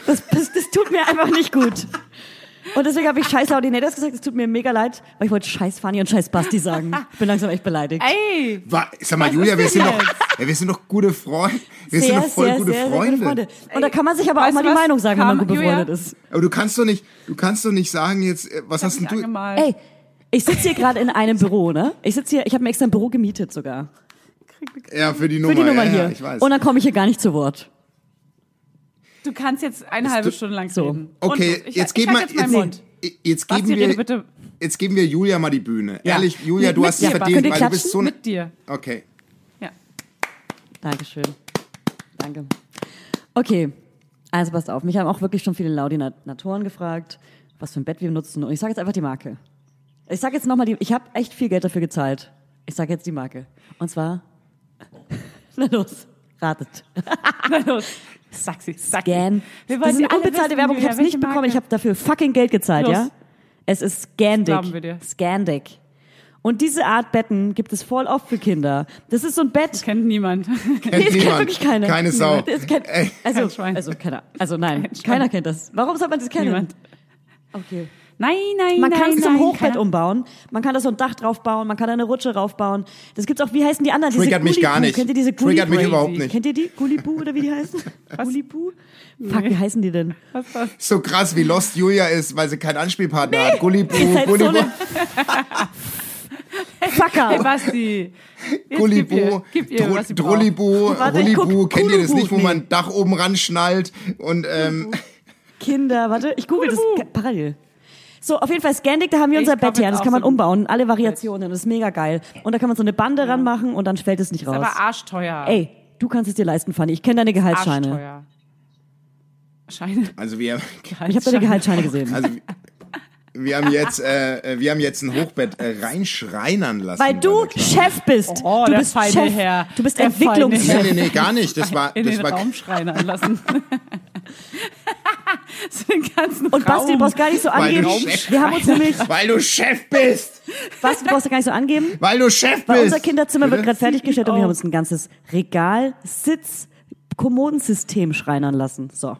B: Das, das, das tut mir einfach nicht gut. Und deswegen habe ich scheiß Laudinators gesagt, es tut mir mega leid, weil ich wollte scheiß Fanny und scheiß Basti sagen.
A: Ah.
B: Ich bin langsam echt beleidigt.
A: Ey,
C: Wa- Sag mal, Julia, wir sind, doch, ja, wir sind doch gute Freunde. Wir sind doch voll gute, Freunde.
B: Und da kann man sich aber
A: Weißt
B: auch mal
A: du
B: die
A: was?
B: Meinung sagen, wenn man
A: Kam-
B: gut befreundet
A: Julia?
B: ist.
C: Aber du kannst doch nicht, du kannst doch nicht sagen jetzt, äh, was hast
A: hast
C: denn du?
A: angemalt.
B: Ey, ich sitze hier gerade in einem Büro, ne? Ich sitze hier, ich habe mir extra ein Büro gemietet sogar.
C: Ja, für die
B: Für
C: Nummer.
B: die Nummer
C: ja,
B: hier.
C: Ja, ich weiß.
B: Und dann komme ich hier gar nicht zu Wort.
A: Du kannst jetzt eine halbe Stunde lang
B: so.
A: reden.
C: okay,
A: Und ich,
C: jetzt
A: ich, ich
C: geben wir,
A: halte jetzt meinen Mund.
C: jetzt, jetzt
A: Basti,
C: geben
A: rede
C: wir,
A: bitte
C: jetzt geben wir Julia mal die Bühne.
B: Ja.
C: Ehrlich, Julia,
A: Mit-
C: du
A: mit
C: hast es
A: dir,
C: verdient,
B: Basti.
C: weil du bist so
A: mit dir.
C: Okay.
A: Ja.
B: Dankeschön. Danke. Okay, also passt auf. Mich haben auch wirklich schon viele Laudinatoren gefragt, was für ein Bett wir nutzen. Und ich sage jetzt einfach die Marke. Ich sage jetzt nochmal die, ich habe echt viel Geld dafür gezahlt. Ich sage jetzt die Marke. Und zwar, na los, ratet.
A: Na los. Sag sie, sag sie.
B: Scan.
A: Wir
B: das
A: wollen
B: ist eine
A: alle
B: unbezahlte
A: wissen,
B: Werbung. Ich
A: Julia,
B: habe es nicht
A: welche Marke?
B: bekommen. Ich habe dafür fucking Geld gezahlt,
A: Los.
B: ja? Es ist Scandic.
A: Glauben wir dir.
B: Scandic. Und diese Art Betten gibt es voll oft für Kinder. Das ist so ein Bett.
A: Kennt niemand.
B: Nee, es kennt
C: niemand.
B: wirklich keiner.
C: Keine Sau.
B: Das kennt,
C: Ey.
B: also,
A: Kein Schwein.
B: also, keiner. Also, nein.
A: Schwein.
B: Keiner kennt das. Warum soll man das kennen?
A: Niemand.
B: Okay.
A: Nein, nein,
B: Man
A: nein.
B: kann es zum
A: nein,
B: Hochbett um-
A: keiner-
B: umbauen. Man kann da so ein Dach drauf bauen. Man kann da eine Rutsche raufbauen. Das gibt's auch. Wie heißen die anderen? Diese
C: Triggert mich gar
B: Gulibu.
C: nicht.
B: Kennt ihr diese
C: Triggert mich
B: Gulibu?
C: überhaupt nicht.
B: Kennt ihr die? Gulibu oder wie die heißen? Gulibu? Fuck, wie heißen die denn?
C: So krass, wie lost Julia ist, weil sie keinen Anspielpartner hat. Gullibu,
B: Ihr seid so
C: Gullibu,
B: eine- Fucker.
A: Hey, Basti. Jetzt
C: Gullibu,
A: Gib ihr, gib ihr was sie
C: Dru- Drullibu,
B: Warte, ich guck
C: Rullibu. Kennt ihr das nicht, wo
B: Kulubu.
C: man ein Dach oben ranschnallt? Und ähm,
B: Kinder, warte, ich google das ge- parallel. So, auf jeden Fall Scandic, da haben wir
A: Ich
B: unser
A: glaub,
B: Bett her.
A: jetzt
B: Das
A: auch
B: kann man
A: so gut.
B: umbauen, alle Variationen. Das ist mega geil. Und da kann man so eine Bande ranmachen und dann fällt es nicht
A: braucht.
B: raus.
A: Aber arschteuer.
B: Ey, du kannst es dir leisten, Fanny. Ich kenne deine Gehaltsscheine.
A: Arschteuer. Scheine.
C: also wir,
B: Ich habe deine Gehaltsscheine gesehen.
C: also wir haben jetzt, äh, wir haben jetzt ein Hochbett äh, reinschreinern lassen.
B: Weil du
C: bei der Kleinen.
B: Chef bist.
A: Oh,
B: du
A: der
B: bist
A: feine
B: Chef.
A: Herr.
B: Du bist
A: Der
B: Entwicklungschef.
A: feine
C: Nee, nee, nee, gar nicht. Das war,
A: in
C: das
A: den
C: war
A: Raum schreinern lassen. so den ganzen
B: Und Basti, du
A: Raum.
B: brauchst gar nicht so
C: weil
B: angeben.
C: du Chef
B: Wir haben uns nämlich,
C: Weil du Chef bist!
B: Basti, du brauchst gar nicht so angeben.
C: Weil du Chef
B: Weil
C: bist!
B: unser Kinderzimmer wird gerade fertiggestellt und wir
A: auch.
B: haben uns ein ganzes Regal, Sitz, Kommodensystem schreinern lassen. So.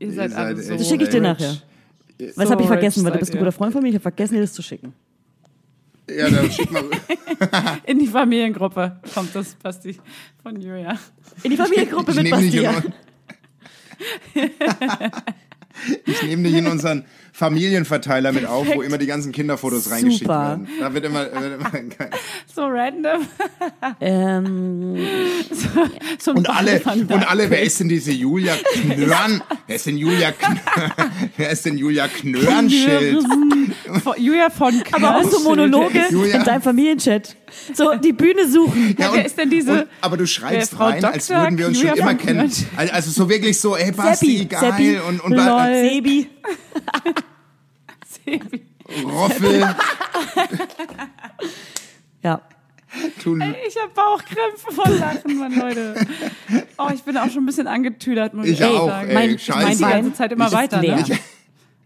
A: Ihr seid
C: Ihr seid
A: alle so.
C: echt-
B: Das schicke ich dir
C: Oh, Rich. Äh,
B: nachher. Was habe ich
A: rich
B: vergessen? Weil du
A: seid
B: bist ein
A: ihr.
B: guter Freund von mir. Ich habe vergessen, dir das zu schicken.
C: Ja, dann schick mal.
A: In die Familiengruppe kommt das, Basti, von Julia.
B: In die Familiengruppe
C: Ich genau.
B: mit
C: nehme dich, in
B: Bastian.
C: un- Ich nehm dich in unseren Familienverteiler mit auf, wo immer die ganzen Kinderfotos reingeschickt
B: Super.
C: werden. Da wird immer, wird immer geil.
A: So random.
B: Ähm,
A: So ein
C: und alle
A: Badewanne.
C: und alle. Wer ist denn diese Julia Knörn? Wer ist denn Julia? Knörn? Wer ist denn Julia Knörnschild?
A: Von- Julia von
B: aber auch so
A: Knörnschild.
B: Monologe
C: Julia.
B: in deinem Familienchat. So die Bühne suchen.
C: Ja,
A: wer ist denn diese-
C: Und, aber du
A: Äh,
C: schreibst
A: Frau
C: rein, als
A: Doktor
C: würden wir uns
A: Julia
C: schon immer
A: von
C: kennen. Also, also so wirklich so, ey Basti,
B: Seppi,
C: geil
B: Seppi,
C: und und
B: lol.
C: bei-
B: Sebi.
C: Roffel,
B: Ja.
C: du
A: Ich habe Bauchkrämpfe von Lachen, Mann, Leute. Oh, ich bin auch schon ein bisschen angetüdert, muss ich,
C: Ich
A: ehrlich
C: auch,
A: sagen.
C: ey,
B: mein-
C: scheiße.
A: Die ganze
B: Wein
A: Zeit immer
B: ist
A: weiter,
B: leer.
A: ne?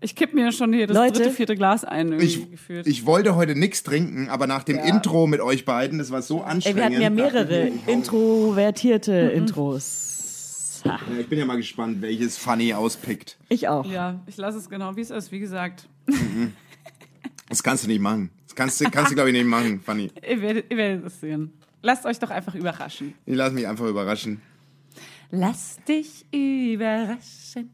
A: Ich kipp mir schon hier das
B: Leute,
A: dritte, vierte Glas ein, irgendwie
C: Ich,
A: gefühlt.
C: ich wollte heute nichts trinken, aber nach dem Intro mit euch beiden, das war so
B: Ey,
C: anstrengend.
B: wir hatten ja mehrere
C: dachte ich mir, ich hau-
B: introvertierte Intros. Ha,
C: Ja, Ich bin ja mal gespannt, welches Funny auspickt.
B: Ich auch.
A: ja, ich lasse es genau, wie es ist, wie gesagt.
C: Das kannst du nicht machen. Das kannst du, kannst du glaube ich, nicht machen, Funny.
A: Ihr werdet, ihr werdet es sehen. Lasst euch doch einfach überraschen.
C: Ich lasse mich einfach überraschen.
A: Lass dich überraschen.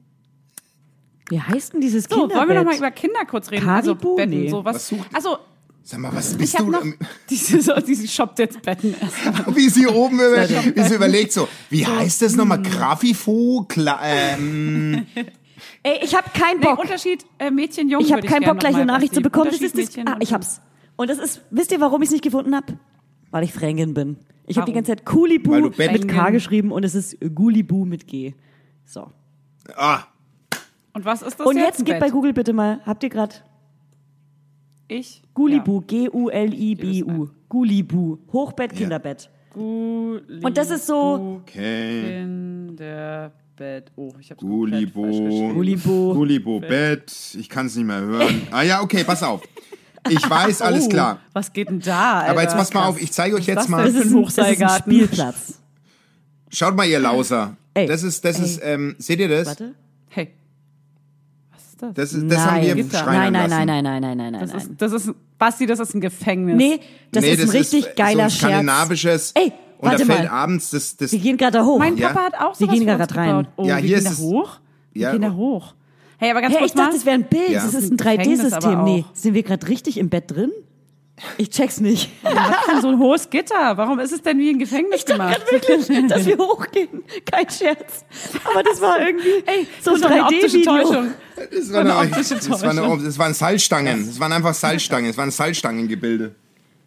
B: Wie heißt denn dieses
A: So,
B: Kinderbett?
A: wollen wir noch mal über Kinder kurz reden? Also
B: Karibu?
A: Betten,
B: Nee.
A: so
C: Was
A: was.
C: sucht-
A: Also,
C: Sag mal, was
A: ich
C: bist
A: habe
C: du?
A: noch diese, so, diesen Shop jetzt Betten erstmal.
C: Wie sie oben über, wie sie überlegt so, wie heißt das nochmal? Grafifu? Kla ähm,
B: Ey, ich habe keinen
A: Nee,
B: Bock.
A: Unterschied äh, Mädchen, Jungen.
B: ich habe
A: würde
B: keinen
A: gern
B: Bock, gleich
A: noch
B: eine
A: mal
B: Nachricht zu
A: wissen.
B: bekommen. Das
A: Unterschied
B: ist das,
A: Mädchen
B: ah,
A: und
B: ich hab's. Und das ist, wisst ihr, warum ich es nicht gefunden hab? Weil ich Fränkin bin. Ich habe die
A: Warum?
B: ganze Zeit Kulibu
C: Weil du Bett-
B: mit K
A: Fränkin.
B: geschrieben und es ist Gulibu mit G. So.
C: ah,
A: Und was ist das
B: Und
A: jetzt?
B: jetzt geht
A: Bett?
B: bei Google bitte mal, habt ihr gerade
A: Ich?
B: Gulibu, G-U-L-I-B-U. Gulibu. Hochbett, Kinderbett.
A: Ja. Guli
B: Und das ist so-
C: okay.
A: Kinderbett. Oh, ich hab's komplett falsch
C: Gulibo.
A: geschrieben.
B: Gulibo.
C: Gulibo Bett. Ich kann es nicht mehr hören. Ah ja, okay, pass auf. Ich weiß, alles
A: Oh,
C: klar.
A: Was geht denn da? Alter?
C: Aber jetzt passt mal
A: Krass.
C: auf, ich zeige euch
A: Was
C: jetzt
B: Das
C: mal.
B: ist,
A: denn?
B: ein, das ist ein
A: Hochseilgarten.
B: Spielplatz.
C: Schaut mal, ihr Lauser.
B: Hm. Ey.
C: Das ist, das ist, ähm, seht ihr das?
B: Warte.
A: Hey. Was ist das?
C: Das, ist, das haben wir
B: Nein.
A: Gitter.
C: schreinern
B: Nein, nein,
C: lassen.
B: nein, nein, nein, nein, nein, nein.
A: Das ist, das ist, Basti, das ist ein Gefängnis.
B: nee, das
C: Nee,
B: ist ein richtig
C: so
B: geiler
C: ein
B: Scherz.
C: skandinavisches.
B: Ey,
C: und da
B: warte
C: fällt
B: mal.
C: abends das, das
B: Wir gehen gerade da hoch.
A: Mein
C: Ja.
A: Papa hat auch
B: Wir
A: sowas
B: gehen da
A: für uns
B: grad rein.
A: gebaut. Oh,
C: Ja,
A: wir
C: hier
A: gehen
C: ist
A: da
C: es-
A: hoch? Wir
C: Ja.
A: gehen da hoch. Hey, aber ganz
B: Hey,
A: kurz
B: ich dachte,
A: mal.
B: es wäre ein Bild.
C: Ja.
B: Es ist ein
A: Das ist ein Gefängnis
B: 3D-System.
A: aber
B: Nee,
A: auch.
B: sind wir gerade richtig im Bett drin? Ich check's nicht.
A: Was ist denn so ein hohes Gitter? Warum ist es denn wie ein Gefängnis
B: Ich dachte
A: gemacht?
B: grad wirklich, dass wir hochgehen. Kein Scherz. Aber das war irgendwie
A: Ey,
B: so ein
A: das war eine optische
B: 3D-Video.
A: Täuschung.
C: Das war,
A: Eine
C: eine, das,
A: optische
C: war eine, das waren Salzstangen. Das waren einfach Salzstangen. Das waren Salzstangengebilde.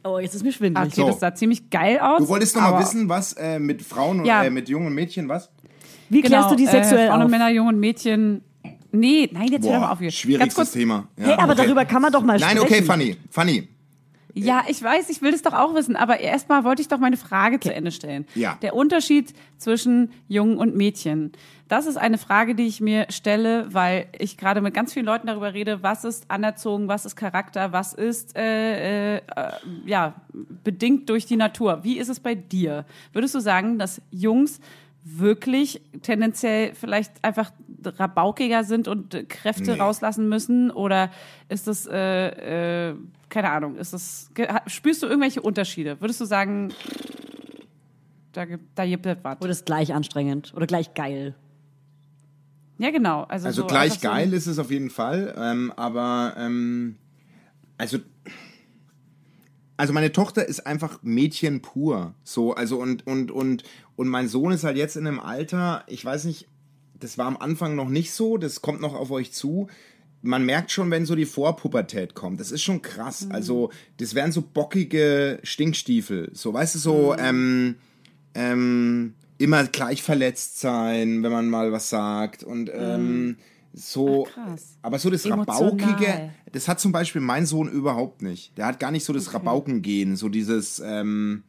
B: Oh, jetzt ist mir schwindelig.
A: Okay,
C: So.
A: das sah ziemlich geil aus.
C: Du wolltest noch mal
A: aber-
C: wissen, was äh, mit Frauen und
A: Ja.
C: äh, mit jungen Mädchen was?
B: Wie
A: Genau,
B: klärst du die
A: äh,
B: sexuell
A: Frauen
B: auf?
A: und Männer, Jungen, Mädchen. Nee, nein, jetzt hör mal
C: Boah,
A: auf. hier. Ganz
C: schwieriges
A: kurz,
C: Thema. Ja,
B: Hey, aber
C: okay.
B: darüber kann man doch mal
C: Nein,
B: sprechen.
C: okay, Fanny. Fanny.
A: Ja, ich weiß, ich will das doch auch wissen, aber erstmal wollte ich doch meine Frage zu Ende stellen.
C: Ja.
A: Der Unterschied zwischen Jungen und Mädchen. Das ist eine Frage, die ich mir stelle, weil ich gerade mit ganz vielen Leuten darüber rede, was ist anerzogen, was ist Charakter, was ist äh, äh, äh, ja bedingt durch die Natur. Wie ist es bei dir? Würdest du sagen, dass Jungs wirklich tendenziell vielleicht einfach rabaukiger sind und äh, Kräfte
C: Nee.
A: rauslassen müssen? Oder ist das, äh, äh, keine Ahnung, ist das, ge- ha- spürst du irgendwelche Unterschiede? Würdest du sagen, da, gibt- da gibt es was?
B: Oder ist gleich anstrengend oder gleich geil.
A: Ja, genau. Also,
C: Also
A: so
C: gleich
A: einfach so ein-
C: geil ist es auf jeden Fall, ähm, aber ähm, also also meine Tochter ist einfach Mädchen pur, so also und und und und mein Sohn ist halt jetzt in einem Alter, ich weiß nicht, das war am Anfang noch nicht so, das kommt noch auf euch zu. Man merkt schon, wenn so die Vorpubertät kommt. Das ist schon krass.
A: Mhm.
C: Also, das wären so bockige Stinkstiefel. So, weißt du, so,
A: Mhm.
C: ähm, ähm, immer gleich verletzt sein, wenn man mal was sagt und ähm, so.
A: Mhm. Ach, krass.
C: Aber so das
A: Emotional.
C: Rabaukige, das hat zum Beispiel mein Sohn überhaupt nicht. Der hat gar nicht so das Rabauken-Gehen, so dieses, ähm,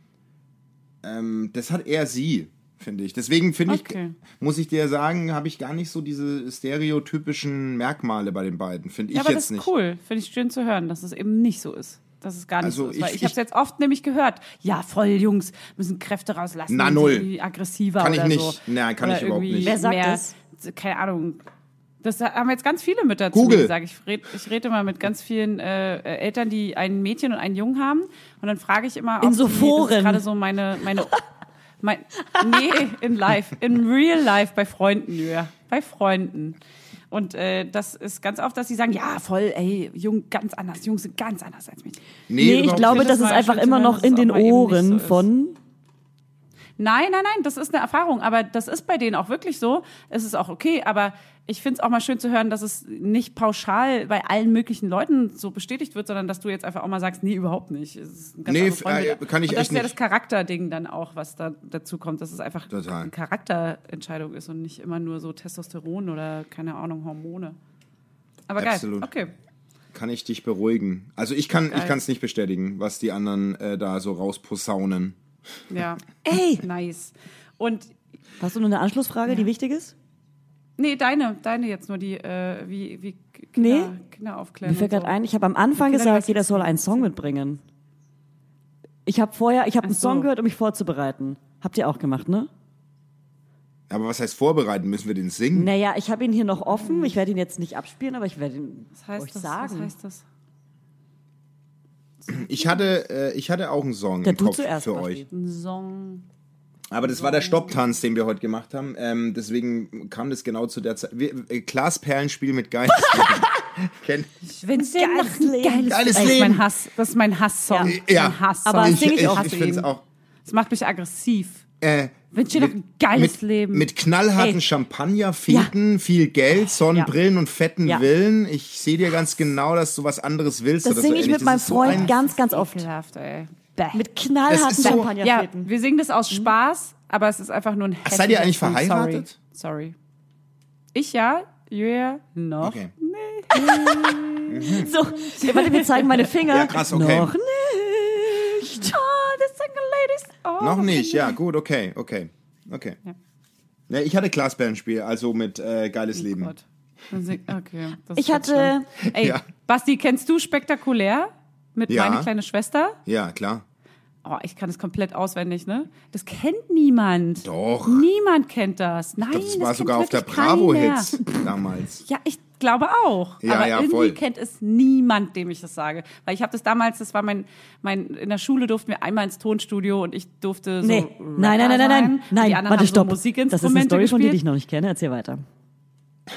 C: ähm, das hat eher sie, finde ich. Deswegen finde
A: Okay.
C: ich, muss ich dir sagen, habe ich gar nicht so diese stereotypischen Merkmale bei den beiden, finde ich
A: Ja, aber das ist
C: jetzt nicht.
A: cool. Finde ich schön zu hören, dass es eben nicht so ist. Dass es gar nicht
C: Also
A: so ist. Weil
C: ich-
A: ich, habe es
C: ich-
A: jetzt oft nämlich gehört. Ja, voll Jungs müssen Kräfte rauslassen.
C: Na,
A: sind
C: null.
A: irgendwie Aggressiver
C: Kann ich
A: oder
C: nicht.
A: so.
C: Nein, kann
A: oder
C: ich überhaupt
A: irgendwie
C: nicht.
B: Wer sagt
A: mehr,
B: das?
A: Keine Ahnung. Das haben jetzt ganz viele Mütter zu
C: Google.
A: mir gesagt. Ich rede ich red immer mit ganz vielen äh, äh, Eltern, die ein Mädchen und einen Jungen haben. Und dann frage ich immer,
B: In
A: ob
B: so
A: sie- Das
B: Foren.
A: ist gerade so meine, meine, mein, nee, in live, in real life bei Freunden, ja, bei Freunden. Und äh, das ist ganz oft, dass sie sagen, ja, voll, ey, Jung, ganz anders, Jungs sind ganz anders als Mädchen.
B: Nee, ich
C: überhaupt
B: glaube,
C: nicht.
B: das
A: Das
B: ist
A: war
B: einfach
A: schön zu
B: immer
A: hören,
B: noch
A: dass
B: in
A: es
B: den
A: auch mal eben nicht
B: Ohren
A: so ist.
B: von.
A: Nein, nein, nein, das ist eine Erfahrung, aber das ist bei denen auch wirklich so. Es ist auch okay, aber ich finde es auch mal schön zu hören, dass es nicht pauschal bei allen möglichen Leuten so bestätigt wird, sondern dass du jetzt einfach auch mal sagst, nee, überhaupt nicht. Es ist ein ganz
C: Nee,
A: andere
C: f-
A: Freundin.
C: äh, kann ich
A: Und das
C: echt
A: ist ja
C: nicht.
A: das Charakterding dann auch, was da dazu kommt, dass es einfach
C: Total.
A: eine Charakterentscheidung ist und nicht immer nur so Testosteron oder keine Ahnung, Hormone. Aber geil.
C: Absolut.
A: Okay.
C: Kann ich dich beruhigen? Also ich kann, ich kann es nicht bestätigen, was die anderen äh, da so rausposaunen.
A: Ja.
B: Ey,
A: Nice. Und
B: hast du noch eine Anschlussfrage, die wichtig ist?
A: nee, deine, deine jetzt nur die äh, wie wie Kinder,
B: Nee.
A: Kinder aufklären.
B: Mir fällt
A: und
B: gerade ein, ich habe am Anfang
A: Okay, dann
B: gesagt,
A: lass
B: jeder
A: uns-
B: soll einen Song mitbringen. Ich habe vorher, ich habe einen
A: so.
B: Song gehört, um mich vorzubereiten. Habt ihr auch gemacht, ne?
C: Aber was heißt vorbereiten? Müssen wir den singen?
B: Naja, ich habe ihn hier noch offen. Ich werde ihn jetzt nicht abspielen, aber ich werde ihn
A: Was heißt
B: euch
A: das?
B: sagen.
A: Was heißt das?
C: Ich hatte, äh, ich hatte auch einen Song
B: Der
C: im
B: du
C: Kopf
B: zuerst,
C: für
B: Basti.
C: euch.
A: Ein Song.
C: Aber das war der Stopptanz, den wir heute gemacht haben. Ähm, deswegen kam das genau zu der Zeit. Wir, äh, Glas Perlenspiel mit Geist. Kennt-
A: Wenn's dir
B: Geiles
A: macht ein
B: Leben.
A: geiles,
C: Geiles
A: Das ist mein
C: Leben.
A: Hass. Das ist mein Hass-Song.
B: Ja.
A: Das ist
C: Ja.
A: Mein Hass
B: Aber
C: ich
B: sing ich
C: ich,
B: auch.
C: ich
A: Hasse
C: finde es
A: ihn.
C: auch.
A: Das macht mich aggressiv.
C: Äh,
A: Wünsch dir doch ein geiles
C: mit,
A: Leben.
C: Mit knallharten
B: Ey.
C: Champagner, Feten, viel Geld, Sonnenbrillen und fetten
B: Ja.
C: Willen. Ich sehe dir ganz genau, dass du was anderes willst.
B: Das
C: oder
B: singe
C: so
B: ich
C: ähnlich.
B: mit meinem
C: das ist so
B: Freund
C: ein-
B: ganz, ganz oft.
A: Ekelhaft, ey. Bäh.
B: Mit knallharten
C: so-
A: ja,
B: Champagnerfäden.
A: wir singen das aus
B: Mhm.
A: Spaß, aber es ist einfach nur ein Ach,
C: seid ihr eigentlich verheiratet?
A: Sorry. Sorry. Ich ja, Julia noch.
C: Okay.
B: So, ja, warte, wir zeigen meine Finger.
C: Ja, krass, okay.
B: Noch nicht.
A: Oh, the single ladies. Oh,
C: Noch nicht, ja, gut, okay, okay, okay. Ne, ich hatte Glasperlenspiel, also mit äh, geiles
B: Oh
C: Leben.
A: Oh Gott. Dann sing- Okay, das
B: Ich
A: wird
B: hatte-
A: schlimm. Ey,
C: Ja.
A: Basti, kennst du spektakulär mit
C: Ja.
A: meine kleine Schwester?
C: Ja, klar.
A: Oh, ich kann das komplett auswendig, ne? Das kennt niemand.
C: Doch.
A: Niemand kennt das. Nein,
C: Das war
A: kennt
C: sogar auf der
A: wirklich
C: Bravo-Hits
A: keiner.
C: damals.
A: Ja, ich glaube auch.
C: Ja,
A: Aber
C: ja,
A: irgendwie
C: voll.
A: kennt es niemand, dem ich das sage. Weil ich habe das damals, das war mein, mein, in der Schule durften wir einmal ins Tonstudio und ich durfte so.
B: Nee.
A: Rapper
B: Nein, nein, nein, nein,
A: sein.
B: nein.
A: Und
B: Nein,
A: die anderen
B: warte,
A: haben
B: stopp.
A: So
B: das ist eine
A: Musikinstrumente
B: Story von dir, die ich
A: gespielt.
B: noch nicht kenne. Erzähl weiter.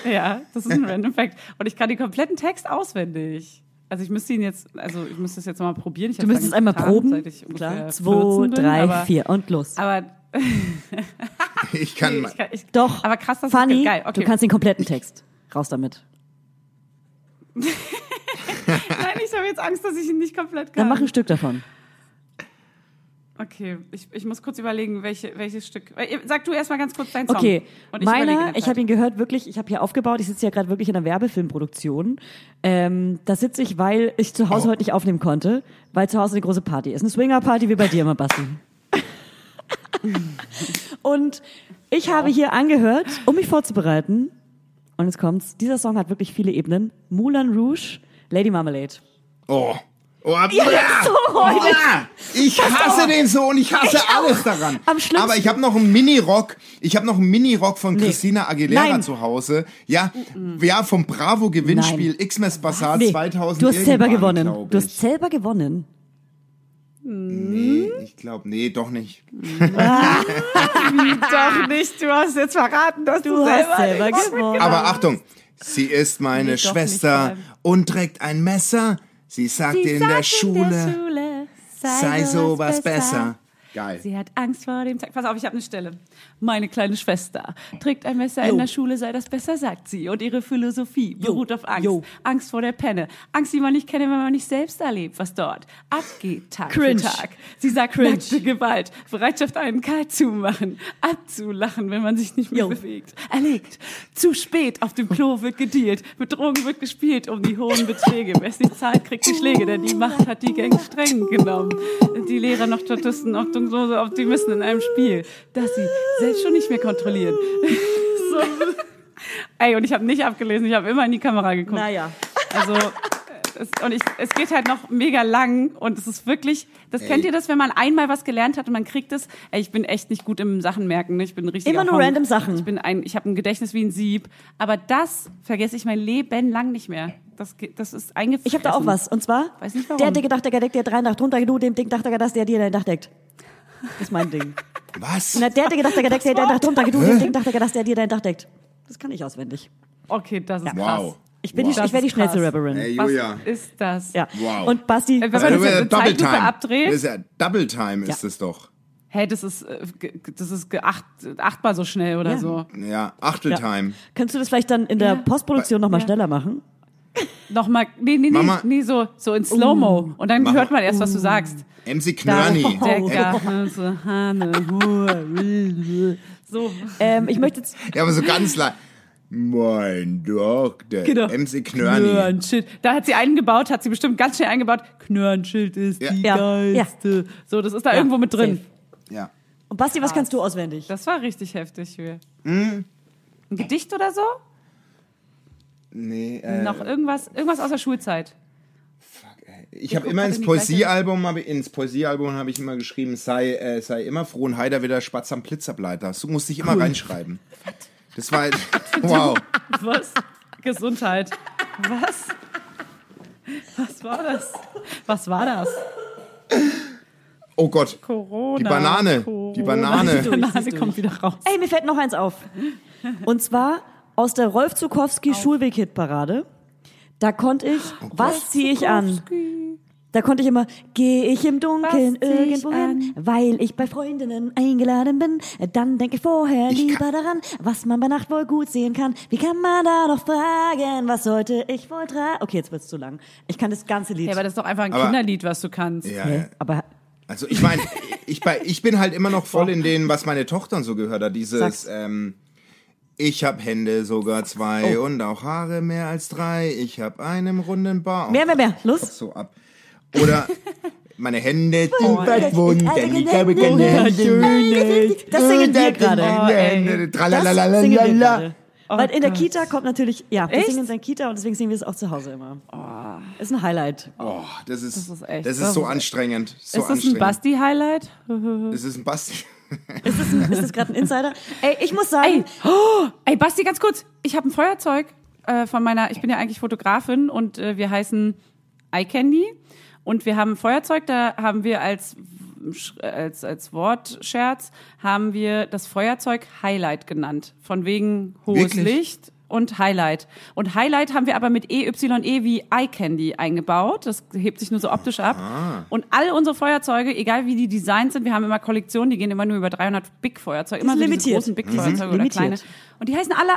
A: Ja, das ist ein Random Fact. Und ich kann den kompletten Text auswendig. Also ich müsste ihn jetzt, also ich müsste es jetzt nochmal probieren. Ich
B: Du müsstest einmal proben. Klar. Zwei, drei, vier und los.
A: Aber
C: Ich kann,
A: ich, kann- ich,
B: Doch.
A: Aber krass, dass
B: Fanny,
A: ich, geil. Okay.
B: du kannst den kompletten Text. Raus damit.
A: Nein, ich habe jetzt Angst, dass ich ihn nicht komplett kann.
B: Dann mach ein Stück davon.
A: Okay, ich, ich muss kurz überlegen, welche, welches Stück. Sag du erstmal ganz kurz deinen Song.
B: Okay,
A: Und ich überlege in
B: meiner,
A: der
B: ich
A: Zeit.
B: habe ihn gehört, wirklich, ich habe hier aufgebaut, ich sitze ja gerade wirklich in einer Werbefilmproduktion. Ähm, da sitze ich, weil ich zu Hause
C: Oh.
B: heute nicht aufnehmen konnte, weil zu Hause eine große Party ist. Eine Swinger-Party wie bei dir immer, Basti. Und ich habe hier angehört, um mich vorzubereiten, und jetzt kommt's, dieser Song hat wirklich viele Ebenen. Moulin Rouge, Lady Marmalade.
C: Oh. Oh, ja,
B: so räudig.
C: Ich hasse den so und ich hasse alles daran.
B: Am schlimmsten-
C: Aber ich habe noch einen Mini-Rock. Ich habe noch einen Mini-Rock von Christina Aguilera
B: Nein.
C: zu Hause. Ja, ja vom Bravo-Gewinnspiel Xmas Bazaar
B: Nee,
C: 2000.
B: du hast selber
C: irgendwann,
B: gewonnen.
C: glaub
B: Du
C: ich.
B: hast selber gewonnen.
C: Nee, ich glaube, nee, doch nicht.
A: Doch nicht, du hast jetzt verraten, dass du,
B: Du
A: selber,
B: hast selber
A: nicht-
B: gewonnen.
C: Aber Achtung, sie ist meine
A: Nee, doch nicht
C: Schwester
A: vor allem.
C: und trägt ein Messer. Sie sagt in der Schule, sei sowas besser. Geil.
A: Sie hat Angst vor dem Tag. Pass auf, ich habe eine Stelle. Meine kleine Schwester trägt ein Messer in der Schule, sei das besser, sagt sie. Und ihre Philosophie beruht auf Angst.
B: Jo.
A: Angst vor der Penne. Angst, die man nicht kenne, wenn man nicht selbst erlebt, was dort abgeht, Tag
B: Cringe.
A: für Tag. Sie sagt
B: Cringe.
A: nackte Gewalt, Bereitschaft, einen kalt zu machen, abzulachen, wenn man sich nicht mehr
B: Jo.
A: bewegt. Erlegt. Zu spät auf dem Klo wird gedealt. Mit Drogen wird gespielt um die hohen Beträge. Wer es nicht zahlt, kriegt die Schläge, denn die Macht hat die Gang streng genommen. Die Lehrer noch Statisten, Hoffnungslose Optimisten in einem Spiel, das sie selbst schon nicht mehr kontrollieren. so. Ey, und ich habe nicht abgelesen, ich habe immer in die Kamera geguckt.
B: Naja.
A: Also äh, es, und ich, es geht halt noch mega lang und es ist wirklich, das kennt ihr das, wenn man einmal was gelernt hat und man kriegt es. Ey, ich bin echt nicht gut im Sachen merken, ne? ich bin richtig
B: Immer nur random Sachen.
A: Ich bin ein ich habe ein Gedächtnis wie ein Sieb, aber das vergesse ich mein Leben lang nicht mehr. Das ge- das ist eingefressen.
B: Ich habe da auch was. Und zwar,
A: Weiß nicht warum.
B: der dicke Dachdecker deckt dir drei Nacht runter, du dem dicken Dachdecker das, der dir dein Dach deckt. Das ist mein Ding.
C: Was?
B: Na, der dicke Dachdecker deckt dir dein Dach runter, du dem dicken Dachdecker das, der dir dein Dach deckt. Das kann ich auswendig.
A: Okay, das ist krass.
C: Wow.
B: Ich bin
C: wow.
B: die, ich werde die
A: Das ist krass.
B: schnellste Rapperin.
C: Ey,
A: Was
C: Julia.
A: ist das?
B: Ja.
C: Wow.
B: Und Basti,
A: Äh, wenn man
C: Du
A: das
C: bist
A: jetzt
C: ja
A: eine
C: Double
A: Zeitlupe
C: Time.
A: abdreht.
C: Du bist ja Double Time ist
B: Ja.
C: es doch.
A: Hey, das ist äh, ge- ge- das ist ge- acht, achtmal so schnell oder
B: Ja.
A: so.
C: Ja, Achteltime.
B: kannst du das vielleicht dann in der Postproduktion nochmal mal schneller machen?
A: Nochmal, nee, nee, nee,
C: Mama.
A: nee, so, so in
B: Uh.
A: Slow-Mo. Und dann
C: Mama.
A: hört man erst, was du sagst. ne,
C: MC Knörni.
A: Decker,
B: Oh.
A: Hanse, Hane, Hure, So.
B: Ähm, ich möchte jetzt,
C: Ja, aber so ganz leid. Mein Doktor.
A: Genau.
C: MC Knörni.
A: Knörnschild. Da hat sie eingebaut, hat sie bestimmt ganz schnell eingebaut. Knörnschild ist
C: Ja.
A: die
B: Ja.
A: geilste. So, das ist da irgendwo mit drin.
B: safe.
C: Ja.
B: und Basti, was kannst du auswendig?
A: Das war richtig heftig, Julia.
C: Hm?
A: Ein Gedicht oder so?
C: Nee, äh,
A: Noch irgendwas, irgendwas aus der Schulzeit.
C: ich habe
A: guck
C: immer
A: grad
C: ins
A: in die gleiche-
C: Poesiealbum, hab, ich- ins Poesiealbum habe ich immer geschrieben, sei, äh, sei immer froh und heiter wieder Spatz am Blitzerbleiter. Du musst dich immer reinschreiben. Das war wow.
A: Was? Gesundheit. Was? Was war das? Was war das?
C: Oh Gott.
A: Corona.
C: Die Banane. Die
A: Die
C: Banane.
A: Banane kommt wieder raus.
B: Ey, mir fällt noch eins auf. Und zwar aus der Rolf Zukowski Schulweg-Hit-Parade. Da konnte ich,
A: Oh
B: was ziehe ich an? Da konnte ich immer, gehe ich im Dunkeln
A: Was zieh ich
B: irgendwo hin, weil ich bei Freundinnen eingeladen bin. Dann denke ich vorher
C: Ich
B: lieber
C: kann-
B: daran, was man bei Nacht wohl gut sehen kann. Wie kann man da noch fragen, was sollte ich wohl tragen? Okay, jetzt wird's zu lang. Ich kann das ganze Lied.
A: Ja, aber das ist doch einfach ein
C: Aber-
A: Kinderlied, was du kannst.
C: Ja, ja.
B: Hä? aber
C: Also ich meine, ich, bei- ich bin halt immer noch voll in denen, was meine Tochter und so gehört hat. Dieses,
B: Sag's.
C: ähm, ich hab Hände sogar
B: Oh.
C: zwei und auch Haare mehr als drei. Ich hab einen runden Bauch.
B: mehr, mehr, mehr. Los.
C: So ab. Oder meine Hände sind weit
B: Alter,
C: wunden. Ich habe keine Hände.
B: genau. Das singen wir gerade. Das singen wir
C: Tralalalala.
B: gerade. Weil in der Kita kommt natürlich, ja, wir
A: Oh Echt?
B: singen es in Kita und deswegen singen wir es auch zu Hause immer. Ist ein Highlight.
C: Oh, das ist, das
A: ist
C: ist,
A: echt- das
C: so
A: ist echt-
C: anstrengend. So
A: Ist das ein
C: anstrengend.
A: Basti-Highlight?
C: Das ist ein Basti.
B: Ist das, ein- ist das gerade ein Insider? Ey, ich muss sagen,
A: Ey, oh, ey Basti, ganz kurz. Ich habe ein Feuerzeug äh, von meiner, ich bin ja eigentlich Fotografin und äh, wir heißen Eye Candy. Und wir haben ein Feuerzeug, da haben wir als, Sch- als, als Wortscherz, haben wir das Feuerzeug Highlight genannt. Von wegen hohes
C: Wirklich?
A: Licht, und Highlight. Und Highlight haben wir aber mit EYE wie Eye Candy eingebaut. Das hebt sich nur so optisch ab. Und all unsere Feuerzeuge, egal wie die Designs sind, wir haben immer Kollektionen, die gehen immer nur über 300 Big Feuerzeuge. Immer so diese
B: limitiert.
A: großen Big Feuerzeuge oder
B: Mhm. Limitiert.
A: kleine. Und die heißen alle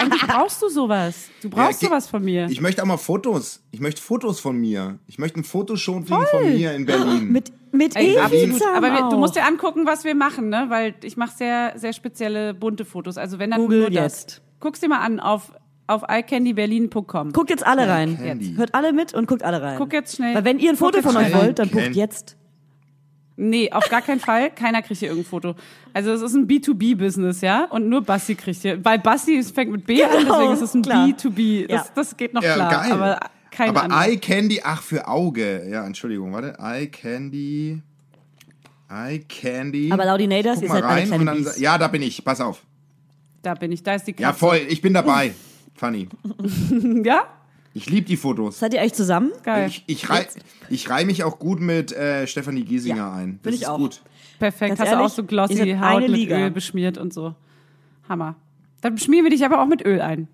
A: Eigentlich brauchst du sowas. Du brauchst
C: Ja, ge-
A: sowas von mir.
C: Ich möchte auch mal Fotos. Ich möchte Fotos von mir. Ich möchte ein Fotoshooting von mir in Berlin.
B: Mit, mit
A: Ey,
B: Evi
A: absolut.
B: zusammen
A: Aber wir,
B: auch.
A: du musst dir angucken, was wir machen, ne? Weil ich mache sehr, sehr spezielle bunte Fotos. Also wenn dann
B: Google
A: nur das.
B: jetzt.
A: Guck's dir mal an auf auf iCandyBerlin.com.
B: Guckt jetzt alle rein.
C: Candy.
B: Jetzt. Hört alle mit und guckt alle rein.
A: Guck jetzt schnell.
B: Weil wenn ihr ein
A: Guck
B: Foto
A: jetzt
B: von euch
C: schnell.
B: wollt, dann guckt
C: Candy.
B: jetzt.
A: Nee, auf gar keinen Fall. Keiner kriegt hier irgendein Foto. Also es ist ein B2B-Business, ja? Und nur Basti kriegt hier. Weil Basti es fängt mit B an,
B: Genau,
A: deswegen ist es ein
B: klar.
A: B2B. Das,
B: Ja.
A: das geht noch
C: ja,
A: klar.
C: geil.
A: Aber kein
C: aber
A: anderer.
C: Eye Candy, ach für Auge. Ja, Entschuldigung, warte. Eye Candy. Eye Candy.
B: Aber Laudinators,
C: Guck
B: ihr
C: mal
B: seid alle
C: rein
B: halt kleine
C: und dann,
B: Bies.
C: Ja, da bin ich. Pass auf.
A: Da bin ich, da ist die
C: Ja,
A: Katze.
C: voll. Ich bin dabei. Funny.
A: Ja,
C: Ich liebe die Fotos.
B: Seid ihr eigentlich zusammen?
A: Geil.
C: Ich, ich, rei ich reih mich auch gut mit äh, Stefanie Giesinger
B: Ja,
C: ein. Das
B: will ich
C: ist
B: auch.
C: gut.
A: Perfekt.
B: Ganz
A: Hast du
B: ehrlich,
A: auch so
B: ihr
A: glossy
B: seid
A: Haut
B: eine
A: mit
B: Liga.
A: Öl beschmiert und so. Hammer. Dann schmieren wir dich aber auch mit Öl ein.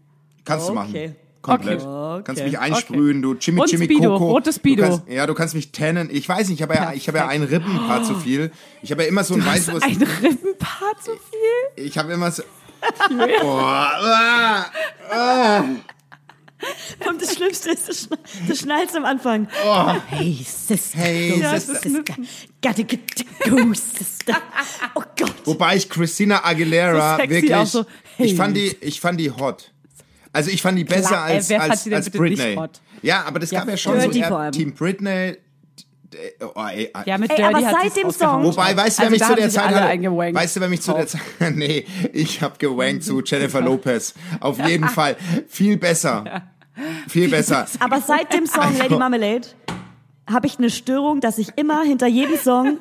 C: Kannst du
B: Okay.
C: machen. Komplett.
B: Okay.
C: Kannst mich einsprühen, du Jimmy
A: Und
C: Jimmy
A: Speedo,
C: Coco.
A: rotes Speedo.
C: Du kannst, ja, du kannst mich tannen. Ich weiß nicht, ich habe ja, ich habe ja einen Rippenpaar
A: Oh.
C: zu viel. Ich habe ja immer so ein weißes.
A: Ein Rippenpaar zu viel?
C: Ich habe immer so. Oh, ah,
B: Und das Schlimmste ist, du, schn du schnallst am Anfang.
A: Oh.
B: Hey, Sister.
C: Hey,
B: go,
C: Sister.
B: Sister. Gotta get to go, Sister. Oh Gott.
C: Wobei ich Christina Aguilera
A: So sexy auch
C: wirklich.
A: so,
C: Ich
A: hey.
C: fand die, ich fand die hot. Also ich fand die besser
A: Klar, ey,
C: als,
A: wer fand
C: als,
A: die denn
C: als
A: bitte nicht
C: Britney.
A: hot?
C: Ja, aber das gab ja schon so
B: Dirty
C: eher
B: vor allem.
C: Team Britney. d- Oh, ey,
A: Ja, mit
B: Ey,
A: Dirty
B: aber
A: hat
B: seit
A: sie's
B: dem
A: rausgehauen.
B: Song-
C: Wobei, weißt du,
A: Also
C: wer mich
A: da
C: zu
A: haben
C: der
A: sich
C: Zeit
A: alle
C: hatte?
A: eingewankt.
C: Weißt du, wer mich zu der Zeit. Nee, ich hab gewankt zu Jennifer Lopez. Auf jeden Fall. Viel besser. Viel besser.
B: Aber seit dem
C: Also.
B: Song Lady Marmalade habe ich eine Störung, dass ich immer hinter jedem Song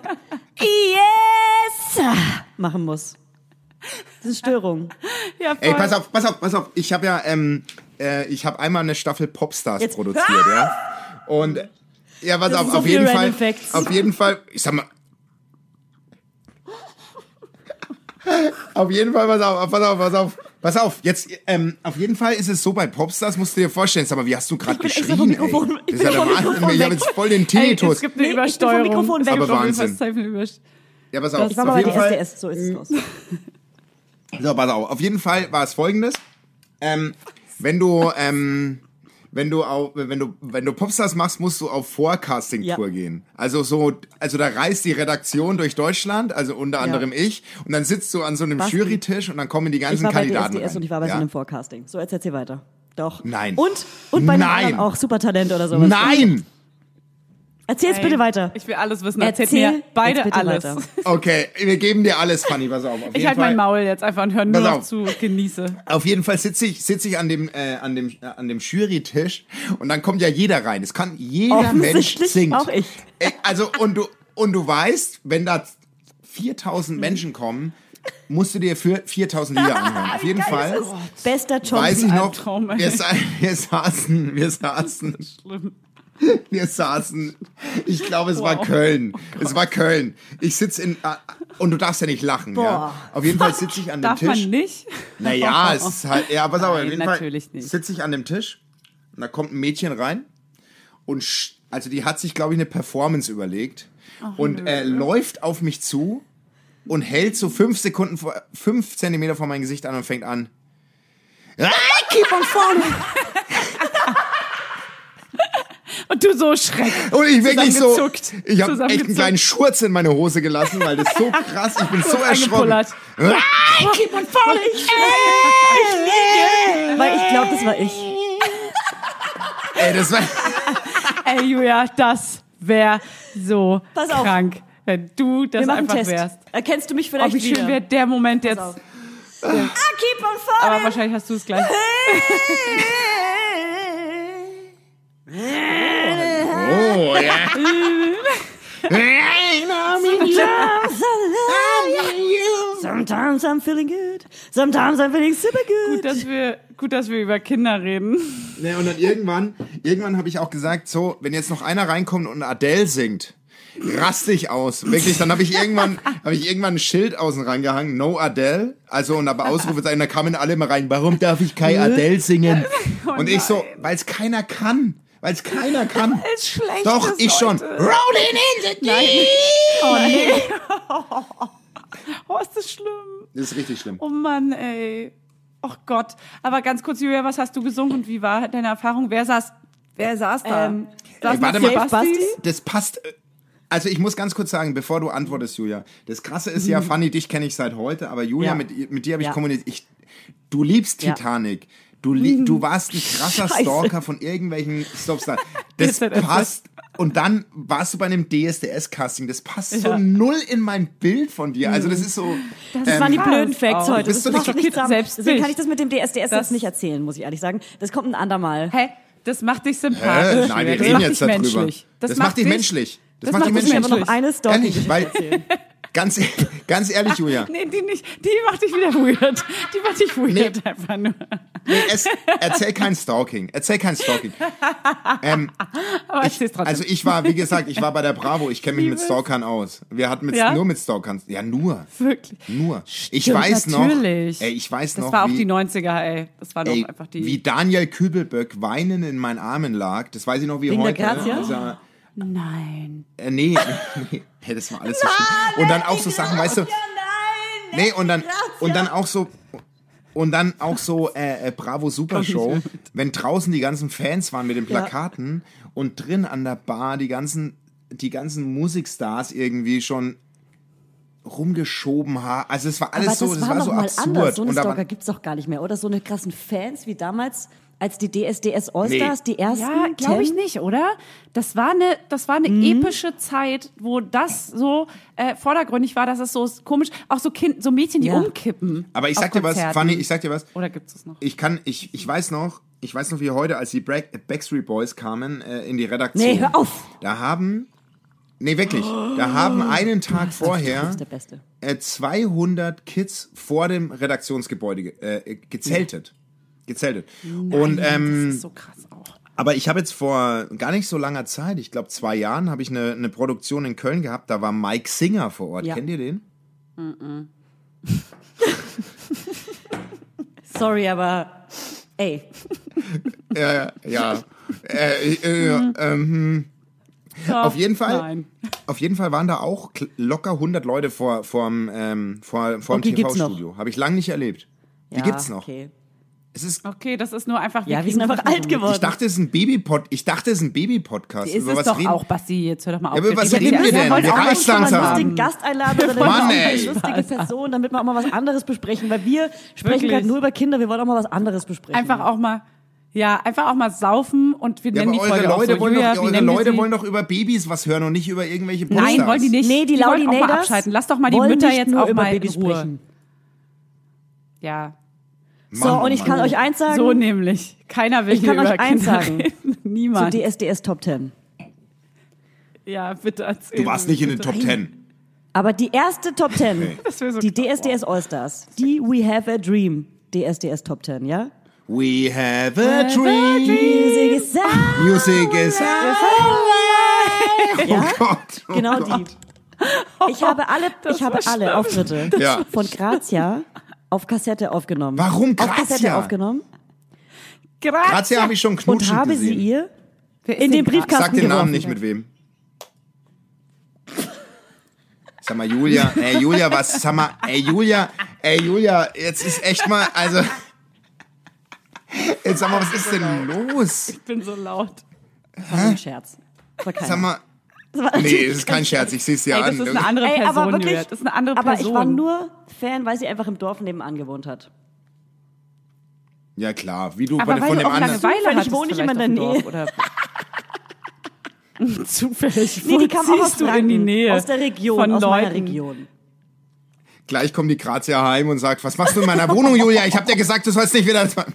B: Yes machen muss. Das ist eine Störung.
A: Ja, voll.
C: Ey, pass auf, pass auf, pass auf. Ich habe ja, ähm, äh, ich habe einmal eine Staffel Popstars
B: Jetzt-
C: produziert, ja. Und ja, pass
B: Das
C: auf,
B: sind so
C: auf
B: viele
C: jeden
B: Random
C: Fall,
B: Facts.
C: auf jeden Fall, ich sag mal. Auf jeden Fall, pass auf, pass auf, pass auf, pass auf. Jetzt, ähm, auf jeden Fall ist es so bei Popstars, musst du dir vorstellen, sag mal, wie hast du gerade
B: Ich bin extra
C: geschrien?
B: vom
C: ey?
B: Mikrofon- ich
C: das
B: bin
C: ist ja der
B: vom
C: Wahnsinn.
B: Mikrofon
C: Ich habe
B: weg.
C: jetzt voll den
A: Ey,
C: Tinnitus.
A: Es gibt eine
B: Nee, ich bin vom
A: Übersteuerung.
B: Mikrofon weg.
A: Es gibt
C: Aber
A: auf jeden Fall
C: Wahnsinn.
A: safe eine Überst-
C: Ja, pass auf.
B: Ich war
C: auf
B: mal bei
C: jeden Fall,
B: DSDS, so ist es los.
C: So, pass auf. Auf jeden Fall war es folgendes. Ähm, wenn du, ähm, wenn du auf, wenn du, wenn du Popstars machst, musst du auf Forecasting-Tour
B: Ja.
C: gehen. Also so, also da reist die Redaktion durch Deutschland, also unter anderem ich, und dann sitzt du an so einem
B: Basti.
C: Jurytisch und dann kommen die
B: Ich
C: ganzen
B: war bei
C: Kandidaten.
B: DSDS
C: rein.
B: und ich war bei
C: ja?
B: so einem Forecasting. So, jetzt erzähl weiter. Doch.
C: Nein.
B: Und, und bei
C: Nein.
B: den anderen auch Supertalent oder sowas.
C: Nein!
B: Erzähl's
A: Ey,
B: bitte weiter.
A: Ich will alles wissen. Erzählt
B: Erzähl
A: mir beide
B: jetzt bitte
A: alles.
B: weiter.
C: Okay, wir geben dir alles, Fanny, pass auf. auf
A: Ich
C: jeden
A: halte
C: Fall.
A: mein Maul jetzt einfach und höre nur
C: Pass
A: noch
C: auf.
A: zu. Genieße.
C: Auf jeden Fall sitze ich, sitz ich an dem, äh, an dem, äh, an dem Jury-Tisch und dann kommt ja jeder rein. Es kann jeder Mensch
B: Offensichtlich
C: singen.
B: auch ich.
C: Ey, Also, und du, und du weißt, wenn da 4000 Menschen kommen, musst du dir für 4000 Lieder anhören. Auf jeden Fall.
B: Bester Job.
C: Weiß ich noch,
A: Albtraum, ey.
C: wir, sa wir saßen, wir saßen,
A: Schlimm.
C: wir saßen, ich glaube, es war
A: Wow. Oh
C: Köln. es war Köln. Ich sitze in, äh, und du darfst ja nicht lachen, ja.
B: Boah.
C: Auf jeden Fall sitze ich an dem
A: Darf
C: Tisch.
A: man nicht?
C: Naja, es ist halt, ja, pass auf, auf
A: Nein,
C: jeden
A: natürlich
C: Fall
A: nicht.
C: sitze ich an dem Tisch und da kommt ein Mädchen rein und, sch- also die hat sich, glaube ich, eine Performance überlegt und äh, läuft auf mich zu und hält so fünf Sekunden, vor, fünf Zentimeter vor mein Gesicht an und fängt an. "Ah, Keep on falling.
A: Und du so schreck.
C: Und ich wirklich so,
A: Zusammengezuckt.
C: ich habe echt einen
A: Zusammengezuckt.
C: kleinen Schurz in meine Hose gelassen, weil das so krass, ich bin so erschrocken.
A: Eingepullert.
C: "Ah, Keep on falling. Ey,
B: Weil ich glaube, das war ich.
C: Ey, das war,
A: Ey, Julia, das wäre so
B: Pass auf.
A: krank, wenn du das
B: Wir machen einen
A: einfach
B: Test.
A: wärst.
B: Erkennst du mich
A: Oh,
B: vielleicht
A: wie schön
B: wieder?
A: wäre der Moment jetzt.
B: auf. I keep on falling.
A: Aber wahrscheinlich hast du es gleich.
C: Oh, ja. Rain on me,
B: Sometimes I love you.
C: you.
B: Sometimes I'm feeling good. Sometimes I'm feeling super good.
A: Gut, dass wir, gut, dass wir über Kinder reden.
C: Ne, und dann irgendwann, irgendwann habe ich auch gesagt, so, wenn jetzt noch einer reinkommt und Adele singt, raste ich aus. Wirklich, dann habe ich irgendwann, habe ich irgendwann ein Schild außen rangehangen, No Adele. Also und aber Ausrufezeichen, da kamen alle immer rein, warum darf ich Kai Adele singen?
A: Oh
C: Und ich so, weil es keiner kann. Weil es keiner kann.
A: Ist schlecht.
C: Doch, ich schon. Rolling in the deep.
A: Oh, nee. oh, ist das schlimm.
C: Das ist richtig schlimm.
A: Oh Mann, ey. Oh Gott. Aber ganz kurz, Julia, was hast du gesungen und wie war deine Erfahrung? Wer saß, wer saß da?
B: Ähm,
A: saß
C: Ey, warte
A: noch
C: mal.
A: Basti?
C: Das passt. äh, Also ich muss ganz kurz sagen, bevor du antwortest, Julia. Das Krasse ist ja, Fanny, dich kenne ich seit heute, aber Julia,
B: Ja.
C: mit, ihr- mit dir habe ich
B: Ja.
C: kommuniziert. Ich, du liebst
B: Ja.
C: Titanic. Du, li du warst ein krasser
B: Scheiße.
C: Stalker von irgendwelchen Stopstars. Das passt. Und dann warst du bei einem DSDS-Casting. Das passt so null in mein Bild von dir. Also das ist so... ähm,
B: Das waren die
A: krass.
B: blöden Facts
A: Oh,
B: heute.
C: bist
B: Das
C: du
B: passt
C: nicht
B: nicht zusammen.
A: selbst
B: Deswegen
A: nicht?
B: kann ich das mit dem DSDS
A: Das-
B: jetzt nicht erzählen, muss ich ehrlich sagen. Das kommt ein andermal.
A: Hä? Das macht dich sympathisch. Julia.
C: Äh, Nein, wir
A: Das
C: reden
A: macht
C: jetzt
A: dich
C: darüber.
A: menschlich.
C: Das, macht dich menschlich. Das, macht dich
B: Ich muss mir aber
C: menschlich.
B: noch eine Story
C: Ehrlich, weil... Ganz, ganz ehrlich, Julia.
A: Nee, die nicht. Die macht dich wieder weird. Die macht dich weird einfach nur.
C: Nee, es, erzähl kein Stalking. Erzähl kein Stalking. Ähm,
A: Aber ich, ich trotzdem.
C: also ich war, wie gesagt, ich war bei der Bravo. Ich kenne mich mit Stalkern aus. Wir hatten mit,
A: Ja?
C: nur mit Stalkern. Ja, nur.
A: wirklich.
C: Nur. ich
A: Stimmt,
C: weiß
A: natürlich.
C: noch. Ey, ich weiß
A: das
C: noch,
A: war auch
C: wie,
A: die 90er, ey. Das war doch
C: ey,
A: einfach die.
C: wie Daniel Kübelböck weinend in meinen Armen lag. Das weiß ich noch wie
B: Wegen der
C: heute. ne?
B: Grazia?
C: Dieser-
A: Nein.
C: Äh, nee, nee, hey, das war alles so schlimm. Und dann auch so Sachen, weißt du. Nee, und dann, und dann auch so. Und dann auch so äh, äh, Bravo Super Show, wenn draußen die ganzen Fans waren mit den Plakaten und drin an der Bar die ganzen, die ganzen Musikstars irgendwie schon rumgeschoben haben. Also es war alles
B: Aber
C: so,
B: das
C: das
B: war
C: war
B: noch
C: so
B: mal
C: absurd.
B: anders. So eine
C: und da
B: Stalker
C: waren,
B: gibt's doch gar nicht mehr, oder? So eine krassen Fans wie damals, als die DSDS Allstars, die ersten.
A: Ja, glaube ich
B: Ten-
A: nicht, oder? Das war eine, das war eine epische Zeit, wo das so äh, vordergründig war, dass es so komisch, auch so Kind, so Mädchen, die
B: Ja.
A: umkippen.
C: aber ich
A: auf
C: sag dir was,
A: Konzerten.
C: Fanny, ich sag dir was.
A: Oder gibt es das noch?
C: Ich kann, ich, ich weiß noch, ich weiß noch wie heute, als die Bra Backstreet Boys kamen äh, in die Redaktion.
B: Nee, hör auf!
C: Da haben, nee wirklich, da haben einen Tag
B: Das
C: vorher
B: ist der Beste.
C: äh, 200 Kids vor dem Redaktionsgebäude ge- äh, gezeltet. Gezeltet. Und ähm,
A: das ist so krass auch.
C: aber ich habe jetzt vor gar nicht so langer Zeit, ich glaube zwei Jahren, habe ich eine, eine Produktion in Köln gehabt. Da war Mike Singer vor Ort.
B: Ja.
C: Kennt ihr den?
B: Sorry, aber ey,
C: Ja. äh, äh, ähm, auf jeden Fall.
A: Nein.
C: Auf jeden Fall waren da auch kl- locker 100 Leute vor vorm ähm, vor vorm
B: Und die gibt's noch?
C: TV-Studio. Habe ich lange nicht erlebt. Die
B: ja,
C: gibt's noch.
B: Okay.
C: Es ist
A: Okay, das ist nur einfach.
B: Ja, wir sind
A: kriegen-
B: einfach alt geworden.
C: Ich dachte, es ist ein Baby-Pod. Ich dachte, es ist ein Baby-Podcast.
A: Ist
C: Über
A: es
C: was
A: doch
C: reden?
A: auch, Basti, jetzt hör doch mal auf.
C: Ja, aber
A: Jetzt
C: was
A: reden
C: reden wir
A: wir
C: denn?
A: wollen
C: Wir
A: auch
C: reicht's
A: schon mal
B: Mal
C: langsam.
B: einen
A: haben.
B: lustigen Gast einladen oder dann
C: Mann,
B: auch eine
C: ey.
B: lustige Person, damit wir auch mal was anderes besprechen, weil wir sprechen
A: Wirklich.
B: gerade nur über Kinder, wir wollen auch mal was anderes besprechen.
A: Einfach auch mal. Ja, einfach auch mal saufen und wir
C: Ja,
A: nennen
C: aber
A: die
C: eure
A: Folge
C: Leute,
A: auch so.
C: wollen,
A: Julia,
C: doch,
A: wie
C: eure
A: nennen wir
C: Leute
A: sie?
C: wollen doch über Babys was hören und nicht über irgendwelche Posters.
A: Nein, wollen die nicht.
B: Nee, die
A: die wollen auch mal
B: Laudinators
A: abschalten. Lass doch mal die
B: wollen
A: Mütter
B: nicht
A: jetzt
B: nur
A: auch
B: über
A: mal in
B: Babys
A: Ruhe.
B: sprechen.
A: Ja.
B: So,
C: Mann, oh
B: und ich kann
C: Mann.
B: euch eins sagen.
A: So nämlich. Keiner will
B: Ich kann
A: hier
B: euch
A: über
B: eins
A: Kinder
B: sagen.
A: reden.
B: zu
A: Niemand.
B: DSDS Top 10.
A: ja, bitte erzähl.
C: Du warst
A: mir,
C: nicht in den
A: bitte.
C: Top Ten.
B: Aber die erste Top 10,
A: Das wär so
B: die
A: krass.
B: DSDS Allstars, die We Have a Dream DSDS Top 10, ja?
C: We have a dream.
B: Music is out.
C: Music is Oh Gott. Oh
B: Genau
C: Gott.
B: die. Ich habe alle, ich habe alle Auftritte
C: Ja.
B: von Grazia auf Kassette aufgenommen.
C: Warum
B: Auf Kassette
C: Grazia?
B: aufgenommen
A: Grazie.
C: Grazia habe ich schon
B: und
C: knutschen
B: habe sie
C: gesehen.
B: ihr
A: Wer ist
B: in den
A: denn Gra-
B: Briefkasten
C: Sag den
B: geworfen.
C: Namen nicht mit wem. Sag mal, Julia, ey, Julia, was, sag mal, ey, Julia, ey, Julia, jetzt ist echt mal, also, jetzt sag mal, was ist denn los?
A: Ich bin so laut.
B: Das war nur ein Scherz. Das war
C: Sag
B: keiner.
C: mal, nee, das ist kein Scherz, ich seh's dir
A: Ey, das
C: an. ne?
A: ist eine andere
B: Ey,
A: Person,
B: aber wirklich,
A: Julia. Das ist eine andere
B: aber
A: Person.
B: ich war nur Fan, weil sie einfach im Dorf nebenan gewohnt hat.
C: Ja, klar, wie du
A: aber
C: von,
A: weil
C: von
A: du
C: dem
A: auch
C: anderen.
B: Zufällig
A: Langeweile hattest
B: wohne ich
A: vielleicht
B: immer
A: auf
B: in
A: dem
B: der
A: Dorf, oder? Zufällig.
B: Nee,
A: Wo
B: die kam auch aus
A: ziehst du in die
B: Franken,
A: Nähe
B: aus der Region,
A: von
B: aus meiner
A: Leuten?
B: Region.
C: Gleich kommt die Grazia heim und sagt, was machst du in meiner Wohnung, Julia? Ich hab dir gesagt, du sollst nicht wieder.
B: Fuck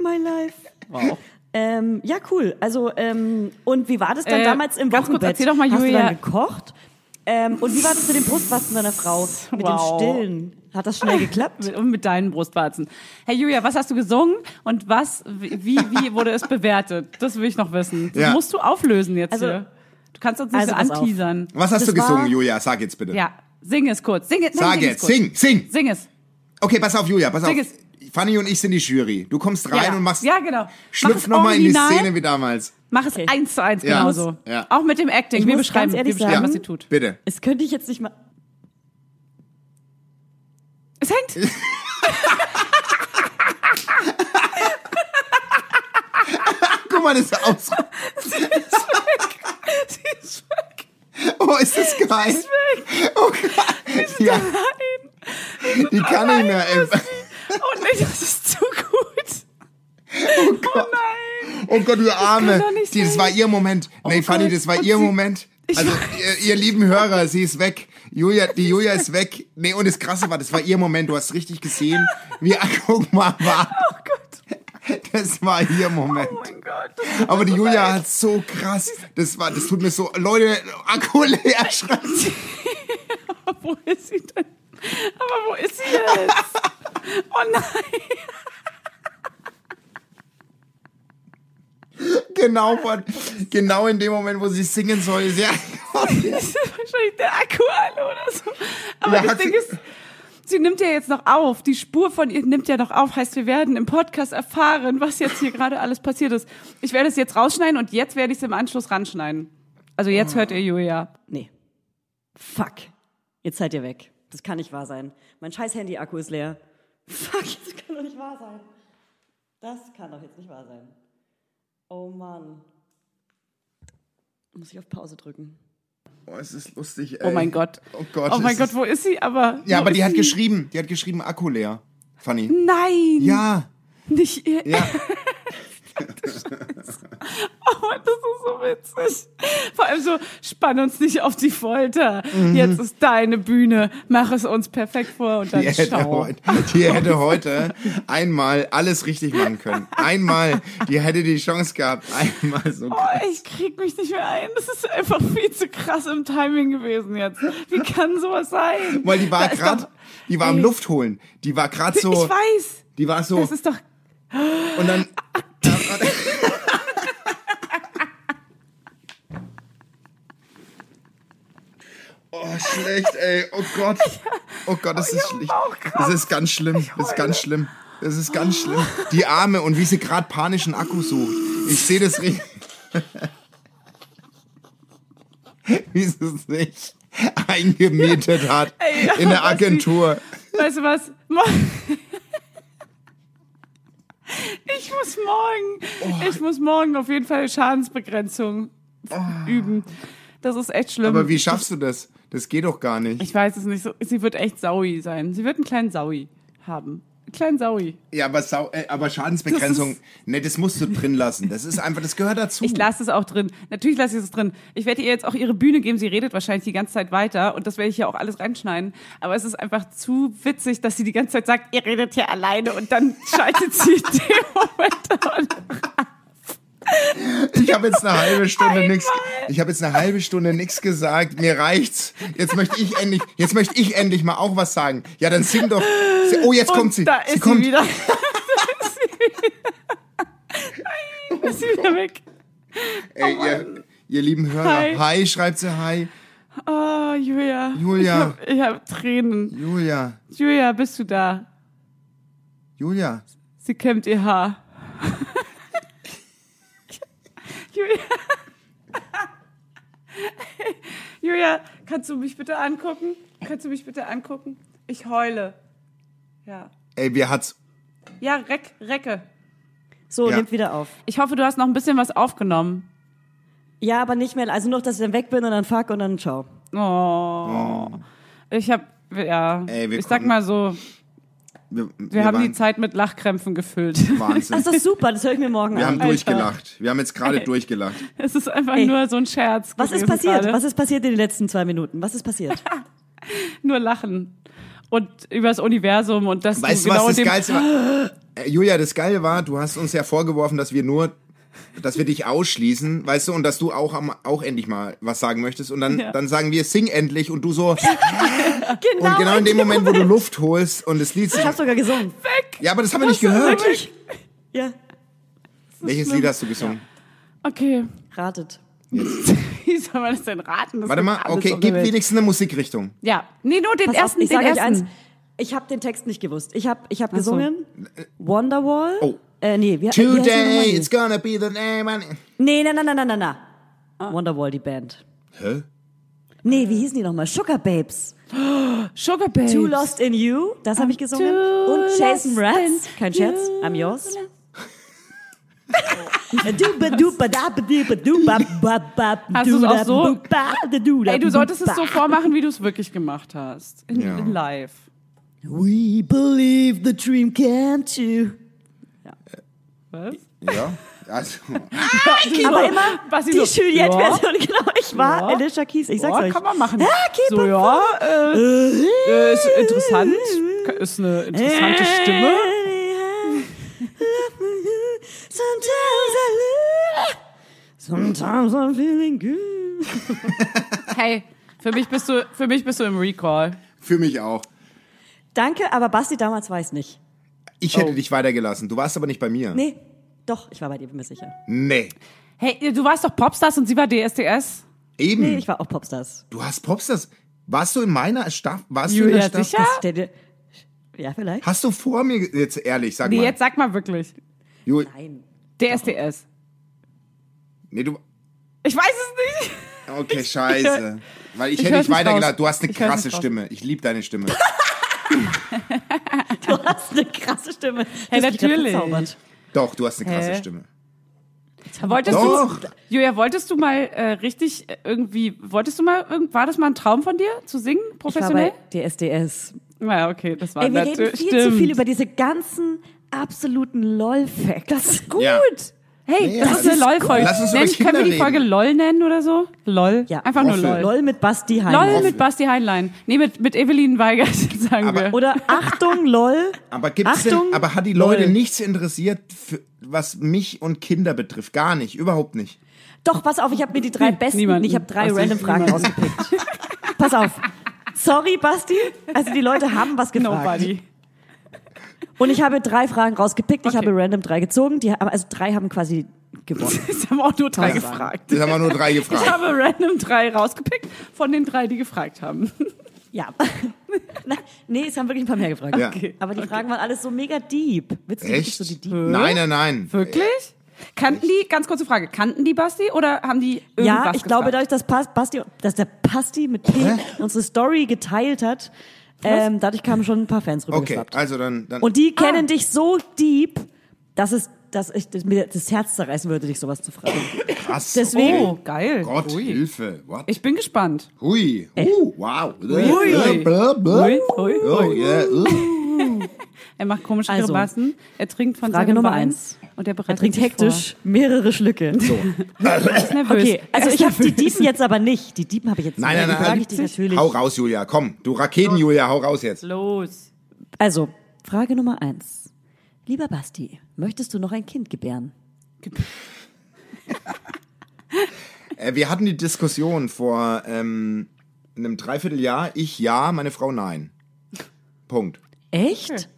B: my life. Ähm, ja, cool. Also, ähm, und wie war das dann
A: Äh,
B: damals im
A: ganz kurz,
B: Wochenbett?
A: erzähl doch mal,
B: Hast du
A: Julia.
B: dann gekocht? Ähm, und wie war das mit dem Brustwarzen deiner Frau? Mit
A: Wow.
B: dem Stillen? Hat das schnell geklappt?
A: Mit, und mit deinen Brustwarzen. Hey Julia, was hast du gesungen und was, wie, wie wurde es bewertet? Das will ich noch wissen. Das
C: Ja.
A: musst du auflösen jetzt
B: Also,
A: hier. Du kannst uns nicht
B: Also
A: so
B: pass auf.
A: anteasern.
C: Was hast
B: Das
C: du gesungen,
B: war-
C: Julia? Sag jetzt bitte.
A: Ja, sing es kurz. Sing, es- nein,
C: Sag
A: sing
C: jetzt,
A: es kurz.
C: sing, sing.
A: Sing es.
C: Okay, pass auf, Julia, pass auf.
A: Sing es.
C: Fanny und ich sind die Jury. Du kommst rein
A: ja.
C: und machst,
A: Ja, genau. Mach
C: schlüpf
A: es
C: nochmal in die
A: original.
C: Szene wie damals.
A: Mach es
B: Okay.
A: eins zu eins,
C: Ja.
A: genauso.
C: Ja.
A: Auch mit dem Acting.
B: Ich
A: wir
B: muss
A: beschreiben,
B: ganz ehrlich
A: wir beschreiben
B: sagen-
A: was sie tut.
C: Bitte.
B: Das könnte ich jetzt nicht mal.
A: Es hängt.
C: Guck mal, das aus.
A: Sie ist weg.
C: Oh, ist das geil. Oh, geil. Ja,
A: Nein.
C: die kann nicht mehr. Ey.
A: Oh nein, das ist zu gut. Oh, nein.
C: Oh Gott, ihr Arme.
A: doch nicht
C: die, das
A: sein. Oh
C: war ihr Moment. nee, Fanny,
A: Gott.
C: das war
A: Und
C: ihr
A: sie-
C: Moment.
A: Ich
C: Also,
A: weiß.
C: ihr, ihr lieben Hörer, sie ist weg. Julia, die Julia ist weg. Nee, und das Krasse war, das war ihr Moment. Du hast richtig gesehen. Wie, guck mal, war.
A: Oh Gott.
C: Das war ihr Moment.
A: Oh mein Gott. Das tut
C: Aber
A: mir
C: die
A: so
C: Julia
A: leid.
C: hat so krass. Das war, das tut mir so. Leute, Akku leer schreibt.
A: Wo ist sie denn? Aber wo ist sie jetzt? Oh nein.
C: Genau, von, genau in dem Moment, wo sie singen soll. Ist ja,
A: Das ist wahrscheinlich der Akku alle oder so. Aber
C: Ja,
A: das
C: hat
A: Ding
C: sie-
A: ist, sie nimmt ja jetzt noch auf. Die Spur von ihr nimmt ja noch auf. Heißt, wir werden im Podcast erfahren, was jetzt hier gerade alles passiert ist. Ich werde es jetzt rausschneiden und jetzt werde ich es im Anschluss ranschneiden. Also jetzt hört ihr Julia.
B: Nee. Fuck. Jetzt seid ihr weg. Das kann nicht wahr sein. Mein scheiß Handy-Akku ist leer. Fuck, das kann doch nicht wahr sein. Das kann doch jetzt nicht wahr sein. Oh Mann. Muss ich auf Pause drücken?
C: oh, es ist lustig. Ey.
A: Oh mein Gott.
C: Oh Gott.
A: Oh
C: es
A: mein
C: ist-
A: Gott, wo ist sie? Aber
C: Ja,
A: wo
C: aber die
A: ist
C: hat
A: sie?
C: geschrieben. Die hat geschrieben, Akku leer. Fanny.
A: Hm. Nein,
C: Ja,
A: nicht ihr.
C: ja.
A: Oh, das ist so witzig. Vor allem so, spann uns nicht auf die Folter.
C: Mhm.
A: Jetzt ist deine Bühne. Mach es uns perfekt vor und dann
C: Die hätte,
A: schau.
C: heute, die hätte heute einmal alles richtig machen können. Einmal, die hätte die Chance gehabt. Einmal so.
A: Oh, ich krieg mich nicht mehr ein. Das ist einfach viel zu krass im Timing gewesen jetzt. Wie kann sowas sein?
C: Weil die war
A: Da ist
C: gerade,
A: doch-
C: die war am
A: Ey.
C: Luft holen. Die war gerade so,
A: Ich weiß.
C: die war so
A: Das ist doch.
C: und dann. Oh, schlecht, ey. Oh Gott. Oh Gott, das ist schlecht. Das ist ganz schlimm. Das ist ganz schlimm. Das ist ganz schlimm. Die Arme und wie sie gerade panischen Akku sucht. Ich sehe das richtig. Wie sie es nicht eingemietet hat
A: Ey,
C: in der
A: was sie-
C: Agentur.
A: Weißt du was? Mo- Ich muss morgen,
C: Oh.
A: ich muss morgen auf jeden Fall Schadensbegrenzung üben. Das ist echt schlimm.
C: Aber wie schaffst du das? Das geht doch gar nicht.
A: Ich weiß es nicht. so- Sie wird echt Saui sein. Sie wird einen kleinen Saui haben. Einen kleinen Saui.
C: Ja, aber, Sau äh, aber Schadensbegrenzung, ne, das musst du drin lassen. Das ist einfach, das gehört dazu.
A: Ich lasse es auch drin. Natürlich lasse ich es drin. Ich werde ihr jetzt auch ihre Bühne geben. Sie redet wahrscheinlich die ganze Zeit weiter und das werde ich ja auch alles reinschneiden. Aber es ist einfach zu witzig, dass sie die ganze Zeit sagt, ihr redet hier alleine und dann schaltet sie in dem Moment an.
C: ich habe jetzt eine halbe Stunde nichts. Ich habe jetzt eine halbe Stunde nichts gesagt. Mir reicht's. Jetzt möchte ich endlich, jetzt möchte ich endlich mal auch was sagen. Ja, dann sing doch. Sie- Oh, jetzt kommt
A: und
C: sie.
A: Da ist sie,
C: kommt.
A: wieder. da ist sie wieder. Nein, da ist sie wieder weg.
C: Ey, ihr, ihr lieben Hörer. Hi.
A: Oh Hi.
C: schreibt sie. Hi,
A: Oh, Julia.
C: Julia.
A: Ich habe hab Tränen.
C: Julia.
A: Julia, bist du da?
C: Julia.
A: Sie kämmt ihr Haar. Julia. Julia, kannst du mich bitte angucken? Kannst du mich bitte angucken? Ich heule. Ja.
C: Ey, wir hat's.
A: Ja, Reck, Recke.
B: So,
C: Ja.
B: nehmt wieder auf.
A: Ich hoffe, du hast noch ein bisschen was aufgenommen.
B: Ja, aber nicht mehr. Also noch, dass ich dann weg bin und dann fuck und dann ciao.
A: Oh. Ich hab, ja.
C: Ey, wir
A: ich sag
C: konnten-
A: mal so,
C: Wir,
A: wir, haben
C: waren
A: die Zeit Also, mit Lachkrämpfen gefüllt.
B: Das
C: Wahnsinn.
B: ist doch super, das höre ich mir morgen
C: Wir
B: an.
C: haben durchgelacht. Wir haben jetzt gerade durchgelacht.
A: Es ist einfach
B: Ey.
A: nur so ein Scherz.
B: Was ist
A: gewesen
B: passiert?
A: gerade.
B: Was ist passiert in den letzten zwei Minuten? Was ist passiert?
A: nur lachen. Und über das Universum und das
C: Weißt du,
A: genau
C: was das
A: dem
C: Geilste war? Äh, Julia, das Geile war, du hast uns ja vorgeworfen, dass wir nur, dass wir dich ausschließen, weißt du, und dass du auch, am, auch endlich mal was sagen möchtest. Und dann,
A: Ja.
C: dann sagen wir, sing endlich und du so. genau und genau in dem Moment, wo du Luft holst und das Lied
B: Ich habe
C: singst.
B: sogar gesungen.
C: Ja, aber das haben wir nicht
A: ist
C: gehört.
A: wirklich-
B: Ja,
C: Welches Lied hast du gesungen?
A: Okay.
B: ratet.
A: Wie soll man das denn raten? Das
C: Warte
A: gibt's
C: mal,
A: alles
C: okay,
A: auf der
C: gib
A: Welt.
C: wenigstens eine Musikrichtung.
A: Ja, nee, nur den
B: Pass
A: ersten,
B: auf, ich
A: den
B: sage euch
A: ersten.
B: eins. Ich habe den Text nicht gewusst. Ich habe ich hab
A: so.
B: gesungen Wonderwall.
C: Äh, Oh.
B: Äh, nee, wie, wie heißt die Nummer
C: Today
B: hier?
C: it's gonna be the name. I-
B: Nee, na, na, na, na, na, na.
A: Ah.
B: Wonderwall, die Band.
C: Hä?
B: Nee, wie hießen die nochmal? Sugar Babes.
A: Sugar Babes.
B: Too Lost in You, das habe ich gesungen.
A: too
B: Und Jason
A: lost
B: Mraz,
A: in
B: kein Scherz,
A: you.
B: I'm yours. Hast
A: Hast du's auch so? Ey, du solltest es so vormachen, wie du es wirklich gemacht hast. In,
C: Ja.
A: in live.
B: We believe the dream can too.
A: Was?
C: Ja, also.
B: Aber immer
A: was sie
B: die
A: so-
B: Juliette-Version, genau. Ich war
A: Ja.
B: Alicia Keys, ich sag's
A: ja,
B: euch.
A: kann man machen.
B: Ja, keep
A: so,
B: on
A: ja, äh, äh, ist interessant. Ist eine interessante Stimme.
B: Sometimes I lose. Sometimes I'm feeling good.
A: Hey, für mich bist du, für mich bist du im Recall.
C: Für mich auch.
B: Danke, aber Basti damals war ich's nicht.
C: Ich
A: Oh.
C: hätte dich weitergelassen. Du warst aber nicht bei mir.
B: Nee, doch, ich war bei dir, bin mir sicher.
C: Nee.
A: Hey, du warst doch Popstars und sie war DSDS.
C: Eben.
B: Nee, ich war auch Popstars.
C: Du hast Popstars. Warst du in meiner Staffel? Warst du in der
A: Julia,
C: Staffel?
A: sicher?
B: Das, der, der, ja, vielleicht.
C: Hast du vor mir ge- jetzt ehrlich, sag
A: Nee,
C: mal.
A: jetzt sag mal wirklich.
C: Ju-
B: Nein.
A: DSDS.
C: Nee, du.
A: Ich weiß es nicht.
C: Okay, scheiße. Weil ich,
A: Ich
C: hätte
A: hör's
C: dich
A: nicht
C: weitergelassen.
A: raus.
C: Du hast eine
A: Ich hör's
C: krasse
A: nicht raus.
C: Stimme. Ich liebe deine Stimme.
B: Du hast eine krasse Stimme.
A: Hey,
B: Du hast mich grad
A: natürlich.
B: verzaubert.
C: Doch, du hast eine krasse
A: Hä?
C: Stimme.
A: Wolltest
C: Doch.
A: du, Julia, wolltest du mal äh, richtig äh, irgendwie, wolltest du mal, irgend- war das mal ein Traum von dir, zu singen,
B: Ich war bei
A: professionell?
B: DSDS.
A: Naja, okay, das war
B: Ey, wir
A: natürlich-
B: reden viel zu
A: Ah, stimmt.
B: viel über diese ganzen absoluten LOL-Facts. Das ist gut.
C: Ja.
A: Hey,
C: Nee,
A: das
C: das
A: ist eine
C: ist
A: LOL-Folge.
C: gut. Lass uns über
A: Nennen-
C: Kinder
A: Können wir die
C: reden.
A: Folge LOL nennen oder so? LOL?
B: Ja.
A: Einfach nur
C: Roffel.
A: LOL. LOL,
B: LOL mit Basti Heinlein.
A: mit Basti Heinlein. Nee, mit, mit Evelyn Weigert, sagen
C: Aber-
A: wir.
B: Oder Achtung, LOL.
C: Aber gibt's
B: Achtung,
C: denn, aber hat die Leute
B: lol.
C: nichts interessiert, für, was mich und Kinder betrifft? Gar nicht, überhaupt nicht.
B: Doch, pass auf, ich habe mir die drei besten,
A: niemanden.
B: ich habe drei
A: Basti,
B: random Fragen
A: niemanden.
B: ausgepickt. pass auf. Sorry, Basti. Also die Leute haben was gefragt.
A: Nobody.
B: Und ich habe drei Fragen rausgepickt. Ich
A: Okay.
B: habe random drei gezogen. Die, haben- also drei haben quasi gewonnen.
A: Das haben auch nur drei
B: Kann man
A: gefragt.
C: Das haben wir nur drei gefragt.
A: Ich habe random drei rausgepickt von den drei, die gefragt haben.
B: Ja. Na, nee, es haben wirklich ein paar mehr gefragt.
C: Ja.
A: Okay.
B: Aber die Fragen waren alles so mega deep. Willst du wirklich
C: Echt? Hm?
B: so die deep?
C: nein, nein, nein.
A: Wirklich? Kannten die, ganz kurze Frage, kannten die Basti oder haben die irgendwas
B: Ja, ich glaube,
A: gefragt?
B: dadurch, dass, Pas Basti, dass der Pasti mit P
C: Hä?
B: unsere Story geteilt hat, ähm, dadurch kamen schon ein paar Fans
C: Okay,
B: rübergeschwappt.
C: also dann, dann
B: Und die kennen dich so deep, dass es dass ich dass mir das Herz zerreißen würde, dich sowas zu fragen.
C: krass.
B: deswegen-
A: Oh, geil.
C: Gott,
A: Ui.
C: Hilfe. What?
A: Ich bin gespannt.
C: Hui.
A: Eh.
C: Uh, wow.
A: Hui.
C: Blah, blah.
A: Hui, hui,
C: Oh, yeah. uh.
A: Er macht komische
B: Also,
A: Grimassen. Er trinkt von
B: Frage
A: seinem
B: Nummer
A: Wein
B: eins.
A: Und er bereitet
B: Er trinkt
A: sich
B: hektisch mehrere Schlücke.
A: Vor. Er ist nervös.
B: Okay, also
A: Er ist
B: ich habe die
A: nervös.
B: Diepen jetzt aber nicht. Die Diepen habe ich jetzt
C: Nein,
B: nicht. Die
C: nein, nein.
B: frage ich dich natürlich.
C: Hau raus, Julia. Komm, du Raketen-Julia, hau raus jetzt.
A: Los.
B: Also, Frage Nummer eins. Lieber Basti, möchtest du noch ein Kind gebären?
C: Äh, wir hatten die Diskussion vor ähm, einem Dreivierteljahr. Ich ja, meine Frau nein. Punkt.
B: Echt?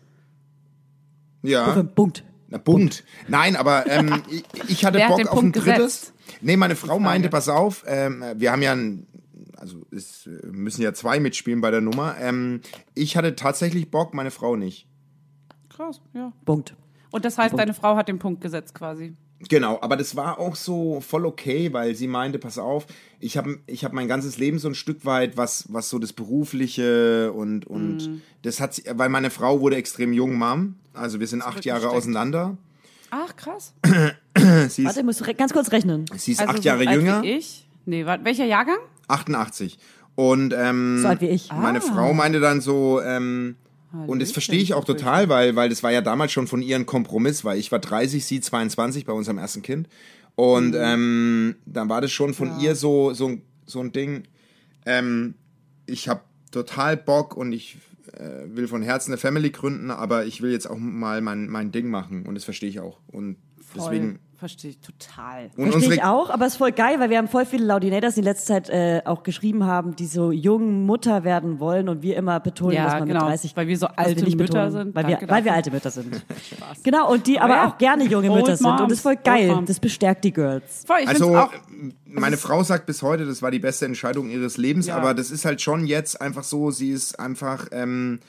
C: Ja.
B: Auf einen Punkt.
C: Na, Punkt. Nein, aber ähm, ich, ich hatte
A: Wer hat
C: Bock
A: den
C: auf ein
A: Punkt
C: drittes. Nee, meine Frau meinte, pass auf, ähm, wir haben ja ein, also es müssen ja zwei mitspielen bei der Nummer. Ähm, ich hatte tatsächlich Bock, meine Frau nicht.
A: Krass, ja.
B: Punkt.
A: Und das heißt, deine Frau hat den Punkt gesetzt quasi.
C: Genau, aber das war auch so voll okay, weil sie meinte, pass auf, ich habe ich hab mein ganzes Leben so ein Stück weit, was, was so das Berufliche und, und
A: Mhm.
C: das hat sie, weil meine Frau wurde extrem jung Mom, also wir sind acht Jahre auseinander.
A: Ach, krass.
C: Sie
B: Warte,
C: ist,
B: ich muss re- ganz kurz rechnen.
C: sie ist
A: Also
C: acht
A: so
C: Jahre
A: alt
C: jünger.
A: Wie ich? Nee, wa- welcher Jahrgang?
C: 88. Und ähm,
B: So alt wie ich.
C: meine Frau meinte dann so, ähm,
B: Ah,
C: und das verstehe ich auch total, weil, weil das war ja damals schon von ihr ein Kompromiss, weil ich war 30, sie 22 bei unserem ersten Kind. Und
B: Mhm.
C: ähm, dann war das schon von ihr so, so, ein- so ein Ding, ähm, ich habe total Bock und ich äh, will von Herzen eine Family gründen, aber ich will jetzt auch mal mein, mein Ding machen und das verstehe ich auch. Und Deswegen-
A: Verstehe ich total.
B: Verstehe
C: Und
B: ich
C: unsere-
B: auch, aber es ist voll geil, weil wir haben voll viele Laudinators, die in letzter Zeit äh, auch geschrieben haben, die so jung Mutter werden wollen und wir immer betonen,
A: Ja,
B: dass man
A: genau,
B: mit 30...
A: weil wir so
B: dass wir
A: alte
B: nicht
A: Mütter
B: betonen,
A: sind.
B: Weil
A: Danke
B: wir, weil wir
A: dafür.
B: alte Mütter sind. genau, und die aber
A: ja.
B: auch gerne junge
A: Old
B: Mütter sind. Und
A: Moms,
B: das ist voll
A: Old
B: geil.
A: Moms.
B: Das bestärkt die Girls.
A: Voll, ich
C: Also,
A: find's auch,
C: meine Frau sagt bis heute, das war die beste Entscheidung ihres Lebens,
A: Ja.
C: aber das ist halt schon jetzt einfach so, sie ist einfach ähm,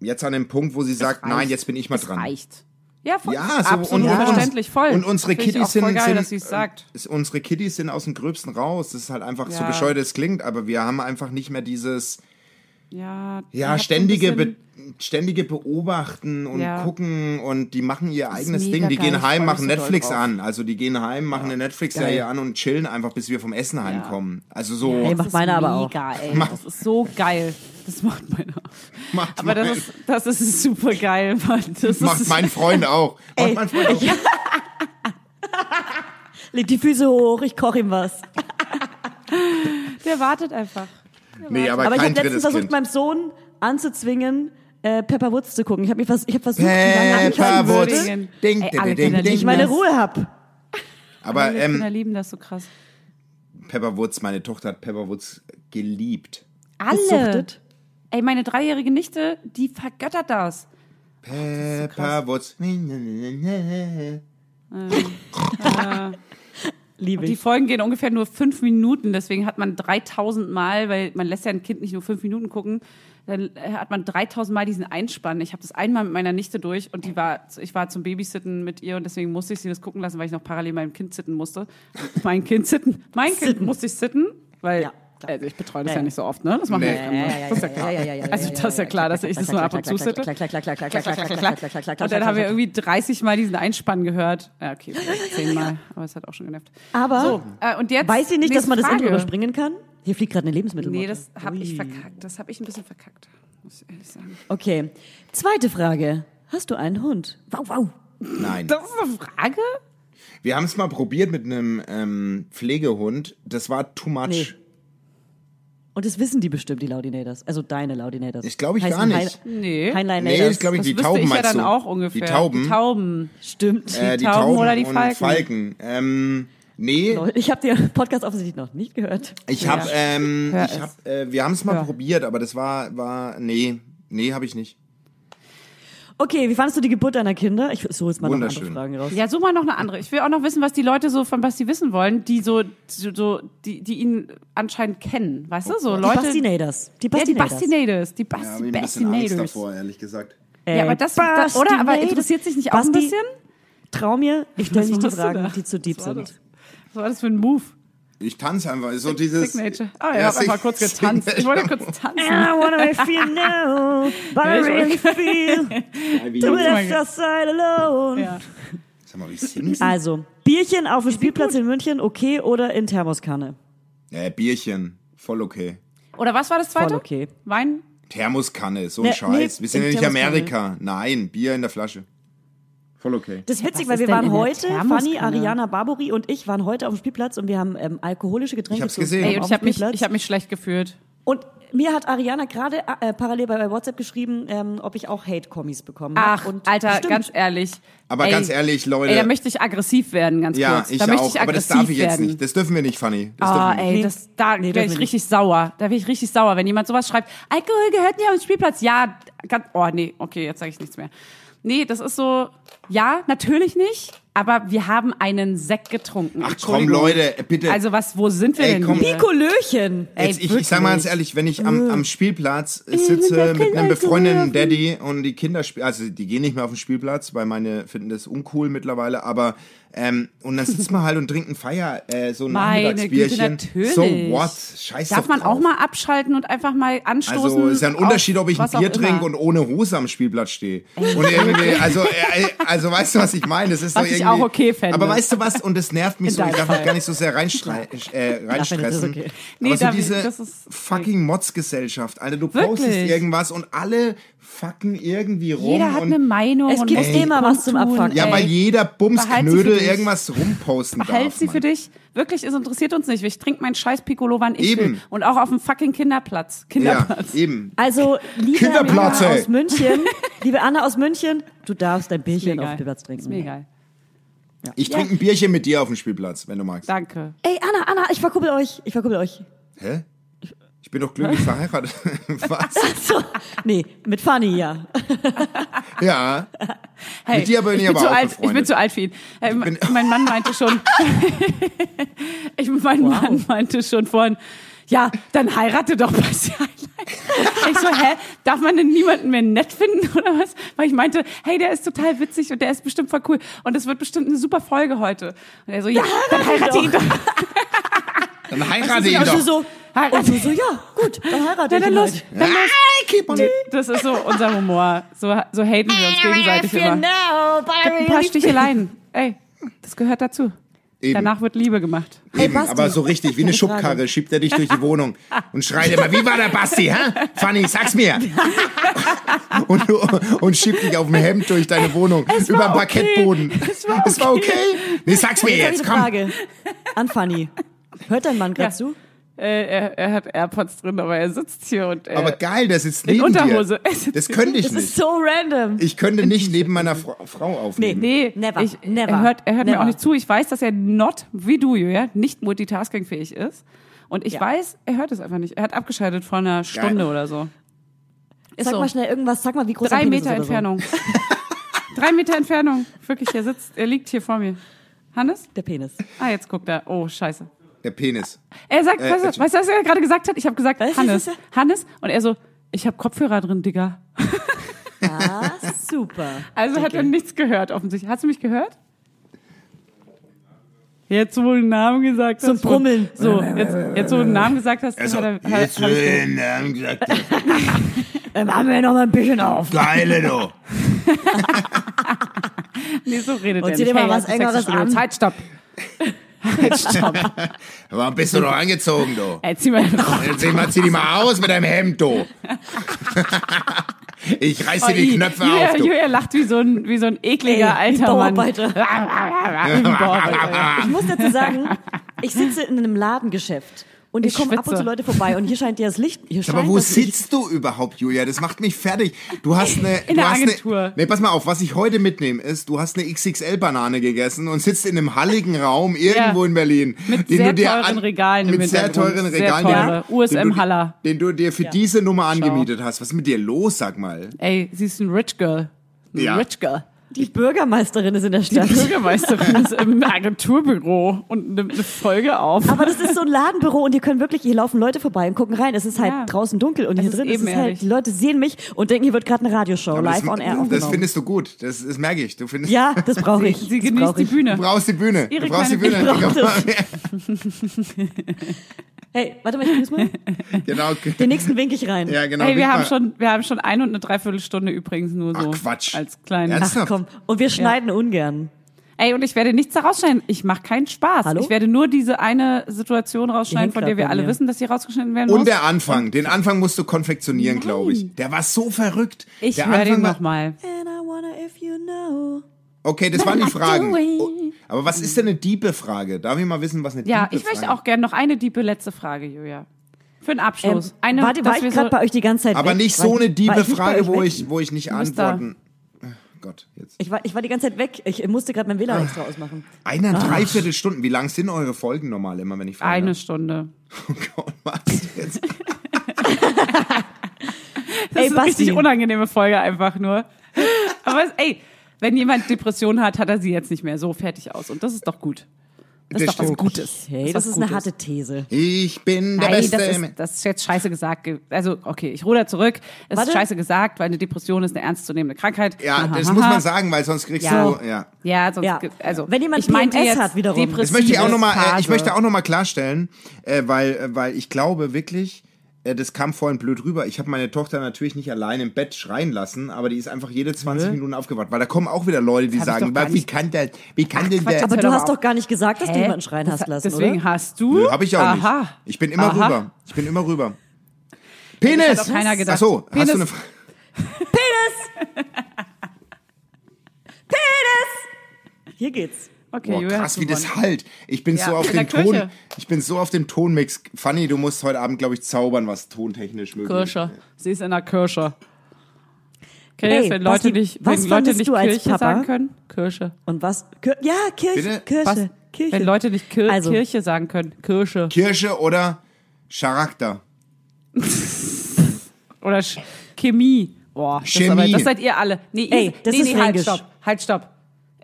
C: jetzt an dem Punkt, wo sie sagt, nein,
A: reicht.
C: jetzt bin ich mal
A: es
C: dran.
A: reicht. Ja, voll,
C: Ja, so
A: absolut
C: und, und,
A: verständlich, voll.
C: Und unsere
A: Find ich
C: Kiddies
A: auch voll
C: sind,
A: geil,
C: sind
A: dass sie es sagt.
C: äh, Ist, unsere Kiddies sind aus dem Gröbsten raus. Das ist halt einfach so
A: Ja.
C: bescheuert, es klingt, aber wir haben einfach nicht mehr dieses
A: Ja, ich
C: ja
A: hab so ein
C: ständige
A: bisschen-
C: Be ständige beobachten und
A: Ja.
C: gucken und die machen ihr eigenes
A: mega
C: Ding. Die
A: geil,
C: gehen
A: ich
C: heim,
A: freu mich
C: machen
A: so doll
C: Netflix
A: drauf.
C: an. Also die gehen heim, machen eine Netflix-Serie an und chillen einfach, bis wir vom Essen heimkommen. Also so.
B: Ey,
A: Das
B: macht
A: ist
B: meine aber auch.
A: mega, Ey. Das ist so geil. Das macht meine auch.
C: Macht
A: aber das
C: meine.
A: ist, das ist super geil, Mann. Das
C: Macht
A: ist,
C: mein Freund auch. Macht mein Freund auch.
B: Leg die Füße hoch, ich koche ihm was.
A: Der wartet einfach.
C: Nee, aber,
B: Aber ich
C: kein
B: habe
C: drittes
B: letztens versucht,
C: Kind.
B: meinem Sohn anzuzwingen, äh, Pepper Woods zu gucken. Ich habe vers ich hab versucht, wie lange ich
C: Pepper
B: hören würde,
C: Woods. Ding,
A: Ey,
C: ding,
A: alle
C: ding,
A: Kinder
C: ding,
B: wenn ich
C: ding.
B: meine
A: das-
B: Ruhe habe.
C: Aber
A: Die
C: ähm,
A: Kinder lieben das so krass.
C: Pepper Woods, meine Tochter hat Pepper Woods geliebt.
A: Alle.
B: Gesuchtet.
A: Ey, meine dreijährige Nichte, die vergöttert das.
C: Pepper Woods.
B: Liebe
A: Die
B: ich.
A: Folgen gehen ungefähr nur fünf Minuten, deswegen hat man 3000 Mal, weil man lässt ja ein Kind nicht nur fünf Minuten gucken, dann äh, hat man 3000 Mal diesen Einspann. Ich habe das einmal mit meiner Nichte durch und die war, ich war zum Babysitten mit ihr und deswegen musste ich sie das gucken lassen, weil ich noch parallel meinem Kind sitten musste. mein Kind sitten, mein Kind musste ich sitten, weil
B: Ja, klar.
A: also ich betreue das
B: Ja,
A: ja,
B: ja.
A: nicht so oft, ne? Das machen
C: Nee.
A: wir ja, ja, das ist ja klar. Also das ist ja klar, dass ich das nur ab und zu sitte.
B: Klack, klack, klack, klack, klack, klack, klack, klack, klack, klack, klack, klack,
A: Und dann haben wir
B: klack, klack.
A: irgendwie 30 Mal diesen Einspann gehört. Ja, okay, vielleicht 10 Mal, aber es hat auch schon genervt.
B: Aber
A: Äh, und jetzt
B: weiß sie nicht, dass
A: nächste
B: man das Intro
A: Frage.
B: überspringen kann? Hier fliegt gerade eine Lebensmittelmotte.
A: Nee, das habe ich
B: Ui.
A: verkackt. Das habe ich ein bisschen verkackt. Muss ich ehrlich sagen.
B: Okay. Zweite Frage. Hast du einen Hund? Wow, wow.
C: Nein.
A: Das ist eine Frage?
C: Wir haben es mal probiert mit einem ähm, Pflegehund. Das war too much.
B: Nee. Und das wissen die bestimmt, die Laudinators. Also deine Laudinators.
C: Ich glaub, ich
B: Heißen
C: gar nicht.
B: Hein-
A: Nee.
B: Heinleinators.
C: Nee, ich glaube,
A: das
C: die
A: wüsste
C: Tauben
A: ich ja
C: meinst
A: dann
C: du?
A: auch ungefähr.
C: Die Tauben.
A: Die Tauben.
B: Stimmt.
C: äh, die
A: Tauben
C: Tauben
A: oder die
C: und
A: Falken?
C: Ähm, nee,
B: Lol, Ich habe den Podcast offensichtlich noch nicht gehört.
C: ich habe, ähm,
A: Hör
C: ich
A: es.
C: hab, äh, wir haben es mal
A: Hör.
C: probiert, aber das war, war, nee, nee, habe ich nicht.
B: Okay, wie fandest du die Geburt deiner Kinder? Ich suche jetzt mal noch andere
C: Wunderschön.
B: Fragen raus.
A: Ja, such mal noch eine andere. Ich will auch noch wissen, was die Leute so von Basti wissen wollen, die so, so, so die, die ihn anscheinend kennen. Weißt du? So
B: die
A: Leute.
B: Bastinators. Die
A: Ja,
B: Bastinators. Äh,
A: die Bastinators. Die Basti
C: Da habe ich ein bisschen Angst
A: Bastinators.
C: davor, ehrlich gesagt.
A: Ja, aber das, das oder? Aber interessiert sich nicht auch ein
B: Basti,
A: bisschen?
B: Trau mir, ich stelle
A: Was
B: nicht die
A: machst du da?
B: Fragen, die zu deep
A: Was war das?
B: sind.
A: Was war das für ein Move?
C: Ich tanze einfach, so dieses.
A: Signature. Ah, ja, ich hab
C: Sig-
A: einfach kurz getanzt. Ich wollte kurz tanzen.
B: I wanna make you know, but I
A: Ja, ich
B: really feel
C: Signature.
B: the
C: Wie-
B: left outside alone.
A: Ja.
C: Sag mal, wie Sims?
B: Also, Bierchen auf dem Spielplatz in München, okay, oder in Thermoskanne?
C: Äh, Bierchen, voll okay.
A: Oder was war das zweite?
B: Voll okay.
A: Wein?
C: Thermoskanne, so ein
B: Nee,
C: Scheiß.
B: nee,
C: wir sind ja
B: in
C: nicht
B: Thermoskanne.
C: Amerika. Nein, Bier in der Flasche. Voll okay.
B: Das ist witzig,
A: was
B: weil
A: ist
B: wir
A: denn
B: waren
A: in der
B: heute, Fanny,
A: Thermoskanne?
B: Ariana Barbori und ich waren heute auf dem Spielplatz und wir haben ähm, alkoholische Getränke
C: Ich hab's
B: zu uns
C: gesehen.
B: genommen
A: Ey, und
B: auf
A: ich habe
B: dem
A: mich,
B: Spielplatz.
A: ich hab mich schlecht gefühlt.
B: Und mir hat Ariana gerade äh, parallel bei WhatsApp geschrieben, ähm, ob ich auch Hate-Kommis bekommen habe.
A: Ach,
B: Und
A: Alter,
B: stimmt.
A: ganz ehrlich.
C: Aber
A: ey,
C: ganz ehrlich, Leute.
A: Ey, da möchte ich aggressiv werden, ganz
C: ja,
A: kurz.
C: ich
A: da möchte
C: auch.
A: ich
C: aber das
A: aggressiv
C: darf ich jetzt
A: werden.
C: nicht. Das dürfen wir nicht, Fanny. Das
A: Ah,
C: dürfen wir nicht.
A: ey,
B: Nee.
A: das, da
B: Nee,
A: wär
B: dürfen wir
A: ich richtig sauer. Da wär ich richtig sauer, wenn jemand sowas schreibt. Alkohol gehört nicht auf den Spielplatz. Ja, ganz, oh nee, okay, jetzt sage ich nichts mehr. Nee, das ist so, ja, natürlich nicht, aber wir haben einen Sekt getrunken.
C: Ach komm,
A: Entschuldigung.
C: Leute, äh, bitte.
A: Also was, wo sind wir
C: Ey,
A: denn
C: komm.
A: hier?
B: Pico Löchen!
C: Jetzt, ich, ich sag mal ganz ehrlich, wenn ich am,
A: Mm.
C: am Spielplatz äh,
B: da
C: sitze
B: kein
C: mit einem
B: Alkohol
C: befreundeten
B: auf.
C: Daddy und die Kinder spielen, also die gehen nicht mehr auf den Spielplatz, weil meine finden das uncool mittlerweile, aber ähm, und dann sitzt man halt und trinkt ein Feier, äh, so ein
A: Meine Güte,
C: Nachmittagsbierchen.
A: natürlich.
C: So what? Scheiß
A: Darf
C: doch
A: man
C: drauf.
A: auch mal abschalten und einfach mal anstoßen?
C: Also ist ja ein
A: auf
C: Unterschied, ob ich ein
A: was auch
C: Bier trinke
A: immer.
C: und ohne Hose am Spielplatz stehe. Und irgendwie, also, äh, also weißt du, was ich meine? Das ist
A: Was
C: so
A: ich
C: irgendwie,
A: auch okay fände.
C: Aber weißt du was? Und das nervt mich
A: In
C: so. Ich
A: deinem
C: darf mich
A: Fall.
C: gar nicht so sehr reinstre- äh, reinstressen.
B: okay.
A: Nee,
C: aber so
A: David,
C: diese
A: das ist-
C: fucking Mods-Gesellschaft. Alter, du
A: Wirklich?
C: postest irgendwas und alle fucken irgendwie rum.
A: Jeder hat
C: und
A: eine Meinung.
B: Es
A: und
B: gibt
A: muss die
B: immer was zum
A: kundtun,
B: Abfucken.
C: ja,
A: ey.
C: weil jeder
A: Behalt sie für
C: Bumsknödel
A: dich.
C: irgendwas rumposten
A: Behalt
C: darf.
A: sie
C: Mann.
A: für dich. Wirklich, es interessiert uns nicht. Ich trinke meinen scheiß Piccolo, wann ich
C: Eben.
A: will. Und auch auf dem fucking Kinderplatz.
C: Ja,
A: Kinderplatz.
C: eben.
B: Also, liebe
C: Kinderplatz,
B: Anna
C: ey.
B: aus München, liebe Anna aus München, du darfst dein
A: Ist mir
B: Bierchen auf
A: egal.
B: dem Platz
A: Ist mir
B: trinken.
A: egal.
C: Ich trinke ein Bierchen mit dir auf dem Spielplatz, wenn du magst.
A: Danke.
B: Ey, Anna, Anna, ich verkuppel euch. Ich verkuppel euch.
C: Hä? Ich bin doch glücklich verheiratet. Was?
B: So. Nee, mit Fanny, ja. Also
C: Ja.
A: Hey,
C: Mit dir bin ich aber
A: zu
C: auch
A: alt, Ich bin
C: befreundet.
A: zu alt für ihn. Hey,
C: bin-
A: mein Mann meinte schon, ich, mein Mann meinte schon vorhin, ja, dann heirate doch Basti Heinlein. Ich so, hä, darf man denn niemanden mehr nett finden oder was? Weil ich meinte, hey, der ist total witzig und der ist bestimmt voll cool und das wird bestimmt eine super Folge heute. Und er so, ja, dann heirate ihn doch.
C: Dann heirate ihn
B: Und
C: doch.
B: du so,
A: Heirate-
B: und du so, ja, gut, dann heirate
A: Dann,
B: ich
A: dann
B: ihn
A: los,
B: halt.
A: dann los.
C: I keep on it.
A: Das ist so unser Humor. So, so haten wir uns gegenseitig immer. Ein paar Sticheleien. Ey, das gehört dazu.
C: Eben.
A: Danach wird Liebe gemacht.
C: Eben,
B: Basti.
C: aber so richtig, wie eine
B: Eine Frage.
C: Schubkarre, schiebt er dich durch die Wohnung und schreit immer, wie war der Basti, hä? Fanny, sag's mir. Und, du- und schiebt dich auf dem Hemd durch deine Wohnung,
A: Es war
C: über den
A: okay.
C: Parkettboden.
A: Es war
C: okay. Nee, sag's mir jetzt,
B: Jetzt
C: komm.
B: habe ich eine Frage an Fanny. Hört dein Mann gerade
A: Ja.
B: zu?
A: Äh, er, er hat AirPods drin, aber er sitzt hier und äh,
C: Aber geil, das ist neben
A: Unterhose.
C: dir. Das könnte ich
B: Das ist
C: nicht.
B: so random.
C: Ich könnte nicht neben meiner Fra- Frau aufnehmen.
A: nee,
B: Never,
A: ich,
B: never,
A: Er hört, er hört mir
B: never.
A: auch nicht zu. Ich weiß, dass er not wie du, Julia, nicht multitaskingfähig ist. Und ich
B: Ja.
A: weiß, er hört es einfach nicht. Er hat abgeschaltet vor einer Stunde oder so. Ist
B: Sag
A: so.
B: mal schnell irgendwas, sag mal, wie groß
A: Drei
B: dein Penis ist
A: Meter
B: oder so.
A: Entfernung. Drei Meter Entfernung. Wirklich, er sitzt, er liegt hier vor mir. Hannes?
B: Der Penis.
A: Ah, jetzt guckt er. Oh, scheiße.
C: Der Penis.
A: Er sagt,
C: Äh,
A: weißt,
C: äh,
A: du, weißt du, was er gerade gesagt hat? Ich habe gesagt,
B: Was?
A: Hannes, Hannes. Und er so, ich habe Kopfhörer drin, Digga.
B: Ah, super.
A: Also hat er nichts gehört, offensichtlich. Hast du mich gehört? Jetzt, wo du einen Namen gesagt
B: Zum
A: hast. von-
B: Brummeln.
A: So, jetzt, jetzt, wo du einen Namen gesagt hast,
C: Also,
A: hat er, hat,
C: jetzt
A: hab ich gehört.
C: den Namen gesagt,
B: Dann machen wir noch mal ein bisschen auf.
C: geile du.
A: nee, so redet
B: Und
A: er
B: zieh dir
A: nicht.
B: mal was
A: das ist
B: Engeres
A: Sexstudio.
B: an.
A: Zeit, stopp.
C: Warum bist du doch angezogen, du?
A: Ey, zieh mal. Oh,
C: Jetzt zieh, mal, zieh die mal aus mit deinem Hemd, du. Ich reiß dir die Knöpfe
A: Julia,
C: auf, du.
A: Julia lacht wie so ein, wie so ein ekliger
B: Ey,
A: alter
B: Bauarbeiter.
A: Mann. Wie ein Bauarbeiter. ja.
B: Ich muss dazu sagen, ich sitze in einem Ladengeschäft und hier
A: Ich
B: kommen ab und
A: schwitze.
B: zu Leute vorbei und hier scheint dir das Licht. Hier
C: Aber
B: scheint
C: wo
B: das Licht-
C: sitzt du überhaupt, Julia? Das macht mich fertig. Du hast eine.
A: In
C: du
A: der
C: hast
A: Agentur.
C: Eine, nee, pass mal auf, was ich heute mitnehme, ist, du hast eine XXL-Banane gegessen und sitzt in einem halligen Raum irgendwo in Berlin.
A: Mit
C: den
A: sehr
C: du dir
A: teuren
C: an-
A: Regalen im
C: Mit sehr
A: Hintergrund.
C: teuren
A: Sehr
C: Regalen.
A: teure.
C: den du-
A: USM
C: den du dir-
A: Haller.
C: Den du dir für diese Nummer angemietet hast. Was ist mit dir los, sag mal?
A: Ey, sie ist ein Rich Girl. Ein
C: Ja.
A: Rich Girl.
B: Die Bürgermeisterin ist in der Stadt.
A: Bürgermeisterin ist im Agenturbüro und nimmt eine Folge auf.
B: Aber das ist so ein Ladenbüro und hier können wirklich, hier laufen Leute vorbei und gucken rein. Es ist halt
A: Ja.
B: draußen dunkel und
A: Es
B: hier
A: ist
B: drin ist
A: eben
B: es halt,
A: ehrlich.
B: die Leute sehen mich und denken, hier wird gerade eine Radioshow
C: Aber
B: live
C: das,
B: on air
C: Das
B: aufgenommen.
C: findest du gut. Das, das merke ich. Du findest.
B: ja, das brauche ich.
A: Sie
B: das
A: genießt
B: brauch
A: die
B: ich.
A: Bühne.
C: Du brauchst die Bühne.
A: Ihre
C: Du brauchst die
A: kleine-
C: Bühne.
B: Ich brauch Hey, warte mal, ich muss mal.
C: Genau.
B: Den nächsten wink ich rein.
C: Ja, genau.
A: Hey,
C: Wink
A: wir haben,
C: mal.
A: schon, wir haben schon ein und eine Dreiviertelstunde übrigens nur so.
C: Ach, Quatsch.
A: Als kleinen.
C: Ernsthaft?
B: Ach komm, und wir schneiden ungern.
A: Ey, und ich werde nichts daraus schneiden. Ich mache keinen Spaß.
B: Hallo?
A: Ich werde nur diese eine Situation rausschneiden,
B: Die
A: von der wir
B: hinklappt bei
A: alle
B: mir.
A: wissen, dass sie rausgeschnitten werden
C: Und
A: muss.
C: der Anfang. Den Anfang musst du konfektionieren, glaube ich. Der war so verrückt.
A: Ich
C: der
A: höre
C: Anfang
A: den
C: war-
A: nochmal.
B: And I wanna if you know.
C: Okay, das waren die Fragen.
A: doing?
C: Oh, Aber was ist denn eine diebe Frage? Darf ich mal wissen, was eine
A: Ja,
C: diebe
A: ich möchte
C: Frage-
A: auch gerne noch eine diebe letzte Frage, Julia. Für den
B: Ähm,
A: Abschluss. eine,
B: warte, war
A: dass
B: ich
A: wir
B: gerade bei euch die ganze Zeit
C: Aber
B: weg?
C: nicht
B: War
C: so
B: ich-
C: eine
B: war
C: diebe
B: ich nicht bei
C: Frage,
B: euch
C: wo
B: weg?
C: ich, wo ich nicht
A: bist da.
C: antworten. Ach Gott, jetzt.
B: Ich war, ich war die ganze Zeit weg. Ich musste gerade mein
C: Ah.
B: WLAN extra ausmachen.
C: Eine dreiviertel Stunden. Wie lang sind eure Folgen normal immer, wenn ich frage?
A: Eine Stunde.
C: Oh Gott, was jetzt?
A: Das
B: Ey,
A: ist eine
B: Basti.
A: richtig unangenehme Folge einfach nur. Aber es, ey, wenn jemand Depressionen hat, hat er sie jetzt nicht mehr. So fertig aus. Und das ist doch gut. Das,
C: Das
A: ist doch was
C: stimmt.
A: Gutes.
B: Hey, das ist eine harte These.
C: Ich bin der
A: Nein, das
C: Beste.
A: ist, das ist jetzt scheiße gesagt. ge- Also, okay, ich ruder zurück. Es
B: Warte.
A: ist scheiße gesagt, weil eine Depression ist eine ernstzunehmende Krankheit.
C: ja,
A: Hahaha.
C: das muss man sagen, weil sonst kriegst
A: Ja.
C: du. Ja.
A: Ja, sonst,
B: Ja.
A: ge- also,
B: Wenn jemand
A: ich meinte
B: PMS
A: jetzt
B: hat wiederum.
A: depressive
C: Das möchte ich auch nochmal, äh, ich
A: Phase.
C: möchte auch noch mal klarstellen, äh, weil, äh, weil ich glaube wirklich, äh, das kam vorhin blöd rüber. Ich habe meine Tochter natürlich nicht allein im Bett schreien lassen, aber die ist einfach jede 20 Minuten aufgewacht, weil da kommen auch wieder Leute, die
A: hab ich
C: sagen,
A: doch gar
C: "Was, wie
A: nicht-
C: kann der, wie kann denn
A: Quatsch,
C: der?
B: Aber
A: hör
B: du
A: doch
B: hast
A: auf.
B: doch gar nicht gesagt, dass du
A: Hä?
B: jemanden schreien hast lassen,
A: Deswegen
B: oder?
A: hast du.
C: Habe ich auch
A: Aha.
C: nicht. Ich bin immer
A: Aha.
C: rüber. Ich bin immer rüber. Penis!
A: doch keiner gedacht.
C: Ach so, hast du eine
A: Penis.
C: Frage?
B: Hier geht's.
A: Okay,
C: Boah,
A: Julia hat
C: krass, wie
A: gewonnen.
C: das halt. Ich bin
A: Ja,
C: so auf
A: in der
C: dem Ton,
A: Kirche.
C: ich bin so auf dem Tonmix. Fanny, du musst heute Abend, glaube ich, zaubern, was tontechnisch möglich ist.
A: Kirsche. Sie ist in der Kirsche. Okay,
B: Ey,
A: jetzt, wenn Leute
B: Basti,
A: nicht,
B: was
A: wenn Leute
B: fandest
A: nicht
B: du als
A: Kirche
B: Papa?
A: sagen können, Kirsche.
B: Und was? Kir ja, Kirche,
C: Bitte?
B: Kirche,
A: Was?
B: Kirche.
A: Wenn Leute nicht Kir
B: Also.
A: Kirche sagen können, Kirsche.
C: Kirsche oder Charakter.
A: Oder Sch Chemie. Boah, das, ist aber,
C: Chemie.
A: das seid ihr alle. Nee, ihr-
B: Ey, das
A: nee,
B: ist
A: nee, halt,
B: Fränkisch.
A: stopp. Halt, stopp.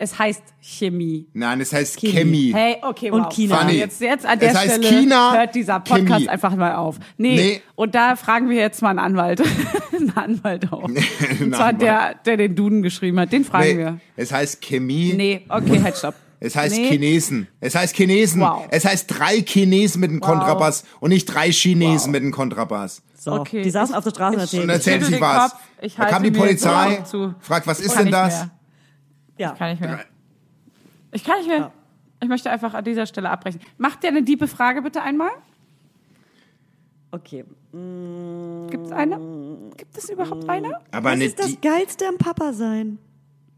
A: Es heißt Chemie.
C: Nein, es heißt
B: Chemie.
C: Chemie.
A: Hey, okay, wow.
B: Und China.
C: Funny.
A: Jetzt, jetzt an der
C: Es heißt
A: Stelle
C: China,
A: hört dieser Podcast
C: Chemie.
A: einfach mal auf. Nee,
C: Nee.
A: und da fragen wir jetzt mal einen Anwalt. einen Anwalt auch.
C: Nein,
A: Und zwar
C: Mann.
A: der, der den Duden geschrieben hat. Den fragen
C: nee,
A: wir.
C: Es heißt Chemie.
A: Nee, okay, halt, stopp.
C: Es heißt
A: Nee.
C: Chinesen. Es heißt Chinesen.
A: Wow.
C: Es heißt drei Chinesen mit einem Kontrabass und nicht drei Chinesen mit einem Kontrabass.
B: so.
A: Okay.
B: Die saßen auf der Straße und
C: Und
B: erzählen.
C: erzählen
A: schüttel
C: sich
A: den
C: was.
A: Kopf. Ich
C: da
A: halte
C: kam die
A: mir
C: Polizei,
A: jetzt die Augen zu.
C: fragt, was ist
A: Kann
C: denn
A: nicht
C: das?
A: mehr.
B: Ja.
A: Kann ich mehr. Ich kann nicht mehr. Ich möchte einfach an dieser Stelle abbrechen. Macht ihr eine diebe Frage bitte einmal?
B: Okay.
A: Gibt es eine? Gibt es überhaupt eine?
C: Aber
B: Was
C: eine,
B: ist das
C: die,
B: Geilste am Papa sein?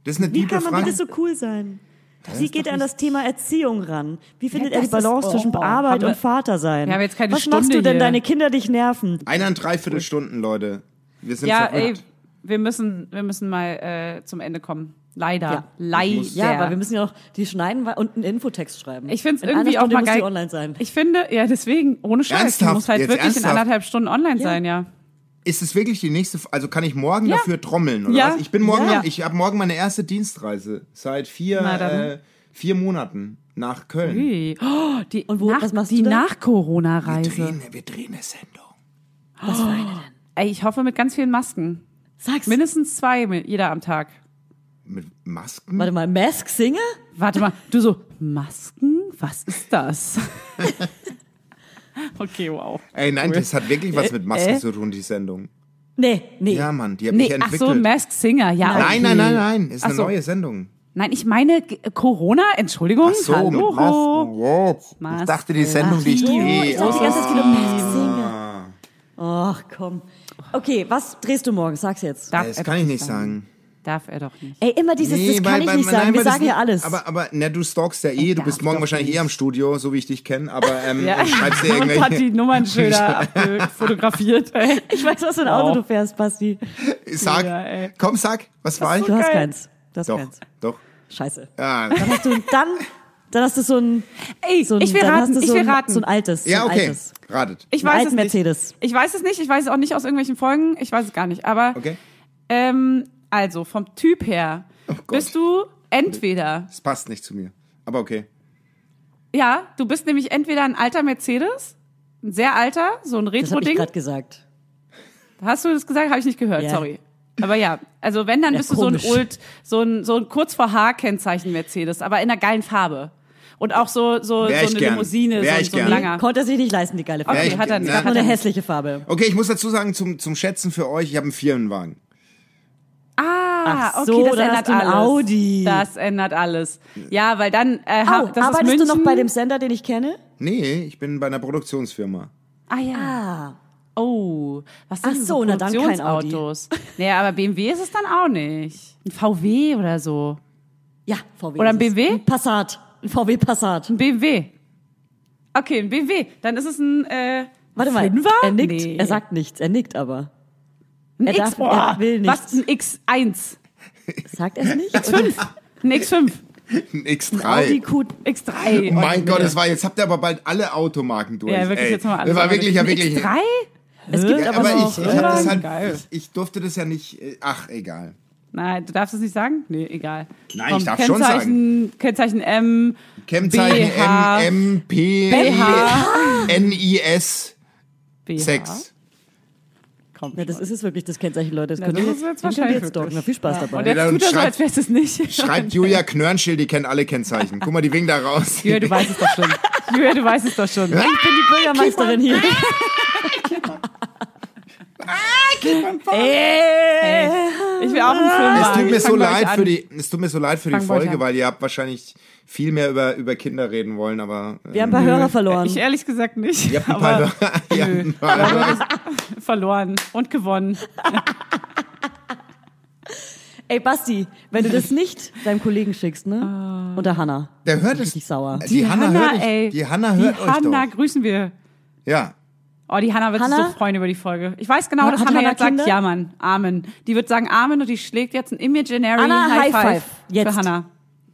C: das ist eine
B: Wie
C: diebe
B: kann man bitte
C: Frage.
B: so cool sein? Wie geht er an das Thema Erziehung ran? Wie findet er die
A: das ist-
B: Balance
A: oh,
B: zwischen
A: oh,
B: Arbeit
A: haben wir-
B: und Vater sein?
A: Wir haben jetzt keine
B: Was
A: Stunde
B: machst du denn,
A: hier.
B: deine Kinder dich nerven?
C: Eineinhalb dreiviertel Stunden, Leute. Wir sind
A: Ja, ey,
C: verrückt.
A: wir müssen, wir müssen mal äh, zum Ende kommen. Leider.
B: Ja.
A: Leider.
B: Ja, weil wir müssen ja noch die schneiden wa- und einen Infotext schreiben.
A: ich finde
B: In
A: es irgendwie
B: einer
A: auch
B: Stunde
A: mal
B: muss
A: geil.
B: Die online sein.
A: Ich finde, ja, deswegen, ohne Scheiß,
C: Ernsthaft?
A: die muss halt
C: Jetzt
A: wirklich in
C: ernsthaft?
A: anderthalb Stunden online sein, ja.
C: Ist es wirklich die nächste? F- Also kann ich morgen
A: Ja.
C: dafür trommeln oder
A: Ja.
C: was? Ich bin morgen,
A: Ja.
C: ich habe morgen meine erste Dienstreise seit vier
A: Na dann.
C: äh, vier Monaten nach Köln.
A: Ui. Oh, die
B: Und wo-
A: nach,
B: was machst du
A: die
B: denn?
C: Wir
A: Nach-Corona-Reise.
C: drehen, wir drehen eine Sendung.
A: Ey, ich hoffe mit ganz vielen Masken.
B: Sag's.
A: Mindestens zwei mi- jeder am Tag.
C: Mit Masken?
B: Warte mal, Mask Singer?
A: Warte mal, du so, Masken? Was ist das? okay, wow.
C: Ey, nein, das hat wirklich was mit Masken
A: Äh?
C: zu tun, die Sendung.
B: Nee, nee.
C: Ja, Mann, die habe ich
A: Nee, ach
C: entwickelt.
A: so, Mask Singer, ja. okay.
C: nein, nein, nein, nein, ist
A: Ach
C: eine
A: so.
C: neue Sendung.
A: Nein, ich meine G- Corona, Entschuldigung.
C: Ach so, mit
A: Hallo.
C: Masken. Jetzt.
A: Masken.
C: Ich dachte, die Sendung, die ich
B: Oh, Ich
C: drehe. oh.
B: dachte die ganze Zeit wieder Mask Singer. Ach komm. Okay, was drehst du morgen? Sag's jetzt.
A: Darf
C: Äh, Das
A: er
C: kann
A: doch
C: ich nicht
A: sagen.
C: sagen.
A: Darf er doch nicht.
B: Ey, immer dieses, das kann
C: weil-
B: ich
C: weil-
B: nicht
C: nein,
B: sagen.
C: weil
B: Wir
C: das
B: sagen ja
C: nicht-
B: alles.
C: Aber, aber na, du stalkst ja eh, du
A: darf
C: bist morgen
A: doch
C: wahrscheinlich
A: nicht.
C: eh am Studio, so wie ich dich kenne, aber ähm,
A: Ja.
C: und schreibst dir
A: Und hat die
C: irgendwelche.
A: Nummernschilder fotografiert. Ey.
B: ich weiß, was für ein Auto
A: Wow.
B: du fährst, Basti.
C: Sag,
A: Ja, ey.
C: komm, sag, was war ich?
B: Du hast
A: Geil.
B: keins. Du hast
C: Doch,
B: keins.
C: doch. Ah.
B: Scheiße.
C: Ja,
B: Dann hast du dann, dann hast du so ein,
A: Ey,
B: so ein
A: ich will
B: dann
A: raten,
B: hast du
A: ich
B: so
A: will
B: ein,
A: raten.
B: so ein altes.
C: ja
B: so ein
C: okay,
B: Altes.
C: ratet.
A: ich
B: einen
A: weiß es
B: alten Mercedes.
A: nicht. Ich weiß es nicht, ich weiß es auch nicht aus irgendwelchen Folgen, ich weiß es gar nicht. Aber
C: Okay,
A: ähm, also, vom Typ her
C: Gott.
A: bist du entweder
C: es passt nicht zu mir, aber okay.
A: Ja, du bist nämlich entweder ein alter Mercedes, ein sehr alter, so ein
B: Das habe ich
A: Retro-Ding.
B: gerade gesagt.
A: Hast du das gesagt? Habe ich nicht gehört,
B: Ja.
A: sorry. Aber ja, also wenn, dann
B: Ja,
A: bist
B: komisch.
A: du so ein Old, so ein, so ein kurz vor Haar-Kennzeichen Mercedes, aber in einer geilen Farbe. Und auch so, so, so
C: Wär ich
A: eine
C: gern.
A: Limousine,
C: Wär
A: so, ein-
C: ich
A: so ein
C: gern.
A: langer.
B: Konnte er sich nicht leisten, die geile Farbe.
A: Okay,
C: ich
A: hat er
C: gern.
A: nicht.
C: Ja.
A: Hat
B: Nur
A: er
B: eine
A: nicht.
B: hässliche Farbe.
C: Okay, ich muss dazu sagen, zum, zum Schätzen für euch, ich habe einen Firmenwagen.
A: Ah,
B: Ach
A: okay,
B: so,
A: das
B: dann
A: ändert
B: hast du einen
A: alles.
B: Audi.
A: Das ändert alles. Ja, weil dann, äh,
B: Au,
A: ha- das ist
B: Oh, arbeitest
A: München.
B: du noch bei dem Sender, den ich kenne?
C: Nee, ich bin bei einer Produktionsfirma.
A: Ah ja.
B: Ah.
A: Oh, was sind
B: Ach
A: denn
B: so,
A: so
B: na dann kein Audi.
A: Produktionsautos? Nee, aber BMW ist es dann auch nicht. Ein VW oder so.
B: Ja, VW.
A: Oder ein
B: ist es.
A: BMW?
B: Ein Passat. Ein VW Passat.
A: Ein BMW. Okay, ein BMW. Dann ist es ein äh,
B: Warte mal.
A: Fünfer?
B: Er nickt.
A: Nee.
B: Er sagt nichts. Er nickt aber.
A: ein
B: er
A: X.
B: darf- er
A: oh,
B: will
A: Was ein X1,
B: Sagt er es nicht? X5.
A: ein X5,
C: Ein
B: Audi
C: X3.
B: Q.
A: X3.
C: mein
A: Oh,
C: Gott,
A: nee.
C: es war, jetzt habt ihr aber bald alle Automarken durch.
A: ja wirklich
C: ey.
A: jetzt haben wir alles.
C: Das war wirklich, ja
A: Ein
C: wirklich.
A: X3?
B: Es gibt
C: Ja,
B: aber,
C: aber
B: noch.
C: ich, ich, hab das
A: Wagen.
C: halt,
A: Geil.
C: ich, ich durfte das ja nicht. äh, Ach, egal.
A: Nein, du darfst es nicht sagen? Nee, egal.
C: Nein,
A: Komm,
C: ich darf schon
A: Kennzeichen, schon sagen. Kennzeichen M.
C: Kennzeichen
A: BH.
C: M, M, P,
A: BH.
C: NIS
A: BH.
C: 6.
A: Komm.
B: Ja, das ist es wirklich, das Kennzeichen, Leute. Das könnt
A: das
B: ihr
A: ist jetzt
B: den könnt ihr
A: wahrscheinlich
B: jetzt stalken.
A: wirklich.
B: Na, Viel Spaß
A: Ja. Und
B: dabei.
A: jetzt
C: dann
A: tut er so,
C: schreibt-
A: als wär's es nicht.
C: Schreibt Julia Knörnschild, die kennt alle Kennzeichen. Guck mal, die winkt da raus.
A: Julia, du weißt es doch schon. Julia, du weißt es doch schon.
B: Ich bin die Bürgermeisterin hier. Ey.
A: Ich will auch einen Film
C: Es
A: machen.
C: tut mir
A: Ich fang
C: so
A: bei euch
C: leid
A: an.
C: für die, es tut mir so leid für die
A: Fang bei euch
C: Folge,
A: an.
C: weil ihr habt wahrscheinlich viel mehr über, über Kinder reden wollen, aber äh,
B: Wir haben ein paar Hörer verloren.
A: Ich ehrlich gesagt nicht.
C: ihr habt ein
A: aber
C: paar, ihr habt ein paar
A: verloren und gewonnen.
B: Ey, Basti, wenn du das nicht deinem Kollegen schickst, ne? Und der Hanna.
C: Der hört es.
B: Richtig sauer.
C: Die, Hanna, hört euch.
A: ey.
C: Die Hanna hört
A: die Hanna
C: euch doch.
A: grüßen wir.
C: Ja.
A: Oh, die Hanna wird sich
B: Hanna?
A: so freuen über die Folge. Ich weiß genau,
B: Ha-
A: dass
B: hat
A: Hanna,
B: Hanna
A: jetzt sagt,
B: Kinder?
A: ja Mann, Amen. Die wird sagen Amen und die schlägt jetzt ein imaginary
B: Hanna,
A: High,
B: High
A: Five,
B: Five. Jetzt.
A: für Hanna.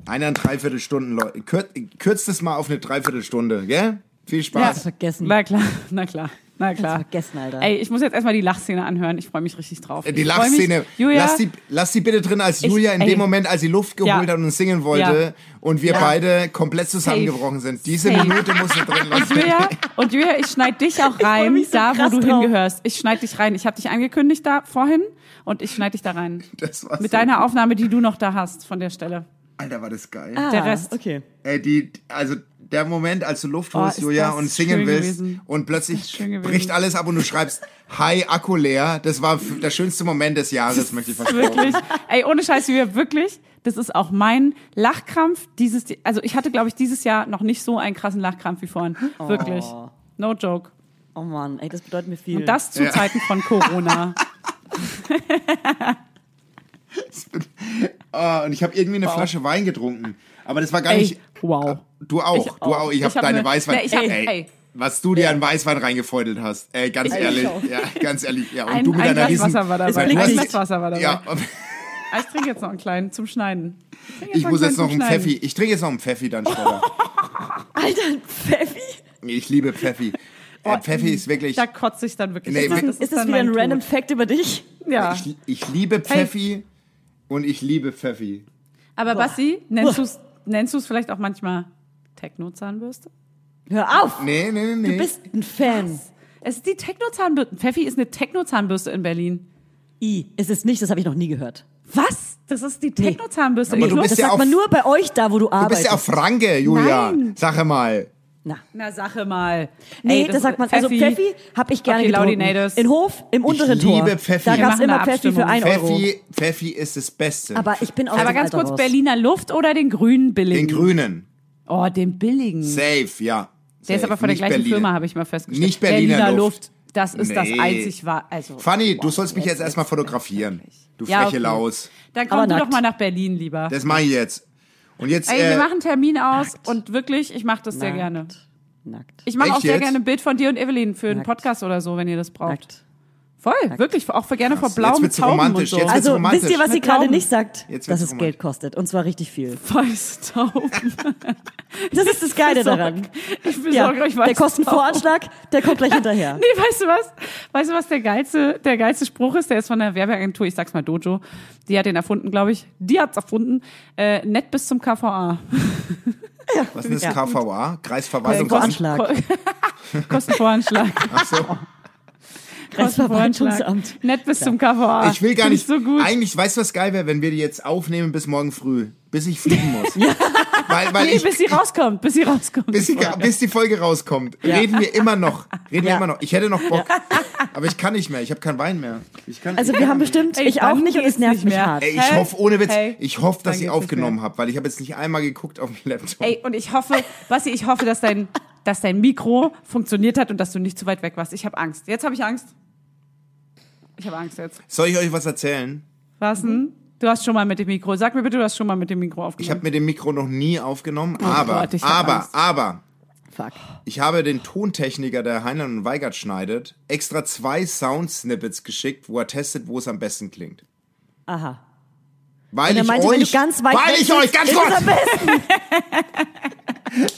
C: Einer in Dreiviertelstunden, Leute. Kür kürzt es mal auf eine Dreiviertelstunde, gell? Viel Spaß.
B: vergessen.
A: Na klar, na klar, na klar.
B: vergessen, Alter.
A: Ey, ich muss jetzt erstmal die Lachszene anhören. Ich freue mich richtig drauf.
C: Äh, Die
A: Ich freu mich.
C: Lachszene.
A: Julia,
C: Lass die, lass die bitte drin, als
A: Ich-
C: Julia in
A: ey.
C: dem Moment, als sie Luft geholt
A: Ja.
C: hat und singen wollte und wir beide komplett zusammengebrochen sind. Diese
A: Safe.
C: Minute musst du drin lassen.
A: Julia, und Julia, ich schneid dich auch rein,
B: mich so
A: da wo
B: krass
A: du
B: drauf.
A: hingehörst. Ich schneid dich rein. Ich habe dich angekündigt da vorhin und ich schneid dich da rein.
C: Das war's.
A: Mit deiner Aufnahme, die du noch da hast von der Stelle.
C: Alter, war das geil.
B: Ah,
A: der Rest.
B: Okay.
C: Ey, die, also der Moment, als du Luft
A: Oh,
C: holst,
A: ist
C: Julia,
A: das
C: und singen
A: schön
C: willst
A: gewesen.
C: und
A: ist
C: plötzlich
A: schön gewesen.
C: bricht alles ab und du schreibst Hi, Akku leer. Das war f- der schönste Moment des Jahres, möchte ich fast sagen.
A: Wirklich. Ey, ohne Scheiß, Julia, wirklich. Das ist auch mein Lachkrampf dieses, also ich hatte, glaube ich, dieses Jahr noch nicht so einen krassen Lachkrampf wie vorhin. Wirklich. No joke.
B: Oh Mann, ey, das bedeutet mir viel.
A: Und das zu
C: Ja.
A: Zeiten von Corona.
C: Oh, und ich habe irgendwie eine Flasche Wein getrunken. Aber das war gar
A: Ey,
C: nicht. Ah,
A: wow.
C: Du auch,
A: Ich
C: du
A: auch.
C: auch. Ich habe
A: Ich hab
C: deine
A: ne-
C: Weißwein.
A: Nee, ich hab-
C: ey,
A: ey.
C: Was du dir an Weißwein reingefeudelt hast. Ey, ganz ehrlich. Ja, ganz ehrlich. Ja, und
A: Ein-
C: du mit
A: ein
C: deiner
A: Glas
C: riesen.
A: Wasser war dabei.
C: Weil
B: Ein
C: du hast-
B: Glas
A: Wasser war dabei.
C: Ja,
A: Ich trinke jetzt noch einen kleinen zum Schneiden. trinke
C: ich
A: einen
C: muss jetzt
A: kleinen
C: noch einen
A: zum Schneiden.
C: Pfeffi. Ich trinke jetzt noch einen Pfeffi dann später.
B: Alter, ein Pfeffi.
C: Ich liebe Pfeffi. Äh, Peffi ist wirklich.
A: Oh. Da kotze ich dann wirklich.
C: Nee,
A: Das
C: wir-
B: Ist das
A: dann
B: wieder
A: mein
B: ein random
A: Tod.
B: Fact über dich?
A: Ja.
C: Ich, ich liebe Pfeffi und ich liebe Pfeffi.
A: Aber Basti, nennst du es nennst du's vielleicht auch manchmal Techno-Zahnbürste?
B: Hör auf!
C: Nee, nee, nee.
B: Du bist ein Fan.
A: Es ist die Techno-Zahnbürste. Pfeffi ist eine Techno-Zahnbürste in Berlin.
B: I. Es ist nicht, das habe ich noch nie gehört.
A: Was? Das ist die Techno-Zahnbürste.
C: Aber
A: im
C: du
A: Club?
C: bist
B: Das
C: ja
B: sagt
C: auf-
B: man nur bei euch da, wo du
C: du bist
B: arbeitest.
C: ja auch Franke, Julia.
A: Nein.
C: Sache mal.
B: Na.
A: Na, Sache mal.
B: Nee,
A: Ey,
B: das, sagt man. Also Pfeffi habe ich gerne
A: Okay,
B: getrunken.
A: Laudinators.
B: In Hof, im unteren Tor.
C: liebe Pfeffi.
B: Da
C: Wir
B: gab's
A: machen
B: immer
A: eine
B: Pfeffi für
A: Abstimmung.
B: 1 Euro.
C: Pfeffi, Pfeffi ist das Beste.
B: Aber ich bin auch
A: Aber ganz kurz, Berliner Luft oder den grünen billigen?
C: Den Grünen.
A: Oh, den billigen.
C: Safe, ja. Safe.
A: Der ist aber von der
C: Äh, Nicht
A: gleichen
C: Berliner.
A: Firma, habe ich mal festgestellt.
C: Nicht Berliner Luft.
A: Das ist das
C: Nee.
A: einzig wahr. Also,
C: Fanny, du
A: wow,
C: sollst mich jetzt erstmal fotografieren. Du
A: Ja,
C: freche
A: okay.
C: Laus.
A: Dann komm
B: Aber
A: du doch
B: nackt.
A: mal nach Berlin lieber.
C: Das mache ich jetzt. Und jetzt.
A: Ey,
C: äh,
A: wir machen einen Termin aus und wirklich, ich mache das sehr gerne.
B: Nackt.
A: Ich mache
C: Echt
A: auch sehr
C: jetzt?
A: gerne ein Bild von dir und Evelyn für einen
B: Nackt.
A: Podcast oder so, wenn ihr das braucht.
B: Nackt.
A: Voll, wirklich, auch für gerne vor
C: jetzt
A: blauen
C: wird's
A: Tauben und
C: romantisch,
A: so.
C: jetzt wird's-
B: Also,
C: romantisch.
B: wisst ihr, was sie
A: Mit
B: gerade
A: Daumen.
B: nicht sagt?
C: Jetzt wird's
B: Dass es
C: romantisch.
B: Geld kostet. Und zwar richtig viel.
A: Weiß Tauben.
B: Das ist das Geile daran.
A: Ich
B: Ja,
A: besorge euch was.
B: der Kostenvoranschlag, der kommt gleich hinterher.
A: Nee, weißt du was? Weißt du, was der geilste, der geilste Spruch ist? Der ist von der Werbeagentur, ich sag's mal Dojo. Die hat den erfunden, glaube ich. Die hat's erfunden. Äh, nett bis zum KVA.
C: was ist
B: Ja.
C: das? KVA? Kreisverwaltungsamt?
B: Kostenvoranschlag.
A: Kostenvoranschlag.
C: Ach so.
B: Kreisverwaltungsamt.
A: Nett bis zum KVA.
C: Ich will gar
A: Find
C: nicht.
A: so gut.
C: Eigentlich, weißt du, was geil wäre, wenn wir die jetzt aufnehmen bis morgen früh, bis ich fliegen muss. Weil, weil
A: Nee,
C: ich,
A: bis sie rauskommt, bis sie rauskommt.
C: bis, die, bis die Folge rauskommt, reden wir immer noch. Reden wir
B: Ja.
C: immer noch. Ich hätte noch Bock, aber ich kann nicht mehr. Ich habe keinen Wein mehr. Ich kann,
B: Also,
C: ich
B: wir
C: kann
B: haben
C: nicht.
B: bestimmt,
A: Ey,
B: ich auch
A: dann
B: nicht und es
A: geht's
B: nervt
A: nicht
B: mich
A: mehr.
B: hart.
C: Ey, ich
A: Hey,
C: hoffe, ohne Witz,
A: hey,
C: ich hoffe, dass
A: dann
C: ich
A: geht's nicht
C: aufgenommen habe, weil ich habe jetzt nicht einmal geguckt auf dem Laptop.
A: Ey, und ich hoffe, Basti, ich hoffe, dass dein, dass dein Mikro funktioniert hat und dass du nicht zu weit weg warst. Ich habe Angst. Jetzt habe ich Angst. Ich habe Angst jetzt.
C: Soll ich euch was erzählen?
A: Was denn? Du hast schon mal mit dem Mikro. Sag mir bitte, du hast schon mal mit dem Mikro
C: Ich
A: aufgenommen.
C: habe mit dem Mikro noch nie aufgenommen,
B: Oh
C: aber,
A: Gott, ich hab
C: aber,
A: Angst.
C: aber,
B: Fuck.
C: Ich habe den Tontechniker, der Heinlein und Weigert schneidet, extra zwei Sound-Snippets geschickt, wo er testet, wo es am besten klingt.
B: Aha.
C: Weil
B: er
C: ich
B: meinte, wenn du
C: euch,
B: ganz weit
C: weil
B: weg
C: ich
B: sitzt,
C: euch, ganz
B: ist es am
C: kurz,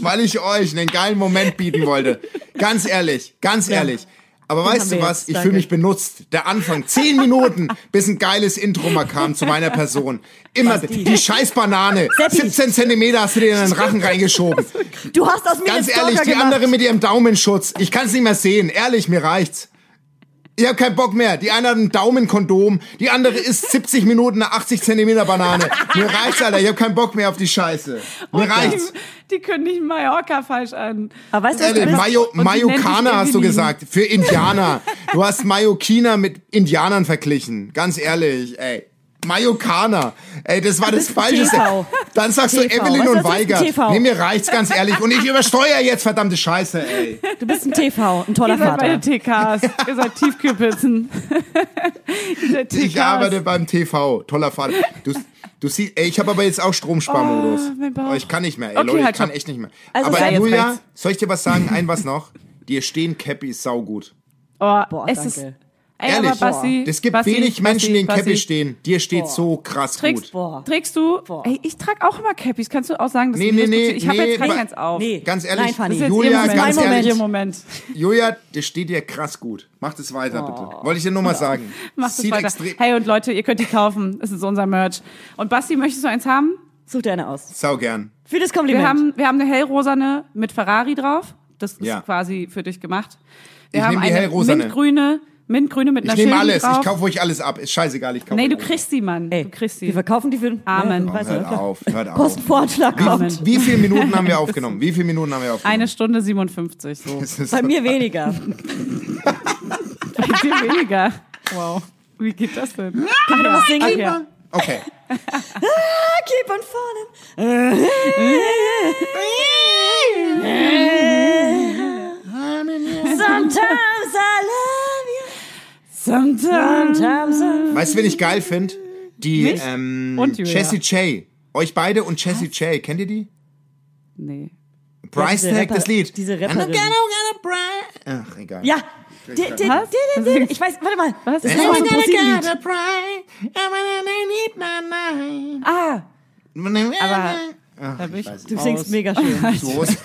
C: weil ich euch einen geilen Moment bieten wollte. Ganz ehrlich, ganz ehrlich. Aber weißt
B: haben
C: du
B: wir
C: was?
B: jetzt,
C: ich
B: danke.
C: fühle mich benutzt. Der Anfang, zehn Minuten, bis ein geiles Intro mal kam zu meiner Person. Immer die, die scheiß Banane.
B: Seppi.
C: 17 Zentimeter hast du dir in den Rachen reingeschoben.
B: Du hast aus mir
C: Ganz
B: einen
C: ehrlich,
B: Stalker
C: die
B: gemacht.
C: andere mit ihrem Daumenschutz. Ich kann es nicht mehr sehen. Ehrlich, mir reicht's. Ich hab keinen Bock mehr. Die eine hat ein Daumenkondom, die andere isst 70 Minuten eine 80 Zentimeter Banane. Mir reicht's, Alter. Ich hab keinen Bock mehr auf die Scheiße. Mir reicht's.
A: Die, die kündigen Mallorca falsch an.
B: Aber weißt du, was du
C: Ehrlich,
B: bist?
C: Mayo,
A: Also, sie nennt
C: Mayokana
A: dich
C: hast du
A: Evelyn.
C: gesagt. Für Indianer. Du hast Mayokina mit Indianern verglichen. Ganz ehrlich, ey. Mayokana. Ey, das war das
B: bist
C: Falscheste.
B: TV.
C: Dann sagst du
B: TV.
C: Evelyn
B: Weißt du,
C: und
B: was ist ein
C: Weigert.
B: TV?
C: Nee, mir reicht's, ganz ehrlich. Und ich übersteuere jetzt, verdammte Scheiße, ey.
B: du bist ein TV, ein toller
A: Ihr seid
B: Vater.
A: beide TKs. Ihr seid Tiefkühlpizzen. Ihr seid TKs.
C: Ich arbeite beim TV. Toller Vater. Du, du siehst, ey, ich habe aber jetzt auch Stromsparmodus.
A: Oh, mein Bauch.
C: Aber ich kann nicht mehr, ey,
A: Okay,
C: Leute,
A: halt,
C: ich kann
A: stopp.
C: echt nicht mehr.
B: Also,
C: aber
B: sei jetzt
C: Julia,
B: rechts.
C: soll ich dir was sagen? Ein was noch? Dir stehen Cappies saugut.
A: Oh,
B: Boah,
A: es
B: danke.
A: ist. Ey,
C: Ehrlich,
A: aber Basti,
C: es gibt
A: Basti,
C: wenig
A: Basti,
C: Menschen, die in
A: Basti,
C: Cappy stehen. Dir steht so krass
A: Trägst,
C: gut.
B: Boah.
A: trägst du?
B: Boah.
A: Ey, ich trage auch immer Cappies. Kannst du auch sagen, dass
C: Nee,
A: du mir
C: nee,
A: das
C: nee,
A: gut- Ich habe
C: nee,
A: jetzt kein
C: wa-
A: eins auf.
B: Nee.
C: Ganz ehrlich,
B: Nein, Fanny.
A: Das ist jetzt
C: Julia,
A: ihr Moment.
C: ganz
A: mein Moment,
C: ehrlich.
A: ihr Moment.
C: Julia, das steht dir krass gut. Mach das weiter, bitte. Wollte ich dir nur mal sagen.
A: Macht
C: Sieht
A: es weiter.
C: extrem
A: Hey, und Leute, ihr könnt die kaufen. Das ist unser Merch. Und Basti, möchtest du eins haben?
B: Such dir eine aus.
C: sau gern.
B: Für das Kompliment.
A: Wir haben, wir haben eine hellrosane mit Ferrari drauf. Das ist
C: Ja.
A: quasi für dich gemacht. Wir
C: Ich
A: haben
C: nehm die
A: eine
C: hellrosane.
A: mintgrüne, mintgrüne mit
C: Ich
A: einer
C: nehme
A: Schildung
C: alles.
A: drauf.
C: Ich kaufe euch alles ab. Ist scheißegal, ich kaufe
A: Nee, du
C: alles.
A: kriegst sie, Mann.
B: Ey,
A: du kriegst
B: Wir
A: sie.
B: verkaufen die für
A: Amen.
B: Ja, weiß
C: Hört
B: nicht.
C: auf, hört auf.
B: Kostenvoranschlag kommt.
C: Wie viele Minuten haben wir aufgenommen? Wie viele Minuten haben wir aufgenommen?
A: Eine Stunde 57, so.
C: Das ist
B: Bei mir weniger.
A: Bei dir weniger. Wow. Wie geht das denn?
B: Kann ich was singen?
A: Ach ja.
C: Okay.
B: Keep on falling. Sometimes I love you.
A: Sometimes.
B: Sometimes I...
C: Weißt du, wen ich geil finde? Die
A: Mich
C: ähm,
A: und Julia.
C: Jessie J. Euch beide und Jessie J. Kennt ihr die?
A: Nee.
C: Price
B: diese
C: Tag,
B: Rapper-
C: das Lied.
B: diese
C: I'm not
B: Rapperin.
C: gonna, gonna price- Ach, egal.
B: Ja. Di- di- di-
A: Was?
B: di- di- Ich weiß, warte mal.
A: Was?
B: Das
A: Äh?
B: ist doch
A: ein
C: I'm
B: so ein
C: gonna,
B: Pussy-Lied.
C: gonna price. I'm
A: Ah,
C: gonna, gonna need my
A: Aber-
C: night. Ach,
A: da bin ich.
B: Du singst mega schön.
C: groß.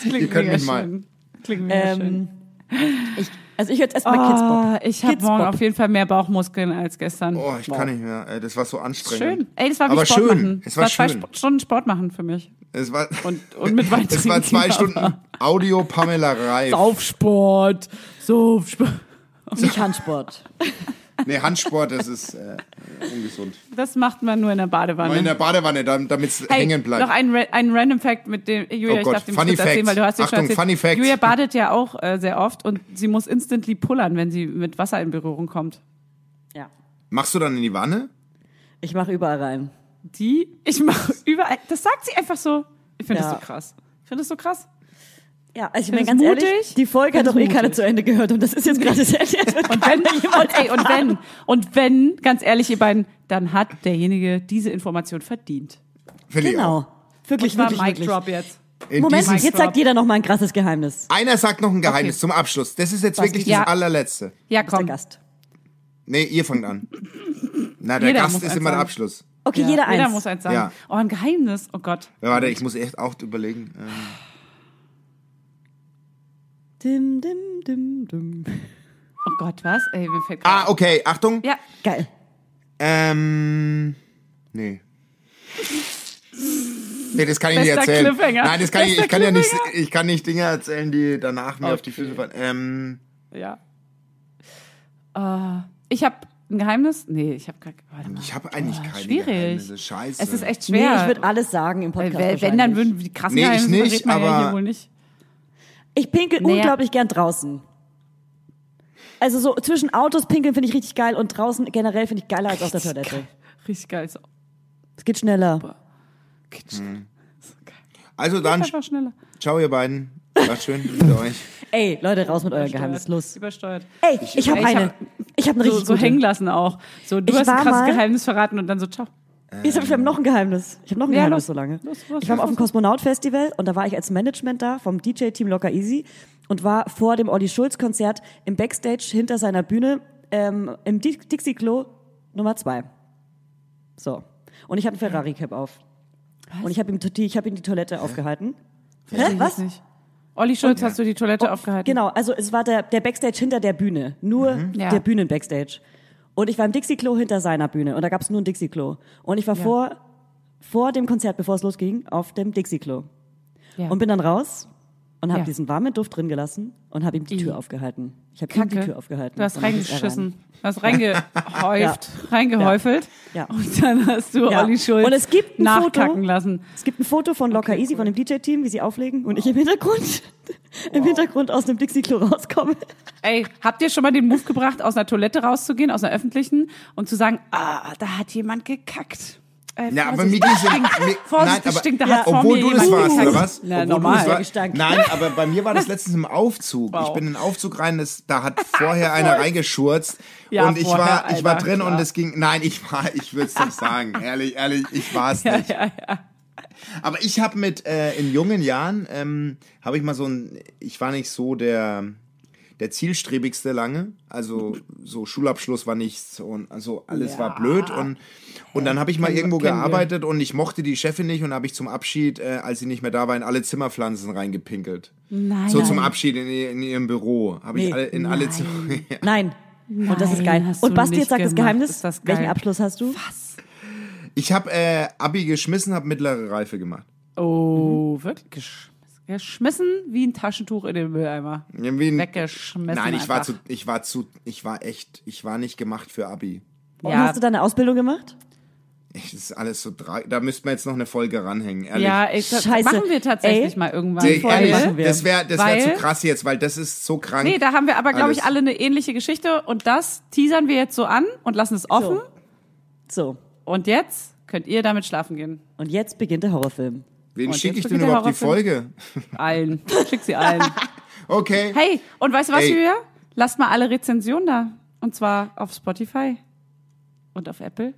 A: Klingt
C: Oh, Ihr könnt
A: mega
C: mich mal.
A: schön. Klingt mega schön.
B: Ähm, ich, also ich höre jetzt erstmal Kids Bop.
A: Ah, ich habe
B: Kids
A: morgen
B: Bop.
A: auf jeden Fall mehr Bauchmuskeln als gestern.
C: Oh, ich kann nicht mehr. Ey, Das war so anstrengend.
A: Schön. Ey, das war wie
C: Aber
A: Sport
C: schön.
A: machen.
C: Es war
A: zwei
C: schön.
A: Sp- Stunden Sport machen für mich.
C: Es war,
A: Und- und mit Wein
C: Es war
A: trinken,
C: zwei
A: aber-
C: Stunden Audio Pamela Reif.
A: Saufsport. Saufsport.
B: Nicht Handsport.
C: Nee, Handsport, das ist äh, ungesund.
A: Das macht man nur in der Badewanne.
C: Nur in der Badewanne, damit es
A: Hey,
C: hängen bleibt.
A: Noch ein, Ra ein Random Fact mit dem Julia,
C: Oh Gott,
A: ich darf den
C: Funny
A: kurz erzählen,
C: Facts.
A: weil du hast den schon
C: Achtung,
A: erzählt.
C: Funny Facts.
A: Julia badet ja auch äh, sehr oft und sie muss instantly pullern, wenn sie mit Wasser in Berührung kommt.
B: Ja.
C: Machst du dann in die Wanne?
B: Ich mache überall rein.
A: Die, ich mache überall, das sagt sie einfach so. Ich finde
B: Ja.
A: das so krass. Ich finde das so krass.
B: Ja, also ich meine
A: das
B: ganz
A: mutig?
B: ehrlich, die Folge hat
A: Findest
B: doch
A: du
B: eh keiner
A: mutig?
B: zu Ende gehört und das ist jetzt gerade das Ende. Jetzt wird
A: Und wenn, und, ey, und wenn, und wenn, ganz ehrlich, ihr beiden, dann hat derjenige diese Information verdient.
C: Finde
B: Genau. Wirklich,
A: Ich war
B: wirklich,
A: Mic
B: wirklich.
A: Drop jetzt.
C: ich auch. In
B: Moment,
C: diesem-
B: jetzt sagt jeder noch mal ein krasses Geheimnis.
C: einer sagt noch ein Geheimnis zum Abschluss. Das ist jetzt wirklich das
A: Ja.
C: allerletzte.
A: Ja,
B: Der
A: komm.
B: Gast.
C: Nee, ihr fangt an. Na, der
A: Jeder
C: Gast
A: muss
C: ist
A: eins
C: immer der
A: sagen.
C: Abschluss.
B: Okay, jeder eins.
A: Jeder muss eins sagen.
C: Ja.
A: Oh, ein Geheimnis. Oh Gott.
C: Ja, warte, ich muss echt auch überlegen. Ähm,
B: Dim, dim, dim, dim.
A: Oh Gott, was? Ey, mir fällt grad-
C: Ah, okay, Achtung.
A: Ja,
B: Geil.
C: Ähm, nee. Nee, das kann ich
A: Bester
C: nicht erzählen.
A: Cliffhanger.
C: Nein, das kann ich,
A: Bester
C: ich kann ja nicht,
A: Cliffhanger.
C: ich kann nicht Dinge erzählen, die danach mir auf die Füße fallen. Ähm,
A: ja. Ah, ich habe ein Geheimnis? Nee, ich habe gar Warte mal.
C: ich habe eigentlich keine
A: Oh, schwierig.
C: Geheimnisse. Scheiße.
A: Es ist echt
B: Nee,
A: schwer.
B: ich würde alles sagen im Podcast.
A: Weil, wenn, dann
B: wahrscheinlich.
A: würden wir die krassen
C: Nee, ich
A: Geheimnisse
C: nicht,
A: verrät man ja
C: aber-
A: hier wohl nicht.
B: Ich pinkel
A: Naja.
B: unglaublich gern draußen. Also so zwischen Autos pinkeln finde ich richtig geil und draußen generell finde ich geiler als auf der Toilette.
A: Richtig geil. So,
B: Es geht schneller.
A: geht schnell.
C: also dann,
A: Einfach schneller.
C: ciao ihr beiden. War schön mit euch.
B: Ey, Leute, raus mit euren Geheimnis. Los.
A: Übersteuert.
B: Ey, ich habe
A: ich hab-
B: eine. Ich habe eine
A: So,
B: richtig
A: so
B: gute.
A: hängen lassen auch. So, du
B: Ich
A: hast ein
B: war
A: krasses
B: mal-
A: Geheimnis verraten und dann so, ciao.
B: Äh, Ich habe noch ein Geheimnis. Ich habe noch ein
A: Ja,
B: Geheimnis
A: los.
B: so lange.
A: Los, los,
B: ich war
A: los,
B: mal auf dem
A: los.
B: Kosmonaut-Festival und da war ich als Management da vom DJ-Team Locker Easy und war vor dem Olli Schulz-Konzert im Backstage hinter seiner Bühne ähm, im Di- Dixie-Klo Nummer zwei. So. Und ich hatte einen Ferrari-Cap auf. Und ich habe ihm, to- die- ich hab ihm die Toilette aufgehalten. Hä?
A: Ich weiß
B: Was?
A: Nicht. Olli Schulz, hast du die Toilette aufgehalten?
B: Genau, also es war der, der Backstage hinter der Bühne. Nur
A: Ja.
B: der Bühnen-Backstage. Und ich war im Dixie-Klo hinter seiner Bühne. Und da gab es nur ein Dixie-Klo. Und ich war vor, vor dem Konzert, bevor es losging, auf dem Dixie-Klo.
A: Ja.
B: Und bin dann raus und habe
A: Ja.
B: diesen warmen Duft drin gelassen und habe ihm die Tür
A: I.
B: aufgehalten. Ich habe ihm
A: Kacke.
B: die Tür aufgehalten.
A: Du hast
B: Und dann ist er rein.
A: reingeschissen. Du hast reingehäuft, reingehäufelt.
B: Ja.
A: Und dann hast du
B: Ja.
A: Olli Schulz
B: Und es gibt ein
A: nachkacken
B: Foto.
A: lassen.
B: Es gibt ein Foto von Locker Easy, von dem DJ-Team, wie sie auflegen und ich im Hintergrund, im Hintergrund aus dem Dixie-Klo rauskomme.
A: Ey, habt ihr schon mal den Move gebracht, aus einer Toilette rauszugehen, aus einer öffentlichen und zu sagen, ah, da hat jemand gekackt. Äh,
C: Na, aber
A: Vorsicht,
C: mir ging's ja- mir-
A: Vorsicht,
C: nein,
A: das
C: aber-
A: stinkt, da
B: Ja.
A: hat vor
C: Obwohl
A: mir
C: du das
A: jemand
C: warst,
A: gekackt.
C: oder was?
B: Na,
C: Obwohl
B: normal.
C: du das war-
B: Gestank.
C: Nein, aber bei mir war das letztens im Aufzug.
A: Wow.
C: Ich bin in den Aufzug rein, das, da hat vorher einer reingeschurzt
A: Ja,
C: und ich
A: vorher,
C: war, ich war
A: Alter,
C: drin
A: klar.
C: und es ging. Nein, ich war, ich würde es nicht sagen. ehrlich, ehrlich, ich war es
A: Ja,
C: nicht.
A: ja, ja.
C: Aber ich habe mit äh, in jungen Jahren ähm, habe ich mal so ein, ich war nicht so der der zielstrebigste lange, also so Schulabschluss war nichts und also alles war blöd und und dann habe ich mal irgendwo
E: kennen wir.
C: gearbeitet und ich mochte die Chefin nicht und habe ich zum Abschied, äh, als sie nicht mehr da war, in alle Zimmerpflanzen reingepinkelt.
A: Nein.
C: So zum Abschied in, ihr- in ihrem Büro habe ich
B: Nee.
C: alle, in alle Zimmer.
B: Nein. Und das ist
A: Nein,
B: geil.
A: hast
B: Und
A: du
B: Basti
A: nicht
B: jetzt sagt das
A: gemacht.
B: Geheimnis.
A: Ist das geil.
B: Welchen Abschluss hast du?
C: Ich habe äh, Abi geschmissen, habe mittlere Reife gemacht.
A: Oh,
C: Mhm.
A: wird gesch geschmissen wie ein Taschentuch in den Mülleimer.
C: Irgendwie ein-
A: Weggeschmissen.
C: Nein, ich war
A: einfach.
C: zu, ich war zu, ich war echt, ich war nicht gemacht für Abi.
B: Und
A: Ja,
B: hast du deine Ausbildung gemacht?
C: Ich, das ist alles so drei. Da müssten wir jetzt noch eine Folge ranhängen, ehrlich.
A: ja ey, das
B: Scheiße.
A: machen wir tatsächlich
B: Ey.
A: mal irgendwann.
C: Die,
A: Voll.
C: ehrlich,
B: machen wir.
C: das wäre das wär
A: Weil-
C: zu krass jetzt, weil das ist so krank.
A: Nee, da haben wir aber, glaube ich,
C: Alles.
A: alle eine ähnliche Geschichte. Und das teasern wir jetzt so an und lassen es offen.
B: So. So.
A: Und jetzt könnt ihr damit schlafen gehen.
B: Und jetzt beginnt der Horrorfilm.
C: Wem
A: Und
C: schicke ich
A: jetzt
C: denn
A: wieder
C: überhaupt die Folge?
A: Horrorfilm. Allen. Schick sie allen.
C: Okay.
A: Hey, und weißt du was,
C: Ey.
A: Julia? Lasst mal alle Rezensionen da. Und zwar auf Spotify und auf Apple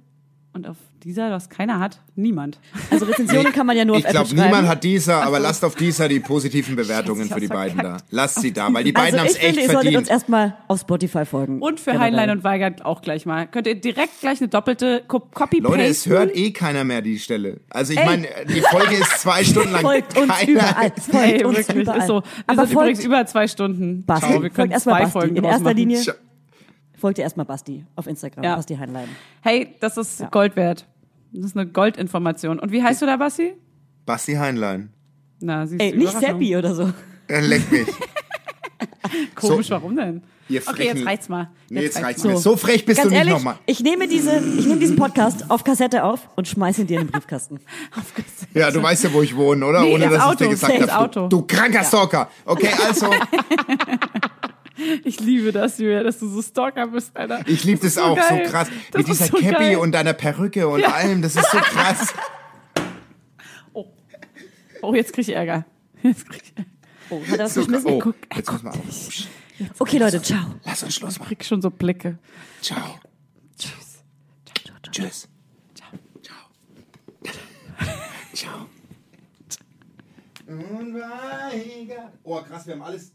A: und auf dieser, was keiner hat. Niemand.
B: Also Rezensionen kann man ja nur
C: ich
B: auf Apple
C: glaube,
B: schreiben.
C: niemand hat dieser, aber lasst auf dieser die positiven Bewertungen
A: ich
C: für die
A: hab's
C: beiden da. Lasst sie da, weil die
B: also
C: beiden haben
B: ich
C: es echt
B: finde, ihr solltet uns
C: verdient.
B: erstmal auf Spotify folgen. Genau,
A: Und für
B: Generell.
A: Heinlein und Weigert auch gleich mal. Könnt ihr direkt gleich eine doppelte Co- copy
C: Leute, es
A: pasten.
C: hört eh keiner mehr die Stelle. Also ich meine, die Folge ist zwei Stunden lang.
B: Folgt uns
C: keiner
B: überall. Folgt
A: Ey,
B: uns
A: wirklich,
B: überall.
A: ist so. Wir
B: Aber
A: sind übrigens
B: folgt,
A: über zwei Stunden.
B: Basti.
A: Ciao, wir
B: Folgt
A: können
B: erstmal
A: zwei
B: Basti.
A: Folgen
B: In
A: draus
B: erster
A: machen.
B: Linie-
C: Tja.
B: folgt ihr erstmal Basti auf Instagram.
A: Ja.
B: Basti Heinlein.
A: Hey, das ist Gold wert. Das ist eine Goldinformation. Und wie heißt du da, Basti?
C: Basti Heinlein.
A: Na, siehst
B: Ey,
A: du,
B: nicht
A: Überraschung.
B: Seppi oder so.
C: Äh, Leck mich.
A: Komisch,
C: So.
A: warum denn?
C: Ihr
A: okay,
C: frechen-
A: jetzt reicht's mal.
C: Nee, jetzt reicht's
A: mal.
C: mir. So frech bist
B: Ganz
C: du nicht
B: ehrlich,
C: nochmal.
B: ich nehme, diese, ich nehme diesen Podcast auf Kassette auf und schmeiße ihn dir in den Briefkasten.
C: Ja, du weißt ja, wo ich wohne, oder?
A: Nee,
C: Ohne
A: ins
C: dass ich dir
A: Auto,
C: gesagt
A: ins
C: habe. Du,
A: Auto.
C: du kranker Stalker. Okay, also,
A: Ich liebe das, Julia, dass du so Stalker bist, Alter.
C: ich liebe das
A: ist so
C: auch
A: geil.
C: so krass.
A: Das
C: Mit
A: ist
C: dieser
A: so
C: Cappy
A: geil.
C: und deiner Perücke und allem, das ist so krass.
A: Oh, jetzt krieg ich Ärger. Jetzt krieg ich,
B: Oh, hat er was
C: So,
B: geschmissen?
C: oh,
A: guck, ey,
C: jetzt
A: guck
C: müssen wir auch. Psst,
B: Okay, Leute, ciao.
C: Lass uns Schluss machen.
A: krieg schon so Blicke.
C: Ciao. Tschüss. Ciao. Ciao. Unweigert. Oh, krass, wir haben alles.